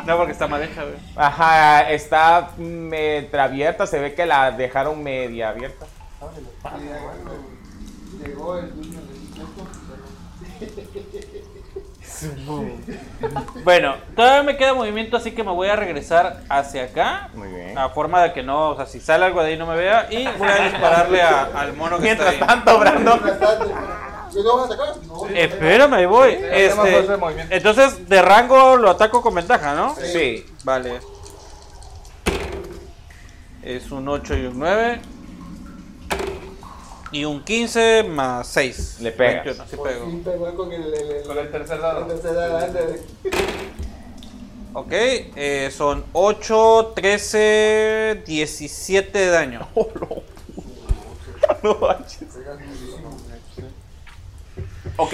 Speaker 5: No, porque está mal hecha, güey.
Speaker 2: Ajá, está metra abierta. Se ve que la dejaron media abierta.
Speaker 1: Y ya cuando Llegó el dueño del kiosco,
Speaker 5: Bueno, todavía me queda movimiento, así que me voy a regresar hacia acá.
Speaker 2: Muy bien.
Speaker 5: A forma de que no, o sea, si sale algo de ahí no me vea. Y voy a dispararle a- al mono que
Speaker 2: Mientras
Speaker 5: está ahí.
Speaker 2: tanto, Brando.
Speaker 1: pero- ¿Yo no vas a sacar? No.
Speaker 5: Espérame, ahí voy.
Speaker 7: hacemos
Speaker 5: Este,
Speaker 7: fuerza de movimiento.
Speaker 5: entonces, de rango lo ataco con ventaja, ¿no?
Speaker 2: Sí.
Speaker 5: Vale. Es un 8 y un 9. Y un 15 más 6.
Speaker 2: Le pegas.
Speaker 5: sí
Speaker 1: Por
Speaker 5: pego.
Speaker 1: fin pegó con el- el- el-
Speaker 7: Con el tercer
Speaker 1: el
Speaker 7: dado.
Speaker 1: tercer dado antes de-
Speaker 5: Ok, eh, son 8, 13, 17 de daño.
Speaker 2: No manches. Ok.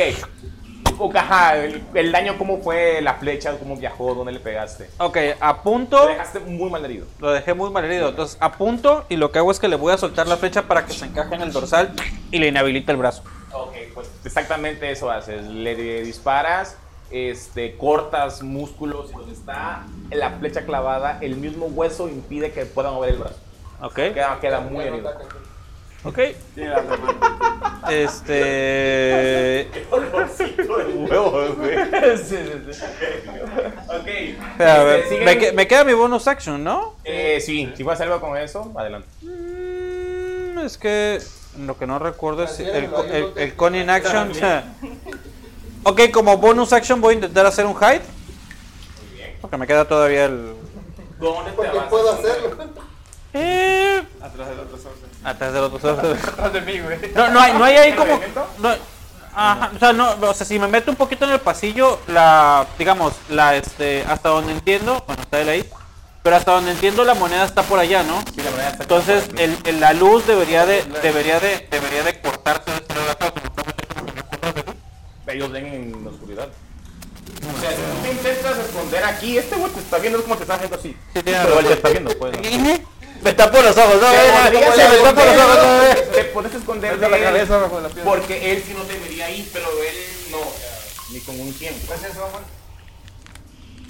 Speaker 2: Ok, ajá, el, el daño, cómo fue la flecha, cómo viajó, dónde le pegaste.
Speaker 5: Ok,
Speaker 2: Lo
Speaker 5: apunto.
Speaker 2: dejaste muy mal herido.
Speaker 5: Lo dejé muy mal herido. Entonces apunto y lo que hago es que le voy a soltar la flecha para que se encaje en el dorsal y le inhabilita el brazo.
Speaker 2: Ok, pues exactamente eso haces. Le di- disparas, este, cortas músculos y donde está la flecha clavada, el mismo hueso impide que pueda mover el brazo.
Speaker 5: Ok.
Speaker 2: Queda, queda muy herido.
Speaker 5: Ok.
Speaker 8: Tiene la semana.
Speaker 5: Este.
Speaker 2: *laughs* Sí, sí, sí. Ok.
Speaker 5: A ver,
Speaker 2: Este, siguen-
Speaker 5: me, que- me queda mi bonus action, ¿no?
Speaker 2: Eh, sí, si vas a hacer algo con eso, adelante.
Speaker 5: Mm, es que lo que no recuerdo es el,
Speaker 1: Cancélalo,
Speaker 5: el,
Speaker 1: ahí
Speaker 5: el,
Speaker 1: no te-
Speaker 5: con in action. ok, como bonus action voy a intentar hacer un hide. Porque me queda todavía el.
Speaker 2: ¿Dónde
Speaker 1: ¿Por qué puedo hacerlo?
Speaker 5: Eh,
Speaker 8: Atrás del otro source.
Speaker 5: atrás del otro.
Speaker 7: *laughs* Atrás de mí, güey.
Speaker 5: No, no hay, no hay ahí como.
Speaker 2: movimiento?
Speaker 5: no- ajá, o sea, no, o sea, si me meto un poquito en el pasillo, la, digamos, la, este, hasta donde entiendo, bueno, está él ahí, pero hasta donde entiendo la moneda está por allá, ¿no? Entonces, el, el- la luz debería de, debería de, debería de cortarse de este lado de acá, como estamos hechos los nosotros, ¿no?
Speaker 2: Ellos ven en la oscuridad. O sea, si tú te intentas esconder aquí, este güey te está viendo es como te está haciendo así.
Speaker 5: Sí, tiene
Speaker 2: Pero él te
Speaker 5: razón.
Speaker 2: está viendo, pues. ¿no?
Speaker 5: Me tapó los ojos, ¿no?
Speaker 2: Te
Speaker 5: Eh,
Speaker 2: podrías
Speaker 5: se me tapó los ojos, ¿no?
Speaker 2: esconder,
Speaker 5: Eh.
Speaker 2: Te puedes esconder de
Speaker 7: Mete la
Speaker 2: él,
Speaker 7: cabeza bajo la piedra.
Speaker 2: Porque él sí no te vería ahí, pero él no. o sea, Ni con un tiempo.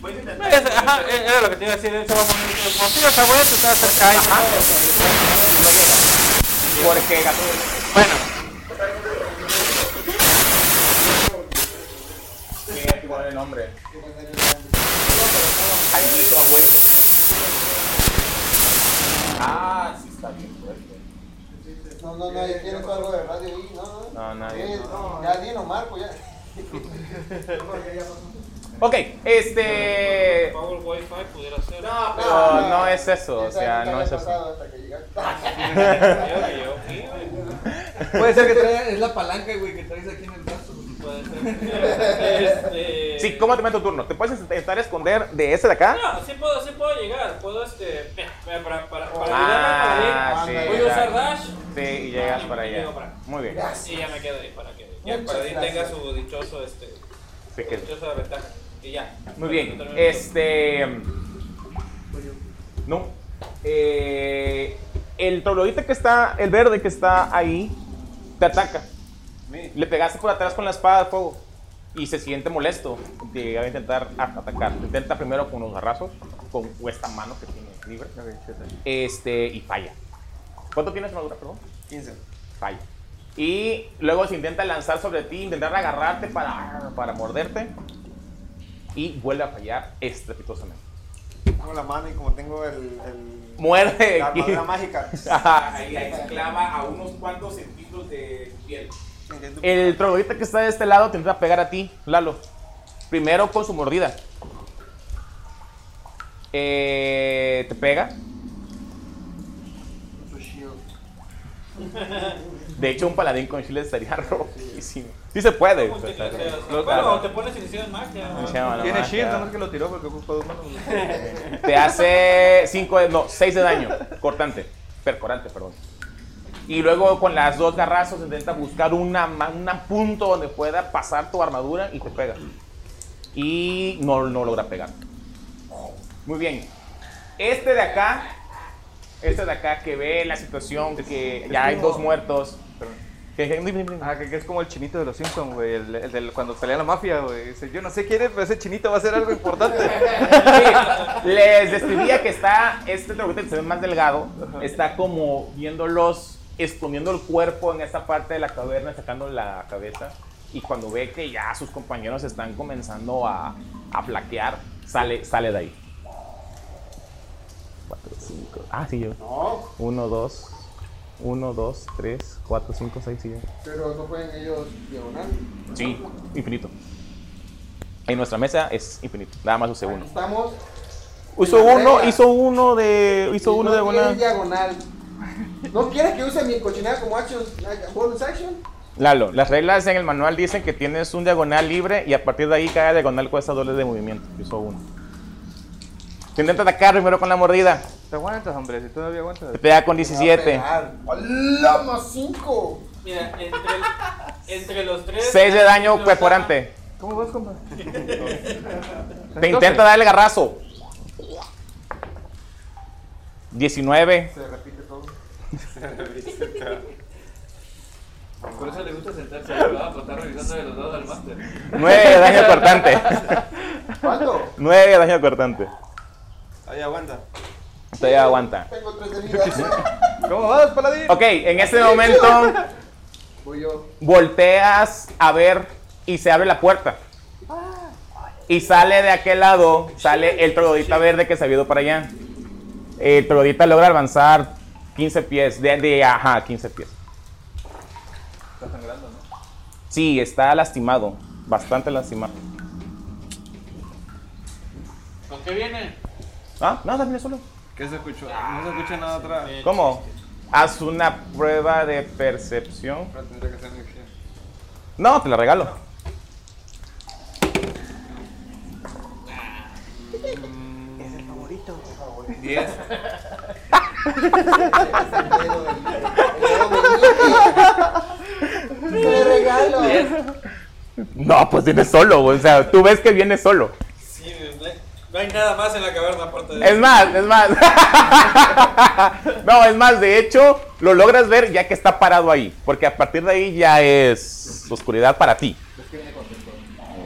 Speaker 2: Puedes intentar.
Speaker 5: Ajá, eh, era lo que te iba a decir, eso va a morir. Por si los abuelos te estás cerca.
Speaker 2: Ajá. No llega. Porque gato.
Speaker 5: Bueno,
Speaker 2: Mira, aquí pone el nombre. Jaimito abuelo. Ah, sí está bien fuerte.
Speaker 1: No, no, no, yo quiero algo de radio ahí, no, no.
Speaker 2: No, nadie,
Speaker 1: Eh, Ya dino, Marco, ya.
Speaker 2: Ok, este.
Speaker 5: Power Wi-Fi pudiera ser.
Speaker 2: No, pero no es eso. O
Speaker 1: Esa
Speaker 2: sea,
Speaker 1: nunca
Speaker 2: no
Speaker 1: había
Speaker 2: es eso.
Speaker 1: pasado hasta que llegaste.
Speaker 5: *laughs*
Speaker 7: Puede ser que traiga, es la palanca, güey, que traes aquí en el brazo.
Speaker 9: Este...
Speaker 2: Sí, ¿cómo te meto tu turno? ¿Te puedes intentar esconder de ese de acá?
Speaker 9: No, sí puedo, sí puedo llegar. Puedo, este... mira, mira, Para, para, para ayudarme
Speaker 2: Ah,
Speaker 1: Ándale,
Speaker 2: sí.
Speaker 9: a
Speaker 1: ándale.
Speaker 9: Voy a usar
Speaker 2: ya.
Speaker 9: dash
Speaker 2: Sí, y llegas para allá.
Speaker 9: Llego para acá.
Speaker 2: Muy bien.
Speaker 9: y ya me quedo ahí para que ya el
Speaker 1: Muchas
Speaker 9: paladín tenga
Speaker 1: gracias.
Speaker 9: su dichoso, este...
Speaker 2: Se
Speaker 9: Su
Speaker 2: quedó.
Speaker 9: dichosa ventaja. Y ya.
Speaker 2: Muy Este,
Speaker 9: No
Speaker 2: bien.
Speaker 9: termino.
Speaker 2: Este. No. Eh, el troglodita que está, el verde que está ahí, te ataca.
Speaker 8: Me.
Speaker 2: Le pegaste por atrás con la espada de fuego y se siente molesto de a intentar a- atacar. Intenta primero con los garrazos, con esta mano que tiene libre. Este, y falla. ¿Cuánto tienes armadura, perdón?
Speaker 8: 15.
Speaker 2: Falla. Y luego se intenta lanzar sobre ti, intentar agarrarte para, para morderte. Y vuelve a fallar estrepitosamente.
Speaker 1: Hago la mano y como tengo el. el
Speaker 2: Muerde.
Speaker 1: la armadura mágica.
Speaker 2: *laughs* Ajá.
Speaker 9: Ahí la exclama a unos cuantos centímetros de piel.
Speaker 2: El troglodita que está de este lado te intenta pegar a ti, Lalo. Primero con su mordida. Eh, te pega. De hecho, un paladín con chile estaría *laughs* rojísimo. Sí se puede.
Speaker 9: Ponte
Speaker 2: pero-
Speaker 9: clase, o sea,
Speaker 2: pero-
Speaker 9: Bueno, te pones iniciación de magia. ¿no?
Speaker 2: Se llama la
Speaker 3: Tiene
Speaker 2: magia.
Speaker 3: shield, no es que lo tiró porque ocupa dos manos.
Speaker 2: Te hace 5 de. No, 6 de daño. Cortante. Percorante, perdón. Y luego con las dos garrazos intenta buscar un punto donde pueda pasar tu armadura y te pega. Y no, no logra pegar. Muy bien. Este de acá. Este de acá que ve la situación que ya hay dos muertos. Que- que-
Speaker 3: Ah, que, que es como el chinito de los Simpsons, güey. El, el del cuando pelea la mafia, güey. Dice, yo no sé quién es, pero ese chinito va a ser algo *laughs* importante.
Speaker 2: Sí, les describía que está este troquete que se ve más delgado, está como viéndolos, escondiendo el cuerpo en esta parte de la caverna, sacando la cabeza. Y cuando ve que ya sus compañeros están comenzando a, a flaquear, sale, sale de ahí. Cuatro, cinco. Ah, sí, yo.
Speaker 1: No,
Speaker 2: 1, 2, 1, 2, 3, 4, 5, 6, sí.
Speaker 1: pero no pueden ellos diagonal.
Speaker 2: Sí, infinito. En nuestra mesa es infinito, nada más usé uno.
Speaker 1: Estamos.
Speaker 2: Hizo uno, hizo uno de. Hizo
Speaker 1: y
Speaker 2: uno
Speaker 1: no
Speaker 2: de
Speaker 1: quieren
Speaker 2: una.
Speaker 1: diagonal. *laughs* ¿No quieres que use mi cochinada como action, bonus action?
Speaker 2: Lalo, las reglas en el manual dicen que tienes un diagonal libre y a partir de ahí cada diagonal cuesta dobles de movimiento. Hizo uno. Te intenta atacar primero con la mordida.
Speaker 3: Te aguantas, hombre, si todavía aguantas.
Speaker 2: Te pega con
Speaker 1: Me
Speaker 2: 17.
Speaker 1: va a pegar. ¡Hola, más 5!
Speaker 9: Mira, entre, entre los tres.
Speaker 2: 6 de daño
Speaker 9: los-
Speaker 2: perforante.
Speaker 3: ¿Cómo vas, compa?
Speaker 2: Te intenta dar el garrazo. 19.
Speaker 1: Se repite todo.
Speaker 2: *laughs*
Speaker 7: Por eso le gusta sentarse al lado, para estar revisando de los dados al máster.
Speaker 2: 9 de daño cortante.
Speaker 7: *laughs*
Speaker 1: ¿Cuánto?
Speaker 2: 9 de daño cortante.
Speaker 8: Ahí aguanta.
Speaker 2: Todavía aguanta.
Speaker 1: Tengo 3 de vida.
Speaker 3: ¿Cómo vas, paladín?
Speaker 2: Ok, en este momento
Speaker 1: Voy yo.
Speaker 2: volteas a ver y se abre la puerta. Y sale de aquel lado, sale el troglodita verde que se había ido para allá. El troglodita logra avanzar 15 pies, de, de- ajá, 15 pies. Está sangrando, ¿no? Sí, está lastimado, bastante lastimado.
Speaker 4: ¿Con qué viene?
Speaker 2: Ah, nada, mira solo.
Speaker 8: ¿Qué se escuchó? No se escucha nada atrás.
Speaker 2: ¿Cómo? Haz una prueba de percepción.
Speaker 8: Pero tendría que ser energía.
Speaker 2: No, te la regalo.
Speaker 1: ¡Te regalo!
Speaker 2: No, pues viene solo, o sea, tú ves que viene solo.
Speaker 9: Sí, no hay- no hay nada más en la caverna aparte de
Speaker 2: Es más, es más. no, es más, de hecho, lo logras ver ya que está parado ahí. Porque a partir de ahí ya es oscuridad para ti.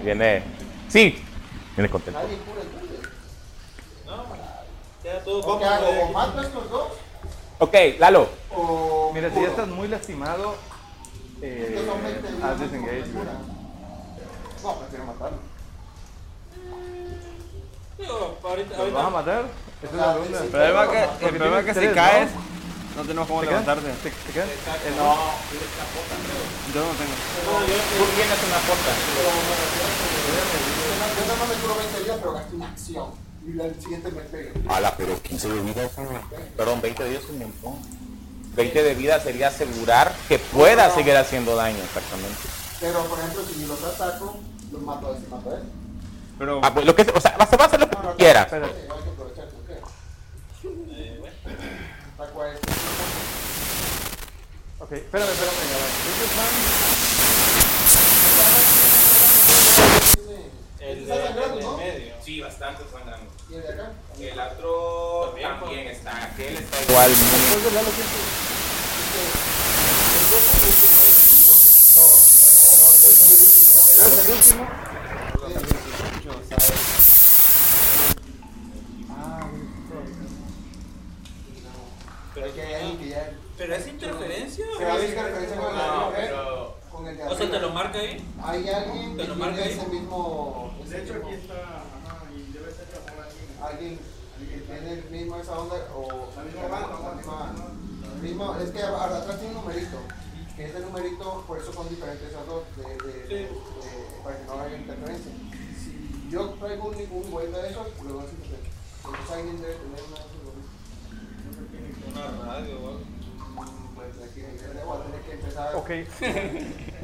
Speaker 2: Viene. Sí, viene contento.
Speaker 1: Nadie cura entonces.
Speaker 9: No, ya todos
Speaker 1: ¿O
Speaker 9: vamos.
Speaker 1: ¿Qué hago?
Speaker 9: güey.
Speaker 1: ¿O mato a estos dos?
Speaker 2: Ok, Lalo.
Speaker 1: ¿O.?
Speaker 3: Mira, si ya estás muy lastimado,
Speaker 1: Yo
Speaker 3: eh,
Speaker 1: no me entendí.
Speaker 3: haz disengage, güey.
Speaker 1: No, prefiero matarlo.
Speaker 9: Digo, ahorita,
Speaker 3: ¿Los vas a
Speaker 9: ahorita.
Speaker 3: matar? Esa es
Speaker 1: Ah,
Speaker 3: la
Speaker 1: sí, sí.
Speaker 3: ronda.
Speaker 8: El problema es que,
Speaker 3: Porque
Speaker 8: el problema es
Speaker 3: tienes
Speaker 8: que si
Speaker 3: tres, ¿no?
Speaker 8: caes, no tenemos cómo
Speaker 3: ¿Te quedas?
Speaker 8: levantarte.
Speaker 3: ¿Te, te quedas?
Speaker 8: Yo no tengo.
Speaker 1: Yo nada más me curo 20 días, pero gasté una acción. Y la siguiente me pega.
Speaker 2: Ala, pero 15 de vida. Perdón, 20 de vida es un montón. 20 de vida sería asegurar que pueda seguir haciendo daño, exactamente.
Speaker 1: Pero, por ejemplo, si los ataco, los mato a ese, mato a este. ese.
Speaker 8: Pero
Speaker 2: Ah, pues, lo que, o sea, vas a vas a hacer lo que tú quieras.
Speaker 1: Pero hay que aprovechar, ¿por qué? Ataco a este.
Speaker 3: Ok, espérame, espérame. ya va.
Speaker 9: El de, el de en medio.
Speaker 3: Sí, bastante sangrando.
Speaker 1: ¿Y el de acá?
Speaker 3: El otro también está. Aquel está
Speaker 2: Igual,
Speaker 1: Entonces, Lalo, ¿qué es? No, es el último. Ah, pero que hay alguien que ya.
Speaker 5: ¿Pero es interferencia?
Speaker 1: Se va a ver que referencia con la
Speaker 5: No,
Speaker 1: mujer,
Speaker 5: pero...
Speaker 1: con el de
Speaker 5: O sea, te
Speaker 1: arriba.
Speaker 5: lo marca ahí.
Speaker 1: Hay alguien que
Speaker 5: te lo marca
Speaker 1: tiene
Speaker 5: ahí.
Speaker 1: ese mismo. ese
Speaker 10: De hecho,
Speaker 1: mismo-
Speaker 10: aquí está. Ajá, y debe ser que por aquí.
Speaker 1: alguien que tiene el mismo esa onda o
Speaker 10: La misma banda,
Speaker 1: la
Speaker 10: ¿no?
Speaker 1: misma- mismo- es que a- a- atrás tiene un numerito que ese numerito por eso son diferentes esas dos de, de-
Speaker 5: Sí.
Speaker 1: de- para que no haya interferencia si yo traigo un, un güey de esos luego es interferencia entonces alguien debe tener una de esos güeyes.
Speaker 5: Una radio,
Speaker 1: pues aquí en el voy a tener que empezar
Speaker 3: *laughs*
Speaker 11: Ok.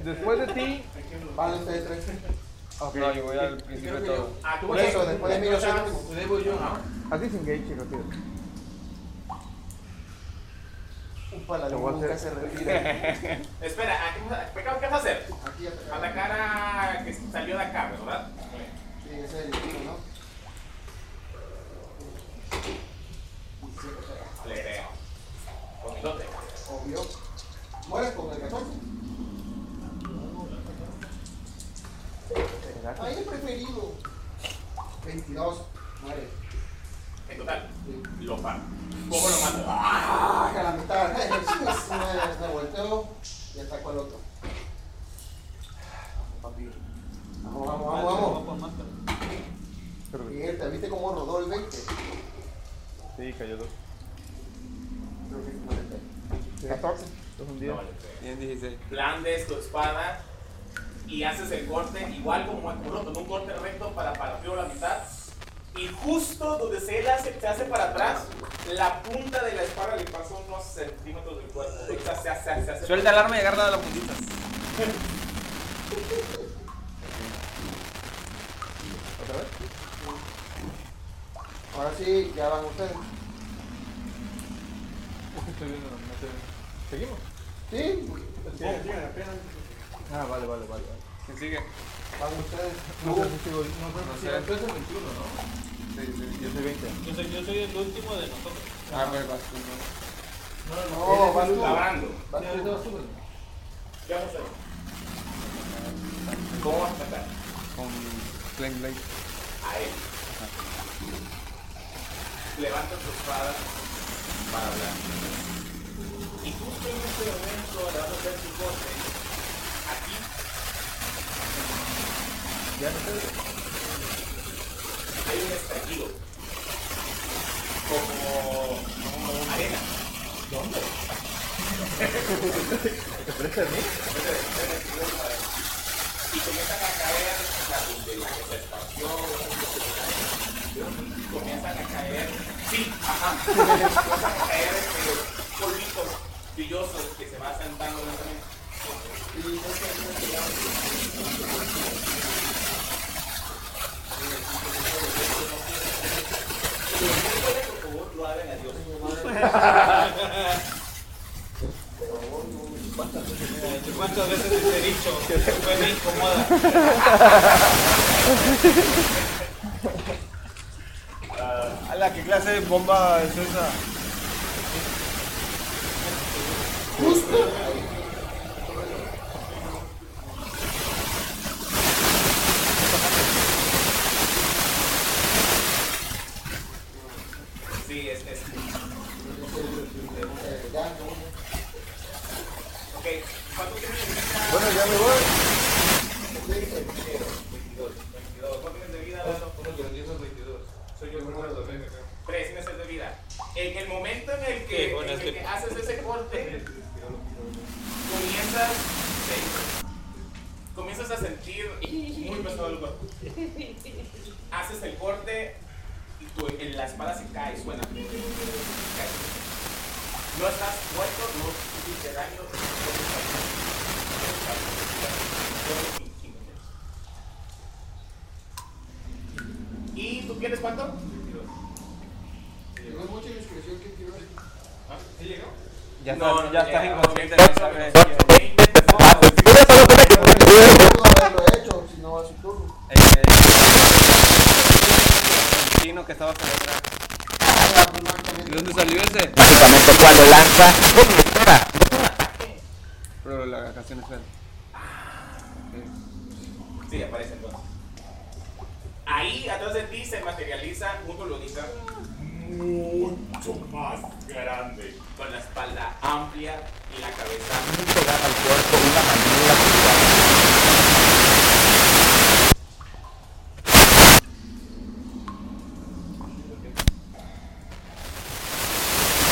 Speaker 11: Después de ti.
Speaker 1: van ustedes tres
Speaker 11: Ok.
Speaker 6: No, yo voy al principio de todo.
Speaker 3: Ah,
Speaker 1: por eso después de mí yo soy el último.
Speaker 10: Debo yo, ¿no?
Speaker 11: Haz disengage y retiro.
Speaker 1: un paladín
Speaker 11: voy a
Speaker 1: nunca se
Speaker 11: hacer-
Speaker 1: retira
Speaker 3: *laughs* Espera, ¿a qué vas a- ¿qué vas a hacer?
Speaker 1: aquí ya
Speaker 3: Atacar a que salió de acá, ¿verdad?
Speaker 1: Sí, ese es el último, ¿no?
Speaker 3: Le creo. Con mi dote.
Speaker 1: Obvio. Mueres con el 14. Ahí el preferido. 22. Muere.
Speaker 3: En total,
Speaker 1: Sí.
Speaker 3: lo mato. ¿Cómo lo mato?
Speaker 1: Ah, que a la mitad. *laughs* me, me volteo y ataco al otro. Vamos, papi. Vamos, vamos, Ah, vamos, vamos. Miguel, ¿te viste cómo rodó el 20?
Speaker 11: Sí, cayó dos.
Speaker 1: Creo que es 40. 14.
Speaker 11: Dos un diez.
Speaker 3: No, le creo.
Speaker 6: Bien, 16.
Speaker 3: Blandes tu espada y haces el corte igual como uno con un corte recto para partir la mitad. Y justo donde se, la hace, se hace para atrás, la punta de la espada le pasa unos centímetros del cuerpo. O sea, se hace, se hace.
Speaker 6: Suelta el arma y agarra las puntitas.
Speaker 1: Ahora sí, ya van ustedes.
Speaker 11: ¿Seguimos?
Speaker 1: Sí,
Speaker 11: Ah, vale, vale, vale. vale.
Speaker 6: ¿Quién sigue?
Speaker 1: van ustedes.
Speaker 11: No,
Speaker 1: Tú.
Speaker 11: sé si sigo- no, no sé. Yo soy 20.
Speaker 5: Yo soy, yo soy el último de nosotros.
Speaker 6: Ah, bueno, vas tú,
Speaker 1: No, vas tú.
Speaker 3: Labrando.
Speaker 1: Vas tú, vas tú.
Speaker 3: ¿Qué vas a hacer? ¿Cómo vas a atacar?
Speaker 6: ¿no? Con Flame Blade.
Speaker 3: A él. Levanta tu espada para hablar. Y justo en este momento le vas a hacer tu corte. Aquí. Hay un estallido. Como, como arena. y comienzan a caer, o sea, de la que se esparció, comienzan a caer, sí, ajá, comienzan a caer este, polvitos brillosos que se van sentando lentamente. Por favor, lo hagan a Dios.
Speaker 5: ¿Cuántas veces te he dicho? Fue me incomoda.
Speaker 6: ¡Hala, qué clase de bomba es esa!
Speaker 3: Sí, es,
Speaker 1: Ya,
Speaker 3: es. Ok, ¿cuánto tienen de vida?
Speaker 1: Bueno, ya me voy.
Speaker 3: 22. ¿Cuánto tienen de vida? Soy yo el número dos. Tres meses de vida. En el momento en el que,
Speaker 12: Sí, bueno,
Speaker 3: en
Speaker 12: es que-
Speaker 3: el que haces ese corte, comienzas, sí, comienzas a sentir muy pesado el cuerpo. Haces el corte y tu, en la espada se cae, suena. Cae. No estás muerto, no sufriste daño. no te cae. ¿Y tú tienes cuánto?
Speaker 1: Tengo mucha discreción que quiero.
Speaker 6: Ya,
Speaker 3: No,
Speaker 6: estás-
Speaker 3: no
Speaker 6: ya
Speaker 3: te
Speaker 6: estás
Speaker 3: llega.
Speaker 6: inconsciente, no sabes.
Speaker 1: No pudo haberlo hecho si no va a su turno.
Speaker 6: Eh, eh,
Speaker 2: momento cuando lanza. ¡Oh, espera!
Speaker 6: Pero la canción es real.
Speaker 8: Sí, aparece entonces. Ahí atrás de ti se materializa un colonista mucho más grande, con la espalda amplia y la cabeza muy pegada al cuerpo, una mandíbula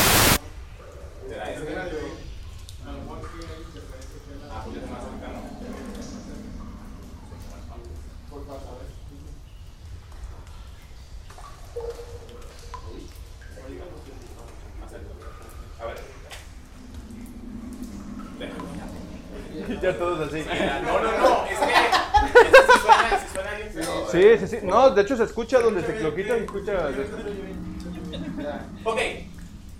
Speaker 8: muy grande. ¿Será ese? Ah, pues es más cercano. A ver.
Speaker 3: Ya todos así.
Speaker 8: No, no, no, es que. es que si suena, si suena bien feo.
Speaker 3: Sí, sí, sí. No, de hecho se escucha donde se lo quitan, se escucha.
Speaker 8: Ok.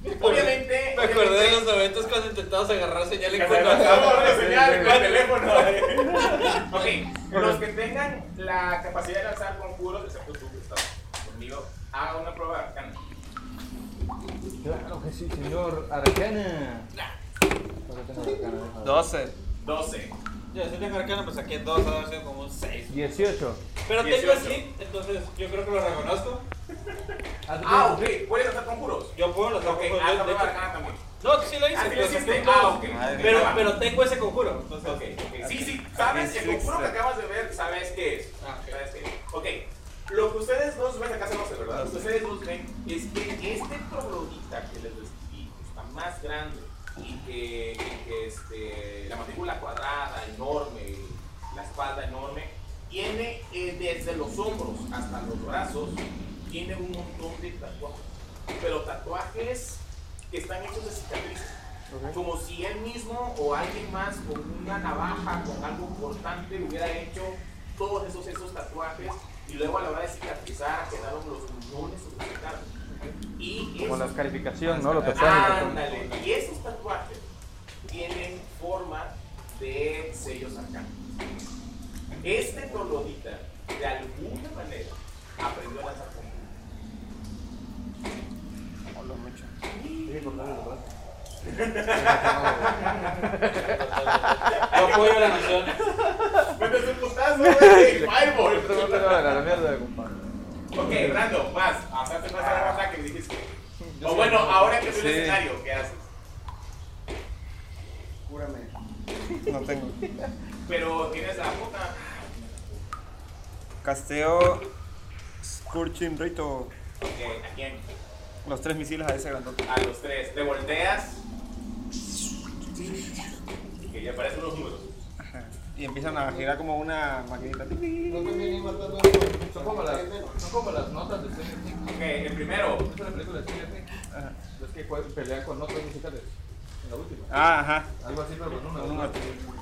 Speaker 3: Eh,
Speaker 8: Obviamente.
Speaker 5: Me acordé de los momentos cuando intentabas agarrar señal en cuerpo.
Speaker 6: eh.
Speaker 8: *laughs* Ok, los que tengan la capacidad de lanzar conjuros, excepto tú, Gustavo, conmigo, haga una prueba de arcana.
Speaker 3: Claro que sí, señor Arcana.
Speaker 13: 12.
Speaker 8: 12.
Speaker 5: Yo soy de Arcana, pues saqué dos, ha sido como un 6.
Speaker 3: 18.
Speaker 5: Pero tengo
Speaker 8: 18.
Speaker 5: así, entonces yo creo que lo reconozco.
Speaker 8: Ah, ok, puedes lanzar conjuros.
Speaker 5: Yo puedo los
Speaker 8: Ok, ah,
Speaker 5: conjuros,
Speaker 8: haz
Speaker 5: yo- de
Speaker 8: la prueba de
Speaker 5: hecho-
Speaker 8: arcana también.
Speaker 5: No, sí lo hice,
Speaker 8: Ah, sí lo
Speaker 5: pero, saqué
Speaker 8: hiciste.
Speaker 5: un
Speaker 8: Ah,
Speaker 5: dos.
Speaker 8: ok.
Speaker 5: pero, pero tengo ese conjuro. Entonces,
Speaker 8: Ok, ok. Sí, sí, sabes, el conjuro que acabas de ver, sabes qué es. Sabes qué es. Ok, lo que ustedes dos ven acá se conoce, ¿verdad? Lo que ustedes dos ven es que este troglodita que les describí que está más grande y que, y que, este, la matrícula cuadrada, enorme, la espalda enorme, tiene eh, desde los hombros hasta los brazos, tiene un montón de tatuajes. Pero tatuajes que están hechos de cicatrices como si él mismo o alguien más con una navaja, con algo cortante, hubiera hecho todos esos, esos tatuajes y luego a la hora de cicatrizar quedaron los pulmones sobre su cara. Y
Speaker 3: Como
Speaker 8: esos-
Speaker 3: la calificación, ¿no? Lo que sea.
Speaker 8: Ándale, y esos tatuajes tienen forma de sellos arcanos. Este troglodita, de alguna manera, aprendió a lanzar con
Speaker 5: yo apoyo la noción.
Speaker 8: ¡Metes un putazo, güey!
Speaker 3: Esto
Speaker 8: ¡Fireball!
Speaker 3: no va a la mierda, compadre.
Speaker 8: Ok, Brando, vas. Hasta te vas a dar ataque, dijiste. O bueno, ahora que es el escenario, ¿qué haces?
Speaker 1: Cúrame.
Speaker 6: No tengo.
Speaker 8: Pero tienes la puta.
Speaker 6: Casteo. Scorching Rito.
Speaker 8: Ok, ¿A quién?
Speaker 6: Los tres misiles a ese grandote.
Speaker 8: A los tres. Te volteas. Que ya aparecen unos números.
Speaker 6: Ajá. Y empiezan a girar como una maquinita. Tic,
Speaker 14: No me vienen matando. Son como las, son como las notas de Stranger Things.
Speaker 8: Ok, el primero.
Speaker 14: ¿Viste la película de Stranger Things?
Speaker 6: Ajá.
Speaker 14: Es que cua- pelean con notas musicales. En la última.
Speaker 6: Ah, ajá.
Speaker 14: Algo así, pero con una.
Speaker 6: Con una.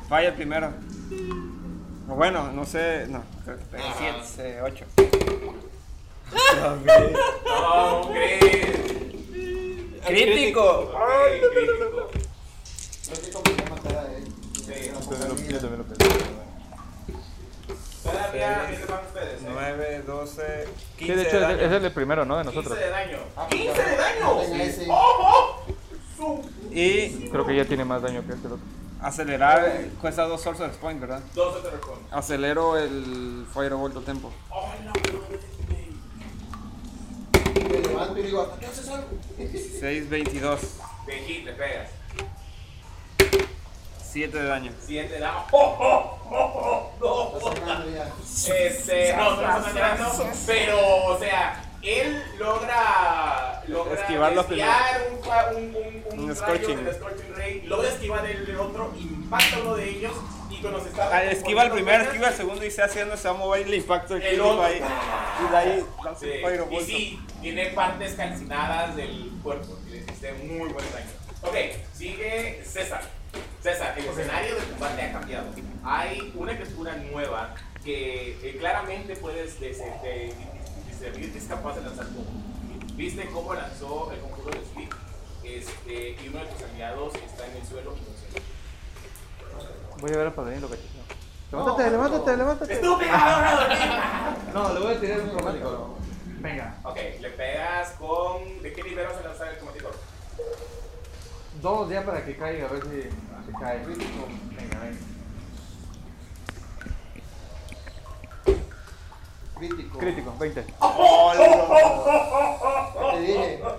Speaker 6: Falla el primero. O bueno, no sé. No, creo que eh, pega
Speaker 5: Ajá.
Speaker 6: 7, 8.
Speaker 8: No, crees.
Speaker 13: Crítico.
Speaker 8: Okay, crítico.
Speaker 1: No sé cómo se matar a él.
Speaker 8: Sí.
Speaker 3: Yo también lo pensé.
Speaker 8: Todavía se van ustedes. ¿eh?
Speaker 6: 9, 12, 15.
Speaker 3: Sí, de hecho, es el- es el primero, ¿no? De
Speaker 8: 15
Speaker 3: nosotros.
Speaker 8: de daño.
Speaker 1: Ah, pues,
Speaker 8: 15 de daño.
Speaker 1: Tenía ese.
Speaker 8: ¡Oh! Su
Speaker 6: Y
Speaker 3: Creo que ya tiene más daño que este loco.
Speaker 6: acelerar eh, cuesta 2 Sorcerer's Point, ¿verdad?
Speaker 8: 12 te responde.
Speaker 6: Acelero el Firebolt de tempo.
Speaker 8: ¡Oh, la madre!
Speaker 1: Me levanto y digo, ¿hasta qué haces algo?
Speaker 6: 6, 22.
Speaker 8: Te hit, te pegas.
Speaker 6: 7 de daño.
Speaker 8: 7 de daño. ¡Oh, oh, oh, oh! ¡No!
Speaker 1: Está sangrando ya.
Speaker 8: Este, no, no está sangrando, pero, o sea, él logra, logra
Speaker 6: Esquivar los
Speaker 8: desviar un, fa- un, un, un,
Speaker 6: Un
Speaker 8: rayo
Speaker 6: Scorching.
Speaker 8: del Scorching Ray, logra esquivar el, del otro, impacta uno de ellos y cuando se está...
Speaker 6: Ah, esquiva el primero,
Speaker 8: poniendo
Speaker 6: esquiva el segundo y se haciendo, se va a mover el impacto
Speaker 8: El
Speaker 6: crítico
Speaker 8: otro.
Speaker 6: ahí. Y de ahí lanza
Speaker 8: Sí,
Speaker 6: el
Speaker 8: y
Speaker 6: Firebolt.
Speaker 8: sí, tiene partes calcinadas del cuerpo. Y le hiciste muy buen daño. Ok, sigue César. César, el escenario del combate ha cambiado. Hay una criatura nueva que eh, claramente puedes des- de- discernir que es capaz de lanzar conjuros. Viste cómo lanzó el conjuro de Swift este, y uno de tus aliados está en el suelo.
Speaker 3: Voy a ver a Padrín lo que Levántate, levántate, levántate.
Speaker 8: ¡Estúpido! ahora
Speaker 14: No, le voy a tirar un romántico.
Speaker 8: Ok, le pegas con. ¿De qué nivel vas a lanzar el combate?
Speaker 15: Dos ya para que caiga, a ver si se cae. Venga, venga.
Speaker 1: Crítico.
Speaker 3: Crítico, 20.
Speaker 1: Te dije.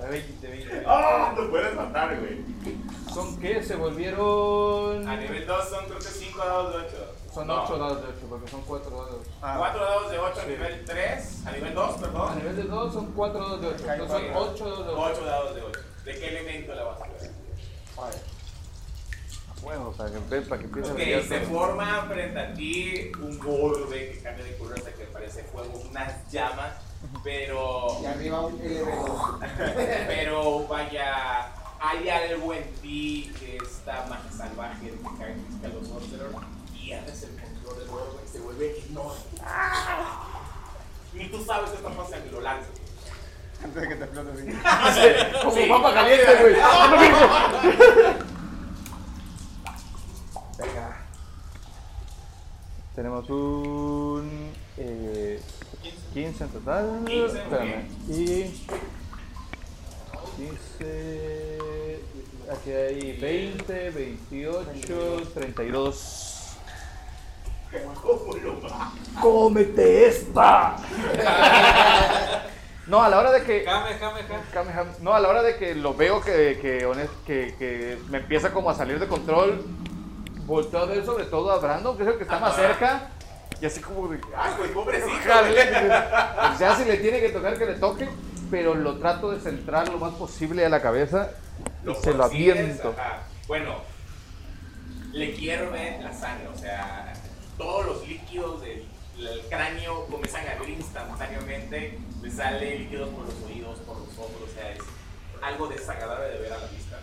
Speaker 3: 20, 20.
Speaker 8: ¡Ah! Lo puedes matar, güey.
Speaker 3: ¿Son qué? Se volvieron.
Speaker 8: A nivel 2 son creo que 5 dados de 8.
Speaker 3: Son 8 dados de 8, porque son 4 dados de 8.
Speaker 8: 4 dados de 8 a nivel 3. A nivel 2,
Speaker 3: A
Speaker 8: perdón.
Speaker 3: nivel de 2 son 4 dados de 8. Entonces son 8 dados de 8.
Speaker 8: 8 dados de 8. ¿De qué elemento la vas a hacer?
Speaker 15: Bueno, para que, ve- para que empiece
Speaker 8: Ok,
Speaker 15: a brillar
Speaker 8: se
Speaker 15: todo.
Speaker 8: forma frente a ti un borde que cambia de color hasta que parece fuego, unas llamas, pero
Speaker 1: Y arriba un LR2.
Speaker 8: Pero vaya, hay algo en ti que está más salvaje de que caracteriza a los Sorcerer. Pierdes el control del orbe, se vuelve enorme. Ni tú sabes qué está pasando y lo lanzas.
Speaker 6: Antes de que te explote así.
Speaker 8: Como papa caliente, güey.
Speaker 3: Tenemos un. Eh, 15 en total.
Speaker 8: 15,
Speaker 3: Espérame. Y. 15. Aquí hay 20, 28, 32. ¡Cómete
Speaker 8: *laughs*
Speaker 3: esta! no, a la hora de que. Cam- Ham- No, a la hora de que lo veo que, que, honest- que- que me empieza como a salir de control, volteo a ver sobre todo a Brandon, que es el que está más cerca, y así como de... *laughs*
Speaker 8: Ay, güey, pobrecito.
Speaker 3: "Jale". O sea, si le tiene que tocar, que le toque, pero lo trato de centrar lo más posible a la cabeza y
Speaker 8: Lo
Speaker 3: se lo
Speaker 8: consigues,
Speaker 3: aviento.
Speaker 8: ajá. Bueno, le quiero ver la sangre, o sea, todos los líquidos del, del cráneo comienzan a abrir instantáneamente, le sale líquidos por los oídos, por los ojos, o sea, es algo desagradable de ver a la vista.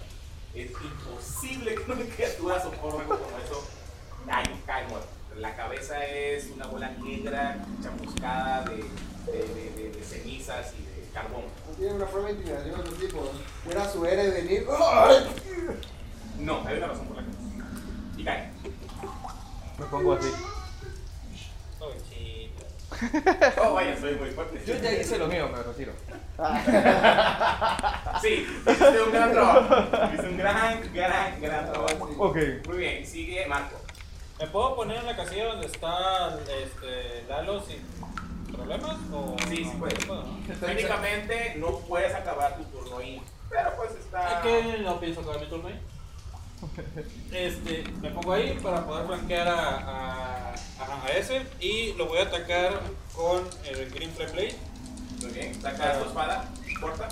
Speaker 8: Es imposible que una criatura soporte como eso. Ay, cae muerto. La cabeza es una bola negra, chamuscada de, de- de- de- de cenizas y de carbón.
Speaker 1: Tiene una forma intimidativa de tipo. Era su R de venir. ¡Ay!
Speaker 8: No, hay una razón por la que. Y cae.
Speaker 3: Me pongo así.
Speaker 8: Oh, vaya, soy muy fuerte.
Speaker 3: Yo ya hice lo mío, me retiro.
Speaker 8: Sí, hiciste un gran trabajo. Hiciste un gran, gran, gran trabajo.
Speaker 3: Ok.
Speaker 8: Muy bien, sigue Marco.
Speaker 5: ¿Me puedo poner en la casilla donde está este, Lalo sin problemas? O
Speaker 8: Sí, sí
Speaker 5: no?
Speaker 8: puede.
Speaker 5: ¿Puedo, no?
Speaker 8: Técnicamente no puedes acabar tu turno ahí, pero pues está.
Speaker 5: ¿A qué no pienso acabar mi turno ahí? Este, me pongo ahí para poder flanquear a, a, a- a ese y lo voy a atacar con el Green Flame Blade.
Speaker 8: Muy bien, sacas tu espada, corta.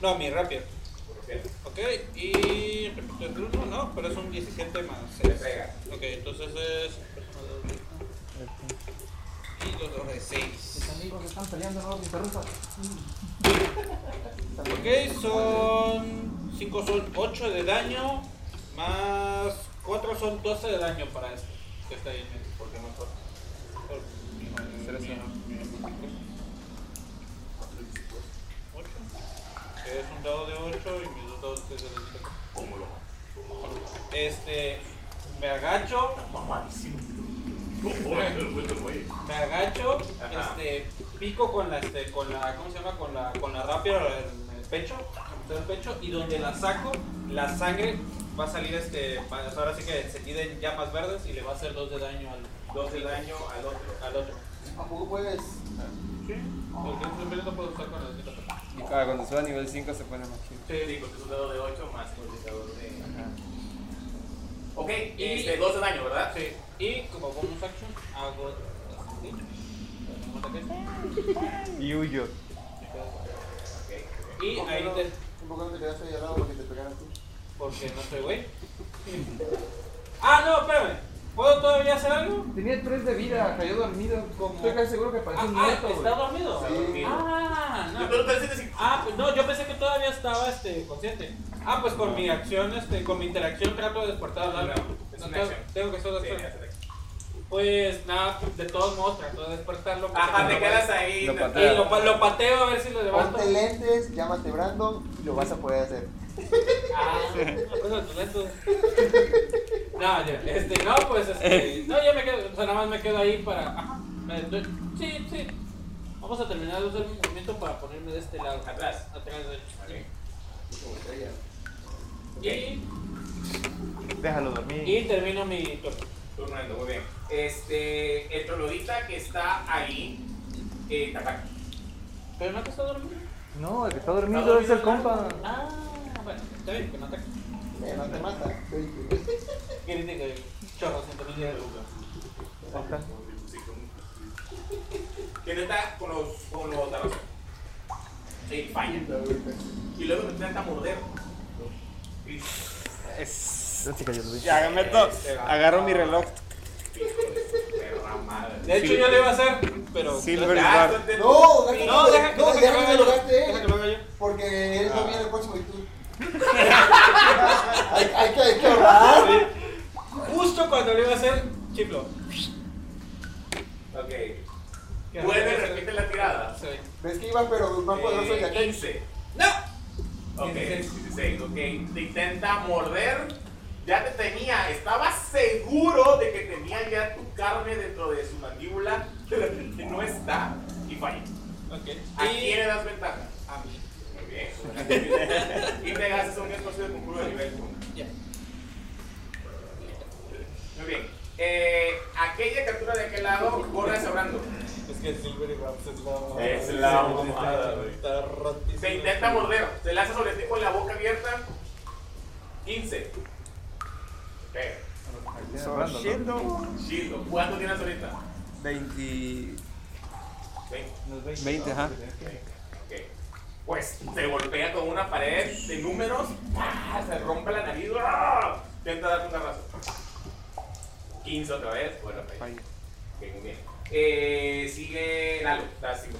Speaker 5: No, mi rapier.
Speaker 8: porque
Speaker 5: Ok, y repito el turno, no, pero es un 17 más
Speaker 8: Le
Speaker 5: 6.
Speaker 8: pega.
Speaker 5: Ok, entonces es. Y los dos de 6.
Speaker 1: Amigos están peleando, no los interrumpas.
Speaker 5: Ok, son 5 son 8 de daño, más 4 son 12 de daño para esto. Que está ahí en medio, porque no corta. Por- mi- mi- Ocho. Que es un dado de 8 y mis dos dados que se les quita. Este, me agacho, me agacho,
Speaker 8: Ajá.
Speaker 5: este, pico con la, este, con la, ¿cómo se llama? Con la, con la rápida en el pecho, en el pecho, y donde la saco, la sangre va a salir, este, va- ahora sí que encendida en llamas verdes y le va a hacer dos de daño al,
Speaker 8: Dos de daño al otro.
Speaker 5: al otro.
Speaker 1: Tampoco puedes.
Speaker 5: Porque primero no puedo usar con la cita.
Speaker 6: Y ah, cuando suba a nivel 5 se pone más chido.
Speaker 8: Sí, porque es un dado de 8 más un indicador de. Ok, este, dos de daño, ¿verdad?
Speaker 5: Sí, y como bonus action hago... ¿sí? Un ataque.
Speaker 3: Y huyo.
Speaker 5: Y ahí te...
Speaker 1: Un poco no te quedaste ahí al lado porque te pegaran tú.
Speaker 5: Porque no soy güey. ah, no, espérame. ¿Puedo todavía hacer algo?
Speaker 3: Tenía 3 de vida, cayó dormido. Estoy casi seguro que
Speaker 5: Ah,
Speaker 3: parece un
Speaker 5: ah,
Speaker 3: muerto, güey.
Speaker 5: ¿está dormido?
Speaker 8: Está dormido.
Speaker 5: Ah,
Speaker 8: Yo
Speaker 5: no.
Speaker 8: creo que te sientes así.
Speaker 5: Ah, pues no, yo pensé que todavía estaba este, consciente. Ah, pues con mi acción, este, con mi interacción trato de despertar al alma.
Speaker 8: Es
Speaker 5: No,
Speaker 8: una
Speaker 5: tengo,
Speaker 8: acción.
Speaker 5: tengo que hacer otra
Speaker 8: Sí,
Speaker 5: acción.
Speaker 8: hace-
Speaker 5: Pues nada, de todos modos trato de despertarlo. porque
Speaker 8: Ajá,
Speaker 5: no
Speaker 8: te
Speaker 5: lo-
Speaker 8: quedas ahí.
Speaker 6: Lo
Speaker 8: te-
Speaker 6: patea.
Speaker 5: Y lo, pa- lo pateo a ver si lo levanto.
Speaker 1: Ponte lentes, llámate Brandon y lo vas a poder hacer.
Speaker 5: Ah, cosa de tus lentes. No, ya, este, no, pues, este, no, ya me quedo, o sea, nada más me quedo ahí para, ajá, me- doy- sí, sí, vamos a terminar de hacer mi movimiento para ponerme de este lado,
Speaker 8: Atrás.
Speaker 5: atrás de él.
Speaker 16: Y,
Speaker 3: Déjalo dormir.
Speaker 16: y termino mi turno. Turno, muy bien. Este, el troglodita que está ahí, eh, te ataca. ¿Pero no te está dormido?
Speaker 3: No, el que está dormido es el compa.
Speaker 16: Ah, bueno, está bien, que no ataque.
Speaker 1: Eh, no te mata.
Speaker 16: ¿Qué dice que chorro, ciento mil de lucas? Que está con los, con los tarros. Sí, falla. Y luego me intenta morder. Y
Speaker 8: Es... Ya, meto, agarro mi reloj.
Speaker 16: perra madre. De hecho, yo le iba a hacer, pero.
Speaker 8: Silver
Speaker 16: Ah,
Speaker 8: Bar.
Speaker 16: está-
Speaker 1: No, deja que
Speaker 16: No, deja que-
Speaker 1: no,
Speaker 16: deja que
Speaker 1: deja que
Speaker 16: lo-
Speaker 1: lo gaste
Speaker 16: deja
Speaker 1: él.
Speaker 16: que lo haga yo.
Speaker 1: Porque él también el próximo y tú. hay, hay que, hay que ahorrar.
Speaker 16: Justo cuando lo iba a hacer, chiflo.
Speaker 8: Ok.
Speaker 16: ¿Qué
Speaker 8: Vuelve,
Speaker 16: haces?
Speaker 8: repite la tirada.
Speaker 16: Sí.
Speaker 1: Ves que iba, pero más poderoso
Speaker 8: Eh,
Speaker 1: que aquel.
Speaker 8: 15.
Speaker 16: ¡No!
Speaker 8: Ok,
Speaker 16: 16.
Speaker 8: 16, ok. Te intenta morder. Ya te tenía, estaba seguro de que tenía ya tu carne dentro de su mandíbula, *laughs* pero que no está y falla.
Speaker 16: Ok.
Speaker 8: ¿A quién
Speaker 16: Y.
Speaker 8: le das ventaja?
Speaker 16: A mí.
Speaker 8: Muy bien. *laughs* y te gastas un esfuerzo de concurso de nivel 1.
Speaker 16: Ya.
Speaker 8: Muy bien. Eh, aquella criatura de aquel lado corre sobrando.
Speaker 16: Es que Silver y Raps es la.
Speaker 8: Es la mamada, güey.
Speaker 16: Está rotísimo.
Speaker 8: Se intenta morder. Se lanza sobre ti con la boca abierta. 15. Pega.
Speaker 7: Son siendo
Speaker 8: Shield. ¿Cuánto tienes ahorita?
Speaker 7: 20.
Speaker 8: 20.
Speaker 7: 20, ajá.
Speaker 8: Ok. Pues se golpea con una pared de números, ¡ah! se rompe la nariz, ¡ah! intenta dar un garrazo. 15 otra vez, bueno, ahí. Ok, muy bien. Eh, sigue Lalo, está 5.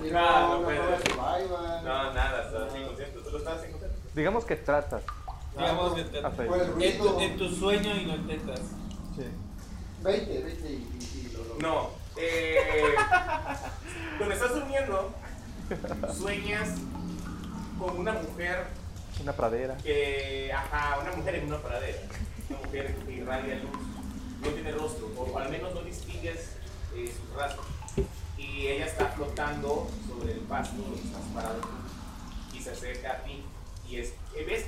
Speaker 1: Mira,
Speaker 8: no
Speaker 1: no
Speaker 8: puede.
Speaker 1: puede survival.
Speaker 8: No, nada, está 500, solo está 500.
Speaker 3: Digamos que tratas.
Speaker 16: Digamos que te-
Speaker 3: Hasta ahí.
Speaker 1: Por el
Speaker 16: en
Speaker 1: ruido.
Speaker 16: tu, en tu sueño y no intentas.
Speaker 1: 20, 20 y, y- y lo logró.
Speaker 8: No, eh, cuando estás durmiendo, sueñas con una mujer
Speaker 3: Una pradera.
Speaker 8: que, ajá, una mujer en una pradera, una mujer que irradia luz, no tiene rostro, o al menos no distingues eh, su rastro. Y ella está flotando sobre el pasto donde estás parado tú, y se acerca a ti. Y es, eh, ¿ves?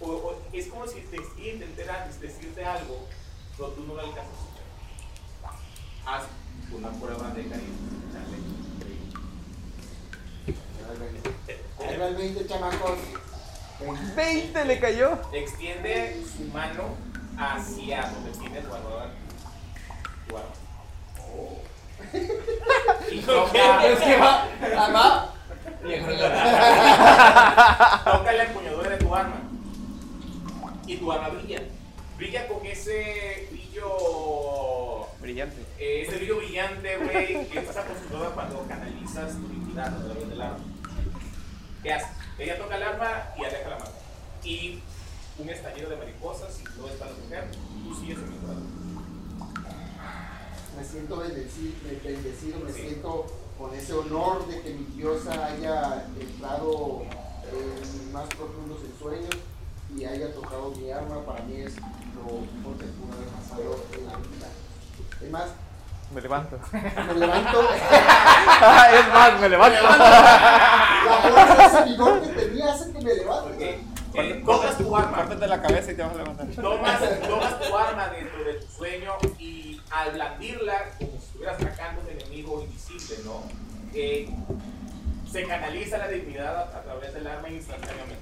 Speaker 8: O- o- es como si te intentara decirte algo, pero tú no lo alcanzas a escuchar. Haz una prueba de carisma. Dale.
Speaker 1: Era el 20. Era el 20, chamacos.
Speaker 3: 20 le cayó.
Speaker 8: Extiende su mano hacia donde tiene tu arma. Tu arma. *laughs* Y toca,
Speaker 1: ¿Ama?
Speaker 8: toca la empuñadura de tu arma. Y tu arma brilla. Brilla con ese brillo.
Speaker 7: Brillante.
Speaker 8: eh, ese brillo brillante, güey, que estás acostumbrado cuando canalizas tu divinidad a través del arma. ¿Qué haces? Ella toca el arma y aleja la mano. Y un estallido de mariposas, si no está la mujer, tú sigues en el cuadro.
Speaker 1: Me siento bendecido, bendecido, me
Speaker 8: Sí.
Speaker 1: siento con ese honor de que mi diosa haya entrado en mis más profundos ensueños y haya tocado mi arma. Para mí es lo mejor que pudo haber pasado en la vida. Es más,
Speaker 3: Me levanto.
Speaker 1: me levanto.
Speaker 3: es más, me levanto.
Speaker 1: La fuerza ese vigor que tenía hace que me levante.
Speaker 8: Eh, tomas tu arma,
Speaker 7: Córtate la cabeza y te vas a levantar.
Speaker 8: tomas, tomas tu arma dentro de tu sueño y al blandirla, como si estuvieras sacando un enemigo invisible, ¿no? Eh, se canaliza la dignidad a, a través del arma instantáneamente.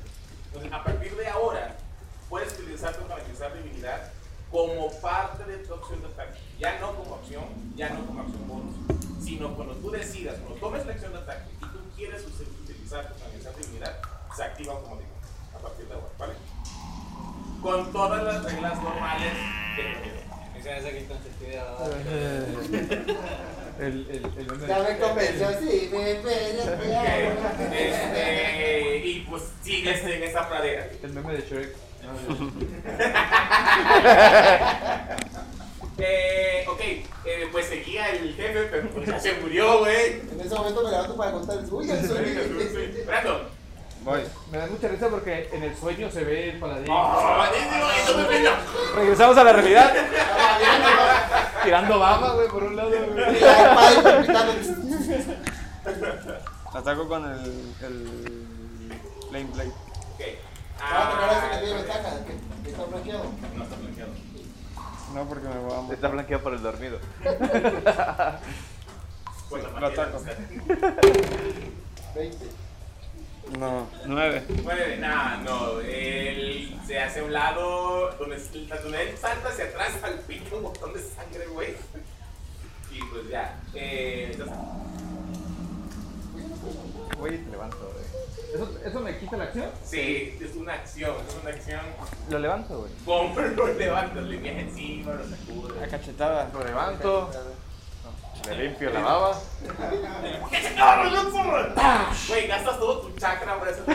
Speaker 8: Entonces, a partir de ahora, puedes utilizar tu canalizar divinidad como parte de tu opción de ataque. Ya no como opción, ya no como acción bonus, sino cuando tú decidas, cuando tomes la acción de ataque y tú quieres us- utilizar tu canalizar divinidad, se activa automáticamente a partir de ahora, ¿vale? Con todas las reglas normales de
Speaker 16: Esa es aquí tan sentida.
Speaker 3: Eh,
Speaker 7: El, el, el meme
Speaker 1: Ya
Speaker 7: de-
Speaker 1: me convenció, sí, me
Speaker 8: Ok,
Speaker 1: me-
Speaker 8: este, y pues sigues en esa pradera.
Speaker 7: el meme de Shrek.
Speaker 8: Eh, ok, eh, pues seguía el jefe, pero pues ya se murió, güey.
Speaker 1: En ese momento me levanto para contar, uy, el sueño. *laughs*
Speaker 8: Brandon.
Speaker 7: Voy.
Speaker 3: Me da mucha risa porque en el sueño se ve el paladín.
Speaker 8: Oh, eso me prendo.
Speaker 3: Regresamos a la realidad.
Speaker 1: Ah,
Speaker 3: Tirando baba, güey, por un lado. güey.
Speaker 1: Y la espada interpretando.
Speaker 6: Ataco con el. el. Lane Blade.
Speaker 8: Ok.
Speaker 1: Ah, ¿te acuerdas que
Speaker 8: Ah,
Speaker 1: tiene ventaja? Que, que está bloqueado.
Speaker 8: no está blanqueado.
Speaker 6: No, porque me voy a morir.
Speaker 3: Está blanqueado por el dormido.
Speaker 8: Pues la
Speaker 6: Lo
Speaker 8: maqueta
Speaker 6: ataco.
Speaker 8: está-
Speaker 1: 20.
Speaker 6: No, 9.
Speaker 8: Bueno, nada, no. Él se hace a un lado, donde, donde él salta hacia atrás, salpica un montón de sangre, güey. Y pues ya. Eh, entonces,
Speaker 3: Güey, te levanto, güey. ¿Eso, ¿Eso me quita la acción?
Speaker 8: sí, es una acción, es una acción.
Speaker 3: Lo levanto, güey.
Speaker 8: Como *laughs* lo levantas, le vienes encima, lo sacudes. *laughs*
Speaker 6: La cachetada.
Speaker 3: Lo levanto. Le limpio la baba.
Speaker 8: Güey, gastas todo tu chakra para eso. *laughs*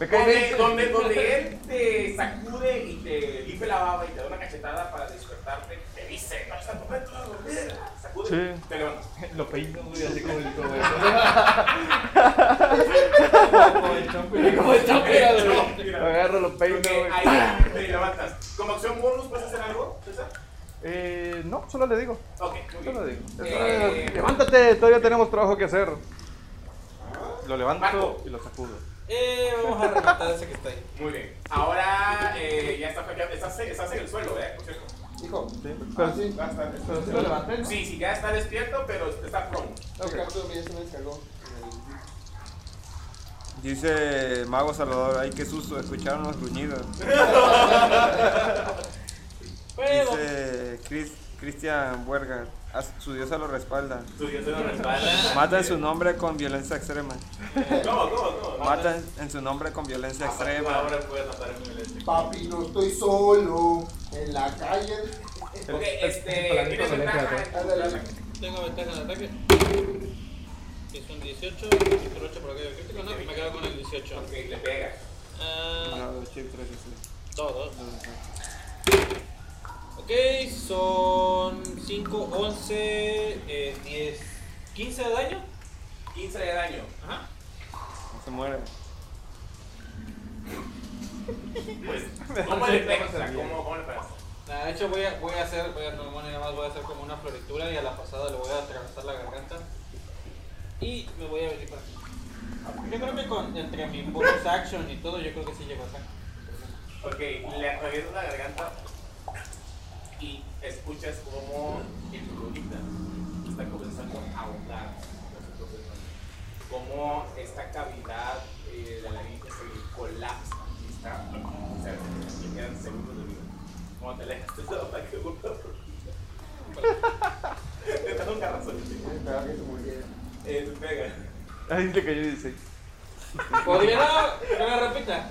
Speaker 8: donde, donde, donde él te sacude y te limpia la baba y te da una cachetada para despertarte, te dice, no está momento de dormir. Sacude, te levantas.
Speaker 3: Lo peino, güey, así como el todo,
Speaker 8: Como *laughs*
Speaker 3: Lo agarro, lo peino,
Speaker 8: ah.
Speaker 3: güey.
Speaker 8: Ahí te levantas. Como acción bonus, ¿puedes hacer algo, César?
Speaker 3: Eh, no, solo le digo.
Speaker 8: Ok, muy
Speaker 3: Solo le
Speaker 8: bien.
Speaker 3: digo.
Speaker 8: Eh,
Speaker 6: Levántate, todavía tenemos trabajo que hacer.
Speaker 3: Lo levanto y lo sacudo.
Speaker 4: Eh, vamos a rematar ese que está ahí.
Speaker 8: Muy bien. Ahora eh, ya estás, ya estás, estás en el suelo, ¿eh? Por cierto.
Speaker 1: Hijo, ah,
Speaker 3: Pero
Speaker 1: sí.
Speaker 8: Vas a-
Speaker 3: pero sí lo levanté, ¿no?
Speaker 8: Sí, sí, ya está despierto, pero está prone.
Speaker 1: el capítulo ya se me descargó. Eh,
Speaker 6: Dice Mago Salvador, ay qué susto, escucharon los gruñidos. Dice Chris- Cristian Huerga, "A su diosa lo respalda.
Speaker 8: Tu dios se lo respalda.
Speaker 6: Mata en su nombre con violencia extrema.
Speaker 8: ¿Cómo, cómo, cómo?
Speaker 6: Mata en- en su nombre con violencia extrema.
Speaker 8: Ahora puedes matar a mi violencia.
Speaker 1: Papi, no estoy solo en la calle.
Speaker 8: Ok, este. Tienes ventaja.
Speaker 1: Ándale, ándale.
Speaker 4: Tengo ventaja en ataque. Que son 18, 18 por aquello crítico, no, me quedo con el 18.
Speaker 8: Ok, le pega.
Speaker 4: Ah,
Speaker 6: No, chip, tres, sí.
Speaker 4: todo. Ok, son 5, 11, eh, 10, 15 de daño.
Speaker 8: 15 de daño.
Speaker 4: Ajá.
Speaker 6: Se muere.
Speaker 8: Pues, ¿cómo le pegas? O sea, ¿Cómo, cómo le pegas?
Speaker 4: Ah, De hecho, voy a, voy a hacer, voy a, no, bueno, nada más voy a hacer como una floritura y a la pasada le voy a atravesar la garganta. Y me voy a venir para aquí. Yo creo que con, entre mi bonus action y todo, yo creo que sí llego acá.
Speaker 8: Ok, le atraviesas la garganta y escuchas como en tu colita está comenzando a ahogar. Como esta cavidad eh, de la laringe se colapsa y está. O sea, te quedan segundos de vida. Como te alejas de todo para que *laughs* vuelva a dormir. Te da un carrazo.
Speaker 1: Esperaba que se muriera.
Speaker 8: Eh, te pega.
Speaker 3: *laughs* Ahí le cayó 16.
Speaker 4: ¿Podría no? que me repita?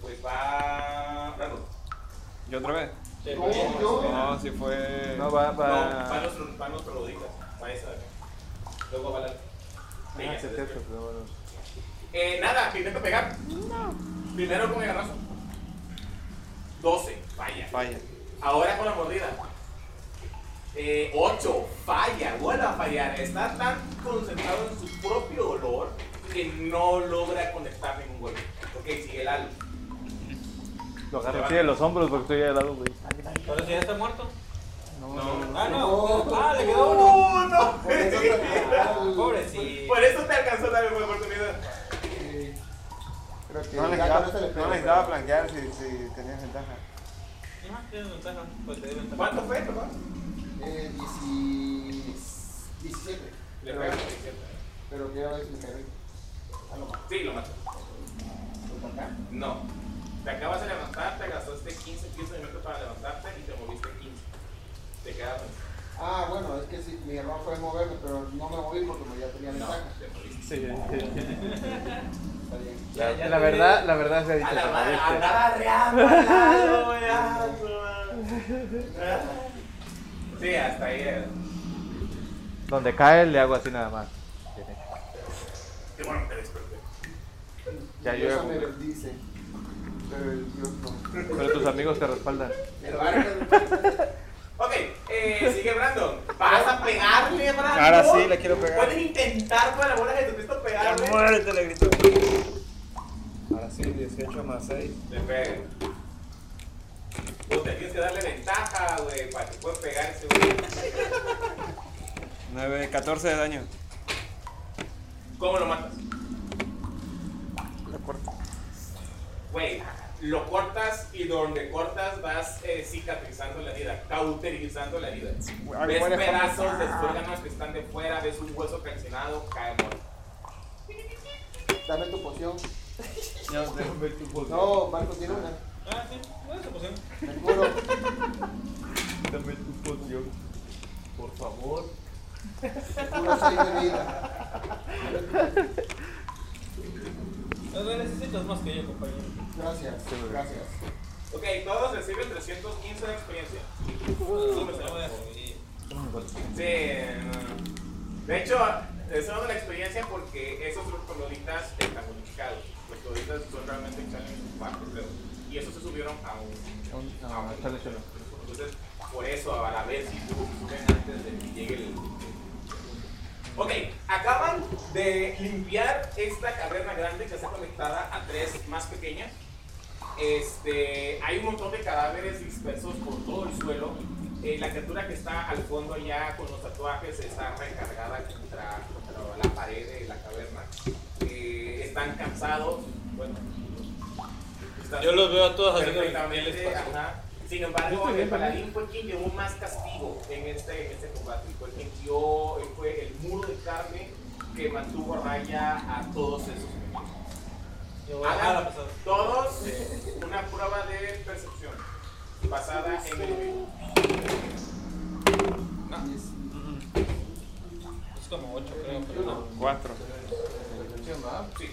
Speaker 8: pues va. Brandon.
Speaker 6: ¿Y otra vez?
Speaker 4: Sí,
Speaker 1: No, yo.
Speaker 6: No, si fue.
Speaker 3: No, va,
Speaker 8: No, va
Speaker 3: va.
Speaker 8: nuestro, va nuestro Lodica, va esa de acá. Luego va la. Venga,
Speaker 3: Ah, se
Speaker 8: después.
Speaker 3: acepta, pero bueno.
Speaker 8: Eh, nada, que intento pegar. Primero con el garrazo. 12, falla.
Speaker 6: Falla.
Speaker 8: Ahora con la mordida. Eh, 8, falla, vuelve a fallar. Está tan concentrado en su propio dolor que no logra conectar ningún golpe. Ok, sigue el alma.
Speaker 3: Lo agarro así de los hombros porque estoy ahí al lado, güey.
Speaker 4: Pero si ya está muerto.
Speaker 8: No,
Speaker 4: Ah, no.
Speaker 1: No.
Speaker 4: Ah, le quedó uno.
Speaker 8: no.
Speaker 1: Por eso
Speaker 8: *laughs*
Speaker 1: te-
Speaker 4: Pobrecito.
Speaker 8: ¡Oh, Por eso te alcanzó la misma oportunidad.
Speaker 1: Eh, Creo que
Speaker 6: No
Speaker 1: ya con
Speaker 6: necesitaba,
Speaker 1: este le
Speaker 6: no
Speaker 1: pego,
Speaker 6: necesitaba
Speaker 1: pero-
Speaker 6: flanquear si, si tenías ventaja.
Speaker 4: Ajá, tienes ventaja. Pues te doy ventaja.
Speaker 8: ¿Cuánto fue, papá?
Speaker 1: Eh, 16 17.
Speaker 8: Le
Speaker 1: Pero,
Speaker 8: pego 17.
Speaker 1: pero quiero ver si me cae. Ah, no,
Speaker 8: Sí, lo mato. No. Te acabas de levantar, te gastaste 15, 15 minutos para levantarte y te moviste 15. Te quedas.
Speaker 1: Ah, bueno, es que sí, mi error fue moverme, pero no me moví porque pues, ya tenía
Speaker 8: No,
Speaker 1: ventaja.
Speaker 8: te moviste.
Speaker 1: Está bien.
Speaker 4: Ya- ya
Speaker 3: La
Speaker 4: te-
Speaker 3: verdad, la verdad se ha
Speaker 8: A
Speaker 3: dicho.
Speaker 8: la madre,
Speaker 3: ¿no?
Speaker 8: andaba reando, güey. ah, no. Sí, hasta ahí. era.
Speaker 3: Donde cae le hago así nada más. Bien hecho.
Speaker 8: bueno, te desperté.
Speaker 3: Ya
Speaker 1: Dios me
Speaker 3: llueve.
Speaker 1: bendice. Pero el Dios no.
Speaker 3: Pero tus amigos te respaldan.
Speaker 1: El barco.
Speaker 8: Ok, eh, sigue Brandon. Vas a pegarle, Brandon.
Speaker 6: Ahora sí, le quiero pegar.
Speaker 8: Puedes intentar por la bola de Jesucristo
Speaker 6: Ya
Speaker 8: pegarle.
Speaker 6: muérete, le gritó. Ahora sí, 18 más 6.
Speaker 8: Le pega. Vos tenías que darle ventaja, güey, para que pueda pegar ese güey.
Speaker 6: 9, 14 de daño.
Speaker 8: ¿Cómo lo matas?
Speaker 6: Lo corto.
Speaker 8: Güey, lo cortas y donde cortas vas eh, cicatrizando la herida, cauterizando la herida.
Speaker 6: Ay,
Speaker 8: ves
Speaker 6: muere,
Speaker 8: pedazos de órganos que están de fuera, ves un hueso calcinado, cae muerto.
Speaker 1: Dame
Speaker 9: *laughs*
Speaker 1: tu poción.
Speaker 6: Ya usted.
Speaker 1: No, Marco tiene una.
Speaker 9: Ah, sí, no es posible.
Speaker 1: Me curo.
Speaker 3: Dame tu poción. Por favor.
Speaker 1: Me curo seis de vida.
Speaker 9: No no necesitas más que yo, compañero.
Speaker 1: Gracias. Gracias.
Speaker 8: Ok, todos reciben 315 de experiencia.
Speaker 9: No voy a subir.
Speaker 8: Sí, no. de hecho, eso es la experiencia porque esos crocodilitas están unificados. Pues Los crocodilitas son realmente challenge 4, creo. Y esos se subieron a un. a un- Entonces, por eso, para ver si tú suben antes de que llegue el. Ok, acaban de limpiar esta caverna grande que está conectada a tres más pequeñas. Este, hay un montón de cadáveres dispersos por todo el suelo. Eh, la criatura que está al fondo ya con los tatuajes está recargada contra, contra la pared de la caverna. Eh, están cansados. Bueno, están-
Speaker 9: Yo los veo a todos haciendo el el
Speaker 8: Perfectamente,
Speaker 9: espacio.
Speaker 8: ajá. Sin embargo, el paladín fue quien llevó más castigo en este, en este combate. Fue el que dio, él fue el muro de carne que mantuvo a raya a todos esos enemigos.
Speaker 9: Yo voy a dejar la
Speaker 8: Hagan
Speaker 9: pasada.
Speaker 8: todos eh, una prueba de percepción basada en el enemigo.
Speaker 9: Es como 8, creo, pero no.
Speaker 6: 4.
Speaker 8: Sí,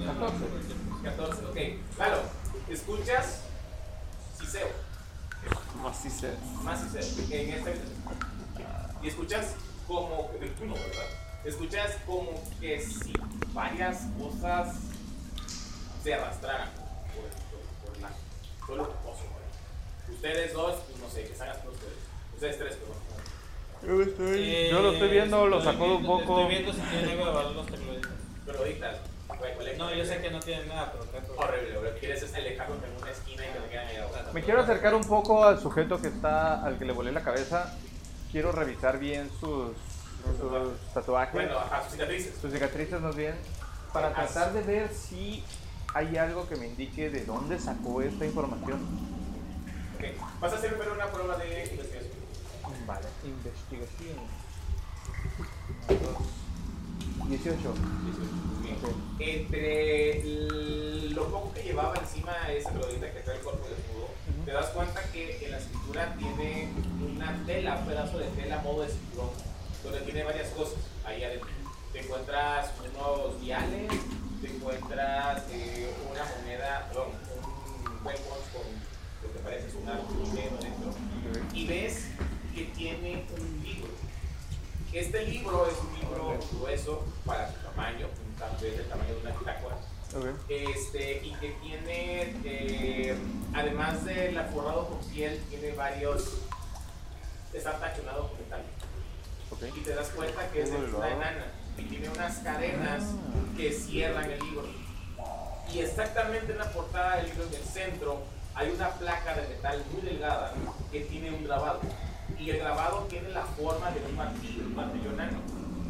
Speaker 9: Ya no.
Speaker 8: 14, ok. Claro, escuchas siseo,
Speaker 6: Más 6.
Speaker 8: más siseo en este. Y escuchas como. del culo, ¿verdad? Escuchas como que si varias cosas se arrastraran por, por- por la, todo lo que pasó, ¿verdad? Ustedes dos, pues, no sé, que salgas por ustedes. Ustedes tres, perdón.
Speaker 9: Eh,
Speaker 3: Yo lo estoy viendo, lo
Speaker 9: estoy
Speaker 3: saco un
Speaker 9: viendo-
Speaker 3: poco.
Speaker 9: Estoy viendo si tiene algo de valor los tecladitos.
Speaker 8: Pero ahorita, güey, ¿cuál es?
Speaker 9: No, yo sé que no tienen nada, pero trato de-
Speaker 8: Horrible, bro. Quieres es alejarlos en una esquina y que te quedan ahí abajo.
Speaker 3: Me quiero acercar un poco al sujeto que está, al que le volé la cabeza. Quiero revisar bien sus, sus tatuajes,
Speaker 8: Bueno, ajá, sus cicatrices.
Speaker 3: sus cicatrices más bien, para
Speaker 8: Ajá.
Speaker 3: tratar de ver si hay algo que me indique de dónde sacó esta información.
Speaker 8: Ok, vas a hacer primero una prueba de investigación.
Speaker 3: Vale, investigación. Dos. 18.
Speaker 8: Entre el- lo poco que llevaba encima de esa rodita que está el cuerpo de escudo, te das cuenta que en la escritura tiene una tela, un pedazo de tela a modo de cinturón, donde tiene varias cosas ahí adentro. Te encuentras unos viales, te encuentras eh, una moneda, perdón, un weapon con lo que parece es un árbol negro adentro, y ves que tiene un libro. Este libro es un libro grueso para su tamaño, tal vez el tamaño de una bitácora.
Speaker 3: Ok.
Speaker 8: Este, y que tiene, eh, además del forrado con piel, tiene varios. Está tachonado con metal. Y te das cuenta que es de una enana y tiene unas cadenas que cierran el libro. Y exactamente en la portada del libro en el centro hay una placa de metal muy delgada que tiene un grabado. Y el grabado tiene la forma de un martillo, un martillo enano.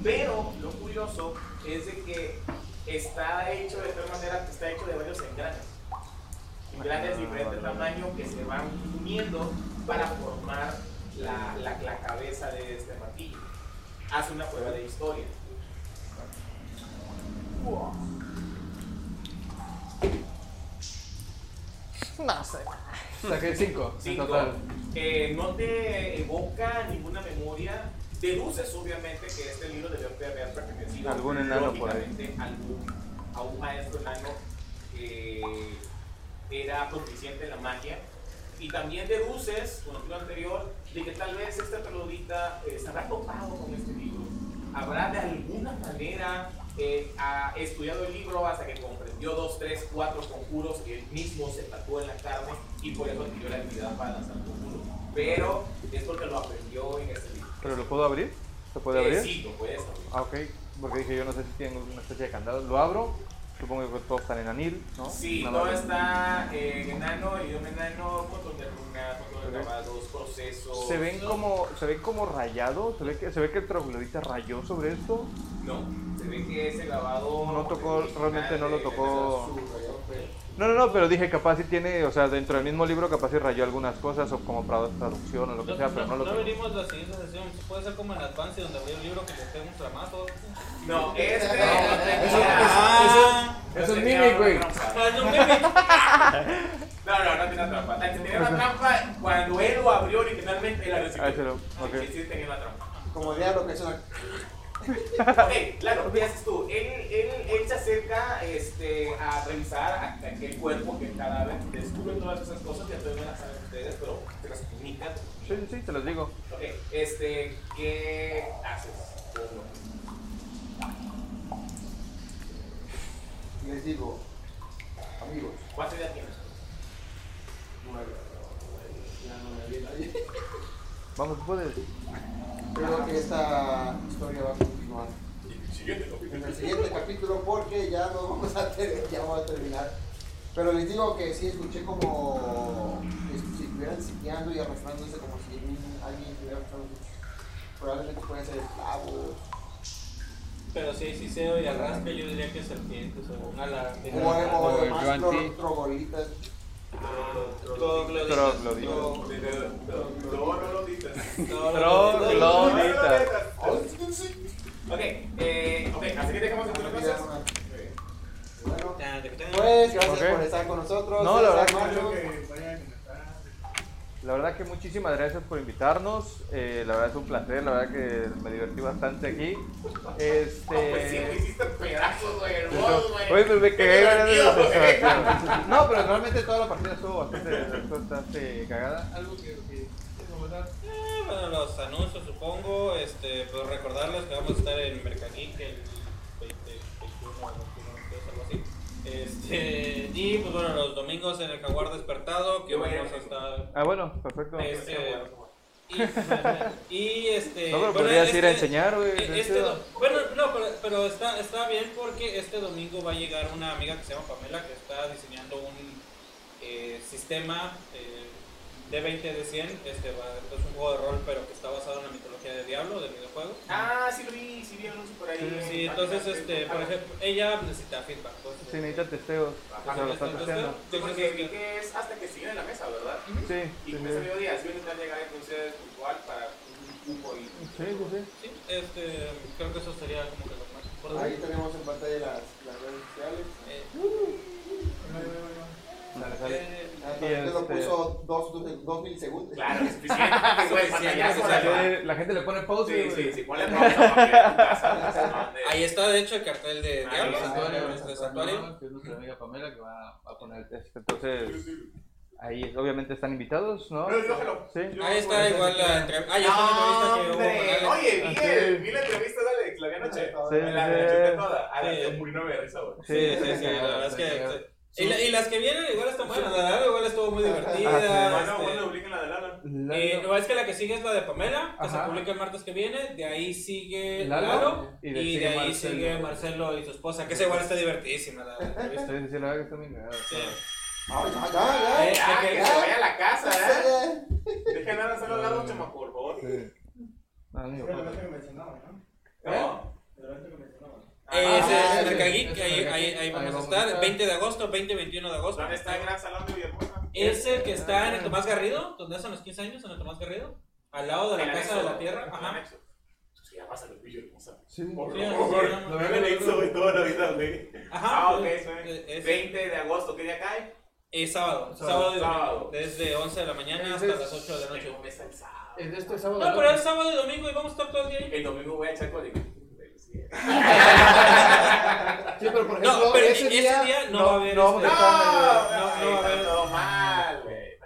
Speaker 8: Pero lo curioso es de que está hecho de tal manera que está hecho de varios engranes. Engranes de diferente tamaño que se van uniendo para formar la, la- la cabeza de este martillo. Hace una prueba de historia.
Speaker 3: Saqué 5.
Speaker 8: Cinco. Eh, no te evoca ninguna memoria. Deduces obviamente que este libro debió de haber pertenecido
Speaker 3: Algún enano por ahí.
Speaker 8: lógicamente, a algún- a un maestro enano que era proficiente en la magia. Y también deduces, con el libro anterior, de que tal vez este peludita eh, se habrá topado con este libro habrá de alguna manera eh, ha estudiado el libro hasta que comprendió dos, tres, cuatro conjuros que él mismo se tatuó en la carne y por eso adquirió la habilidad para lanzar conjuros. Pero es porque lo aprendió en ese libro.
Speaker 3: ¿Pero lo puedo abrir? ¿Se puede
Speaker 8: Eh,
Speaker 3: abrir?
Speaker 8: sí, lo puedes abrir.
Speaker 3: Ah, ok. Porque dije yo no sé si tienen una especie de candado. Lo abro. Supongo que todos están en anil, ¿no?
Speaker 8: Sí,
Speaker 3: Nada
Speaker 8: todo
Speaker 3: más.
Speaker 8: está eh, enano, y un enano, fotos de runas, fotos de grabados, procesos.
Speaker 3: Se ven como, se ven como rayados, se ve que, se ve que el troglodita rayó sobre esto.
Speaker 8: No, se ve que ese grabado.
Speaker 3: No tocó,
Speaker 8: original
Speaker 3: realmente no lo
Speaker 8: de-
Speaker 3: tocó.
Speaker 8: de- de- de-
Speaker 3: No, no, no, pero dije capaz si tiene, o sea, dentro del mismo libro capaz si rayó algunas cosas o como pra- traducción o lo que sea, pero no lo tengo.
Speaker 4: venimos la siguiente sesión. Puede ser como en Advance donde había un libro que le tengo un tramazo.
Speaker 8: No, este no
Speaker 4: eso-
Speaker 8: tenía.
Speaker 4: eso- eso es
Speaker 8: no
Speaker 4: un
Speaker 8: tenía
Speaker 4: mimic, güey.
Speaker 8: una trampa.
Speaker 4: Ah, *laughs* es un mimic.
Speaker 8: *laughs* No, no, no tenía trampa. La que tenía una trampa cuando él lo abrió originalmente era
Speaker 3: Ah, ese lo-
Speaker 8: reciclado.
Speaker 3: ok.
Speaker 8: Sí, sí tenía una trampa.
Speaker 1: Como diablo que son.
Speaker 8: Ok, claro, ¿qué haces tú? Él, él, él se acerca este, a revisar aqu- aquel cuerpo, aquel cadáver, descubre todas esas cosas, ya todavía no las saben ustedes, pero te las comunican.
Speaker 3: Sí, sí, sí, te los digo.
Speaker 8: Ok, este, ¿qué haces?
Speaker 1: Les digo, amigos,
Speaker 8: ¿Cuánto ya tienes?
Speaker 1: nueve. Ya no me viene nadie.
Speaker 3: Vamos, puedes.
Speaker 1: Creo que esta historia va a continuar en el siguiente capítulo porque ya no vamos a, ter- ya vamos a terminar. Pero les digo que sí escuché como que si estuvieran sitiando y arrastrándose como si un- alguien estuviera arrastrándose. Probablemente pueden ser esclavos.
Speaker 4: Pero sí, sí se oye arrastre, yo diría que serpientes o una
Speaker 1: O,
Speaker 4: lagartija.
Speaker 1: o
Speaker 3: o
Speaker 1: más
Speaker 3: Joan
Speaker 1: tro-
Speaker 3: T.
Speaker 1: trogolitas.
Speaker 4: Trogloditas.
Speaker 3: Trogloditas.
Speaker 8: No, no lo dices.
Speaker 3: Trogloditas.
Speaker 8: Ok, eh, ok, así que dejamos de hacer cosas.
Speaker 1: Bueno,
Speaker 4: Tan, tan, tan.
Speaker 1: pues gracias
Speaker 3: Ok.
Speaker 1: por estar con nosotros.
Speaker 3: No,
Speaker 1: César,
Speaker 3: la verdad que-
Speaker 1: Mario.
Speaker 3: La verdad que muchísimas gracias por invitarnos. eh, la verdad es un placer, la verdad que me divertí bastante aquí. Este.
Speaker 8: No, pues sí, güey, hiciste pedazos, güey, hermosos, güey.
Speaker 3: Oye, pues me
Speaker 8: Qué
Speaker 3: quedé ganando
Speaker 8: divertido,
Speaker 3: los
Speaker 8: güey.
Speaker 3: desafíos. No, pero realmente toda la partida estuvo bastante, bastante cagada.
Speaker 7: Algo que, que quiero comentar.
Speaker 4: Eh, Bueno, los anuncios supongo, este, pues recordarles que vamos a estar en Mercageek el 20, 21, 21, 22, algo así. Este, y pues bueno, los domingos en el Jaguar Despertado, que
Speaker 8: Yo voy a ir
Speaker 4: vamos a
Speaker 8: el
Speaker 4: estar...
Speaker 3: Ah, bueno, perfecto.
Speaker 4: Este, y, *laughs* y, este...
Speaker 3: No, pero
Speaker 4: bueno,
Speaker 3: podrías ir a
Speaker 4: este-
Speaker 3: enseñar,
Speaker 8: e,
Speaker 3: güey.
Speaker 4: eh,
Speaker 3: bien
Speaker 4: este
Speaker 3: chido.
Speaker 4: do- bueno, no, pero, pero está, está bien porque este domingo va a llegar una amiga que se llama Pamela que está diseñando un eh, sistema eh, de 20 de 100. Este va, es un juego de rol, pero que está basado en la mitología de Diablo, del videojuego.
Speaker 8: Ah, sí, lo vi, sí, vi anuncios por ahí.
Speaker 4: Sí,
Speaker 8: en
Speaker 4: sí,
Speaker 8: páginas
Speaker 4: entonces,
Speaker 8: de
Speaker 4: este,
Speaker 8: Facebook.
Speaker 4: por
Speaker 8: Ah,
Speaker 4: ejemplo, ella necesita feedback. entonces,
Speaker 3: Sí, necesita testeos. O sea, lo está
Speaker 4: entonces,
Speaker 3: testeando.
Speaker 8: Sí,
Speaker 4: entonces,
Speaker 8: porque vi
Speaker 4: este,
Speaker 8: que es hasta que siguen en la mesa, ¿verdad?
Speaker 3: Sí,
Speaker 8: Y pues, eh,
Speaker 3: sí,
Speaker 8: con ese
Speaker 3: sí.
Speaker 8: mediodía, así voy a intentar llegar entonces puntual para un cupo y...
Speaker 3: Sí, sí, sí.
Speaker 4: sí, este, creo que eso sería como que lo más
Speaker 1: Ahí
Speaker 4: importante.
Speaker 1: tenemos en pantalla las, las redes sociales.
Speaker 4: Eh,
Speaker 8: eh,
Speaker 3: Sale, sale.
Speaker 4: eh,
Speaker 1: Ah,
Speaker 3: Y
Speaker 1: te lo
Speaker 3: este-
Speaker 1: puso dos, dos, dos milisegundos.
Speaker 8: Claro, es suficiente. Güey, pantallazo,
Speaker 3: La
Speaker 8: ¿verdad?
Speaker 3: gente- La gente le pone pausa.
Speaker 8: eh, Sí, sí, sí, ponle pausa para que tu
Speaker 4: *laughs*
Speaker 8: casa se mande.
Speaker 4: Ahí está, de hecho, el cartel de
Speaker 8: Ah,
Speaker 4: Diablo,
Speaker 8: el
Speaker 1: santuario,
Speaker 4: de-
Speaker 1: el santuario.
Speaker 4: de Santuario.
Speaker 7: Que es nuestra amiga Pamela que va a poner el test.
Speaker 3: Entonces, ahí obviamente están invitados, ¿no?
Speaker 8: Pero dígelo.
Speaker 3: Sí.
Speaker 8: Yo-
Speaker 4: Ahí está igual la entrevista. Ah, ya está la
Speaker 8: No,
Speaker 4: entrevista
Speaker 8: hombre.
Speaker 4: que hubo. con Alex.
Speaker 8: Oye, vi, el- vi la entrevista de Alex, la vi anoche.
Speaker 1: Sí,
Speaker 8: Me la me la chuté toda. Ah, A
Speaker 4: Sí.
Speaker 8: ver, un poquito de risa, güey.
Speaker 4: Sí, sí, sí, la verdad es que. Y, la- y las que vienen igual están buenas. La de Alex igual estuvo muy
Speaker 8: Ah,
Speaker 4: divertida.
Speaker 8: Bueno, bueno,
Speaker 4: este,
Speaker 8: obligan la de Lala.
Speaker 4: eh, no, es que la que sigue es la de Pamela, que se
Speaker 3: Ajá.
Speaker 4: publica el martes que viene. De ahí sigue
Speaker 3: Lalo,
Speaker 4: Lalo.
Speaker 3: y
Speaker 4: Y
Speaker 3: de
Speaker 4: de,
Speaker 3: sigue
Speaker 4: ahí
Speaker 3: Marcelo.
Speaker 4: sigue Marcelo y su esposa, que esa igual está divertidísima la Eh, entrevista.
Speaker 3: Sí, sí, *laughs* sí, la verdad que está bien cagada.
Speaker 4: Sí.
Speaker 1: Ay, ya, ya,
Speaker 4: Eh,
Speaker 1: ya.
Speaker 8: Ah,
Speaker 4: que-
Speaker 8: que se vaya a la casa, ¿eh?
Speaker 1: Ya,
Speaker 8: Dejen a hacerlo al lado, chamaco, por
Speaker 4: ¿Eh?
Speaker 8: favor.
Speaker 3: Sí. Ah, amigo, pues.
Speaker 8: No.
Speaker 4: Eh, ese
Speaker 1: Ah,
Speaker 4: es
Speaker 1: sí.
Speaker 4: Mercageek, ahí, ahí, ahí vamos a estar. 20 de agosto, 20 21 de agosto.
Speaker 8: ¿Dónde está el gran salón de Villahermosa?
Speaker 4: Es el que está en el Tomás Garrido, donde hacen los 15 años, en el Tomás Garrido, al lado de la Casa de la Tierra. Ajá.
Speaker 8: Sí, Pues ya vas a los Villahermosa.
Speaker 3: Sí.
Speaker 8: Por
Speaker 4: Sí,
Speaker 8: favor.
Speaker 4: sí, sí, sí.
Speaker 8: No me hagan eso, güey, toda la vida, güey.
Speaker 4: Ajá.
Speaker 8: Ah, ok,
Speaker 4: es,
Speaker 8: está bien.
Speaker 4: pues, es-
Speaker 8: 20 de agosto, ¿qué día cae?
Speaker 4: es sábado, sábado, y domingo,
Speaker 8: Sábado.
Speaker 4: desde 11 de la mañana hasta las 8 de la noche.
Speaker 8: Tengo mesa el sábado.
Speaker 7: Es de este sábado.
Speaker 4: No, pero es sábado y domingo y vamos a estar todo el día ahí.
Speaker 8: El domingo voy a echar código.
Speaker 7: Sí, pero por ejemplo,
Speaker 4: No, pero
Speaker 7: ese, día.
Speaker 4: no, va a haber.
Speaker 3: no vamos
Speaker 8: No,
Speaker 3: a
Speaker 4: este-
Speaker 8: no,
Speaker 4: no, no,
Speaker 8: está
Speaker 4: no.
Speaker 3: Pues
Speaker 8: todo mal, güey.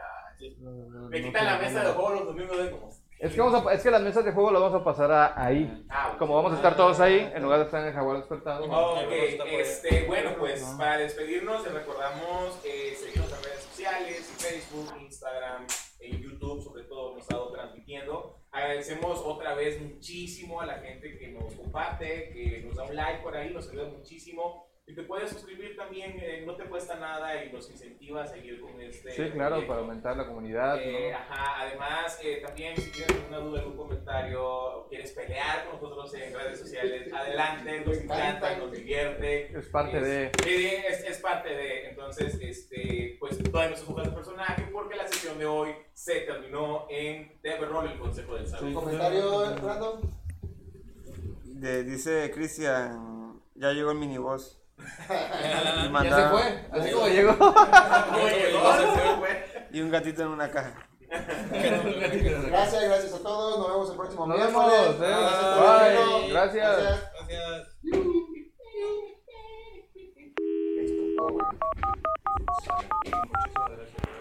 Speaker 8: no. Me quitan la mesa de juego los domingos, güey, como.
Speaker 3: Es que, vamos a- es que las mesas de juego las vamos a pasar a ahí. Como vamos a estar todos ahí, en lugar de estar en el jaguar despertado.
Speaker 8: Ah,
Speaker 4: Oh,
Speaker 8: Ok, este, bueno, pues para despedirnos, les recordamos eh, seguirnos en redes sociales, Facebook, Instagram, en YouTube, sobre todo hemos estado transmitiendo. Agradecemos otra vez muchísimo a la gente que nos comparte, que nos da un like por ahí, nos ayuda muchísimo. Y te puedes suscribir también, eh, no te cuesta nada y nos incentiva a seguir con este.
Speaker 3: Sí, claro,
Speaker 8: proyecto.
Speaker 3: para aumentar la comunidad.
Speaker 8: Eh,
Speaker 3: ¿no?
Speaker 8: ajá, además, eh, también si tienes alguna duda, algún comentario, o quieres pelear con nosotros en redes sociales, adelante, nos encanta, nos divierte.
Speaker 3: Es parte de-
Speaker 8: eh, Es, es parte de. Entonces, este, pues todavía no se jugando personaje porque la sesión de hoy se terminó en Denver Roll, el Consejo del Saber.
Speaker 1: ¿Comentario, Brandon?
Speaker 6: De- dice Cristian, ya llegó el miniboss. Y
Speaker 3: Ya se
Speaker 6: manda-
Speaker 3: fue, así como
Speaker 6: Así-
Speaker 3: llegó.
Speaker 8: ¿Cómo llegó? Se fue,
Speaker 6: Y un gatito en una caja.
Speaker 1: Gracias, gracias a todos. Nos vemos el próximo
Speaker 3: Nos
Speaker 1: miércoles.
Speaker 3: vemos, eh.
Speaker 1: Gracias por
Speaker 3: Bye.
Speaker 1: vernos.
Speaker 3: Gracias.
Speaker 9: Gracias.
Speaker 8: Muchísimas gracias.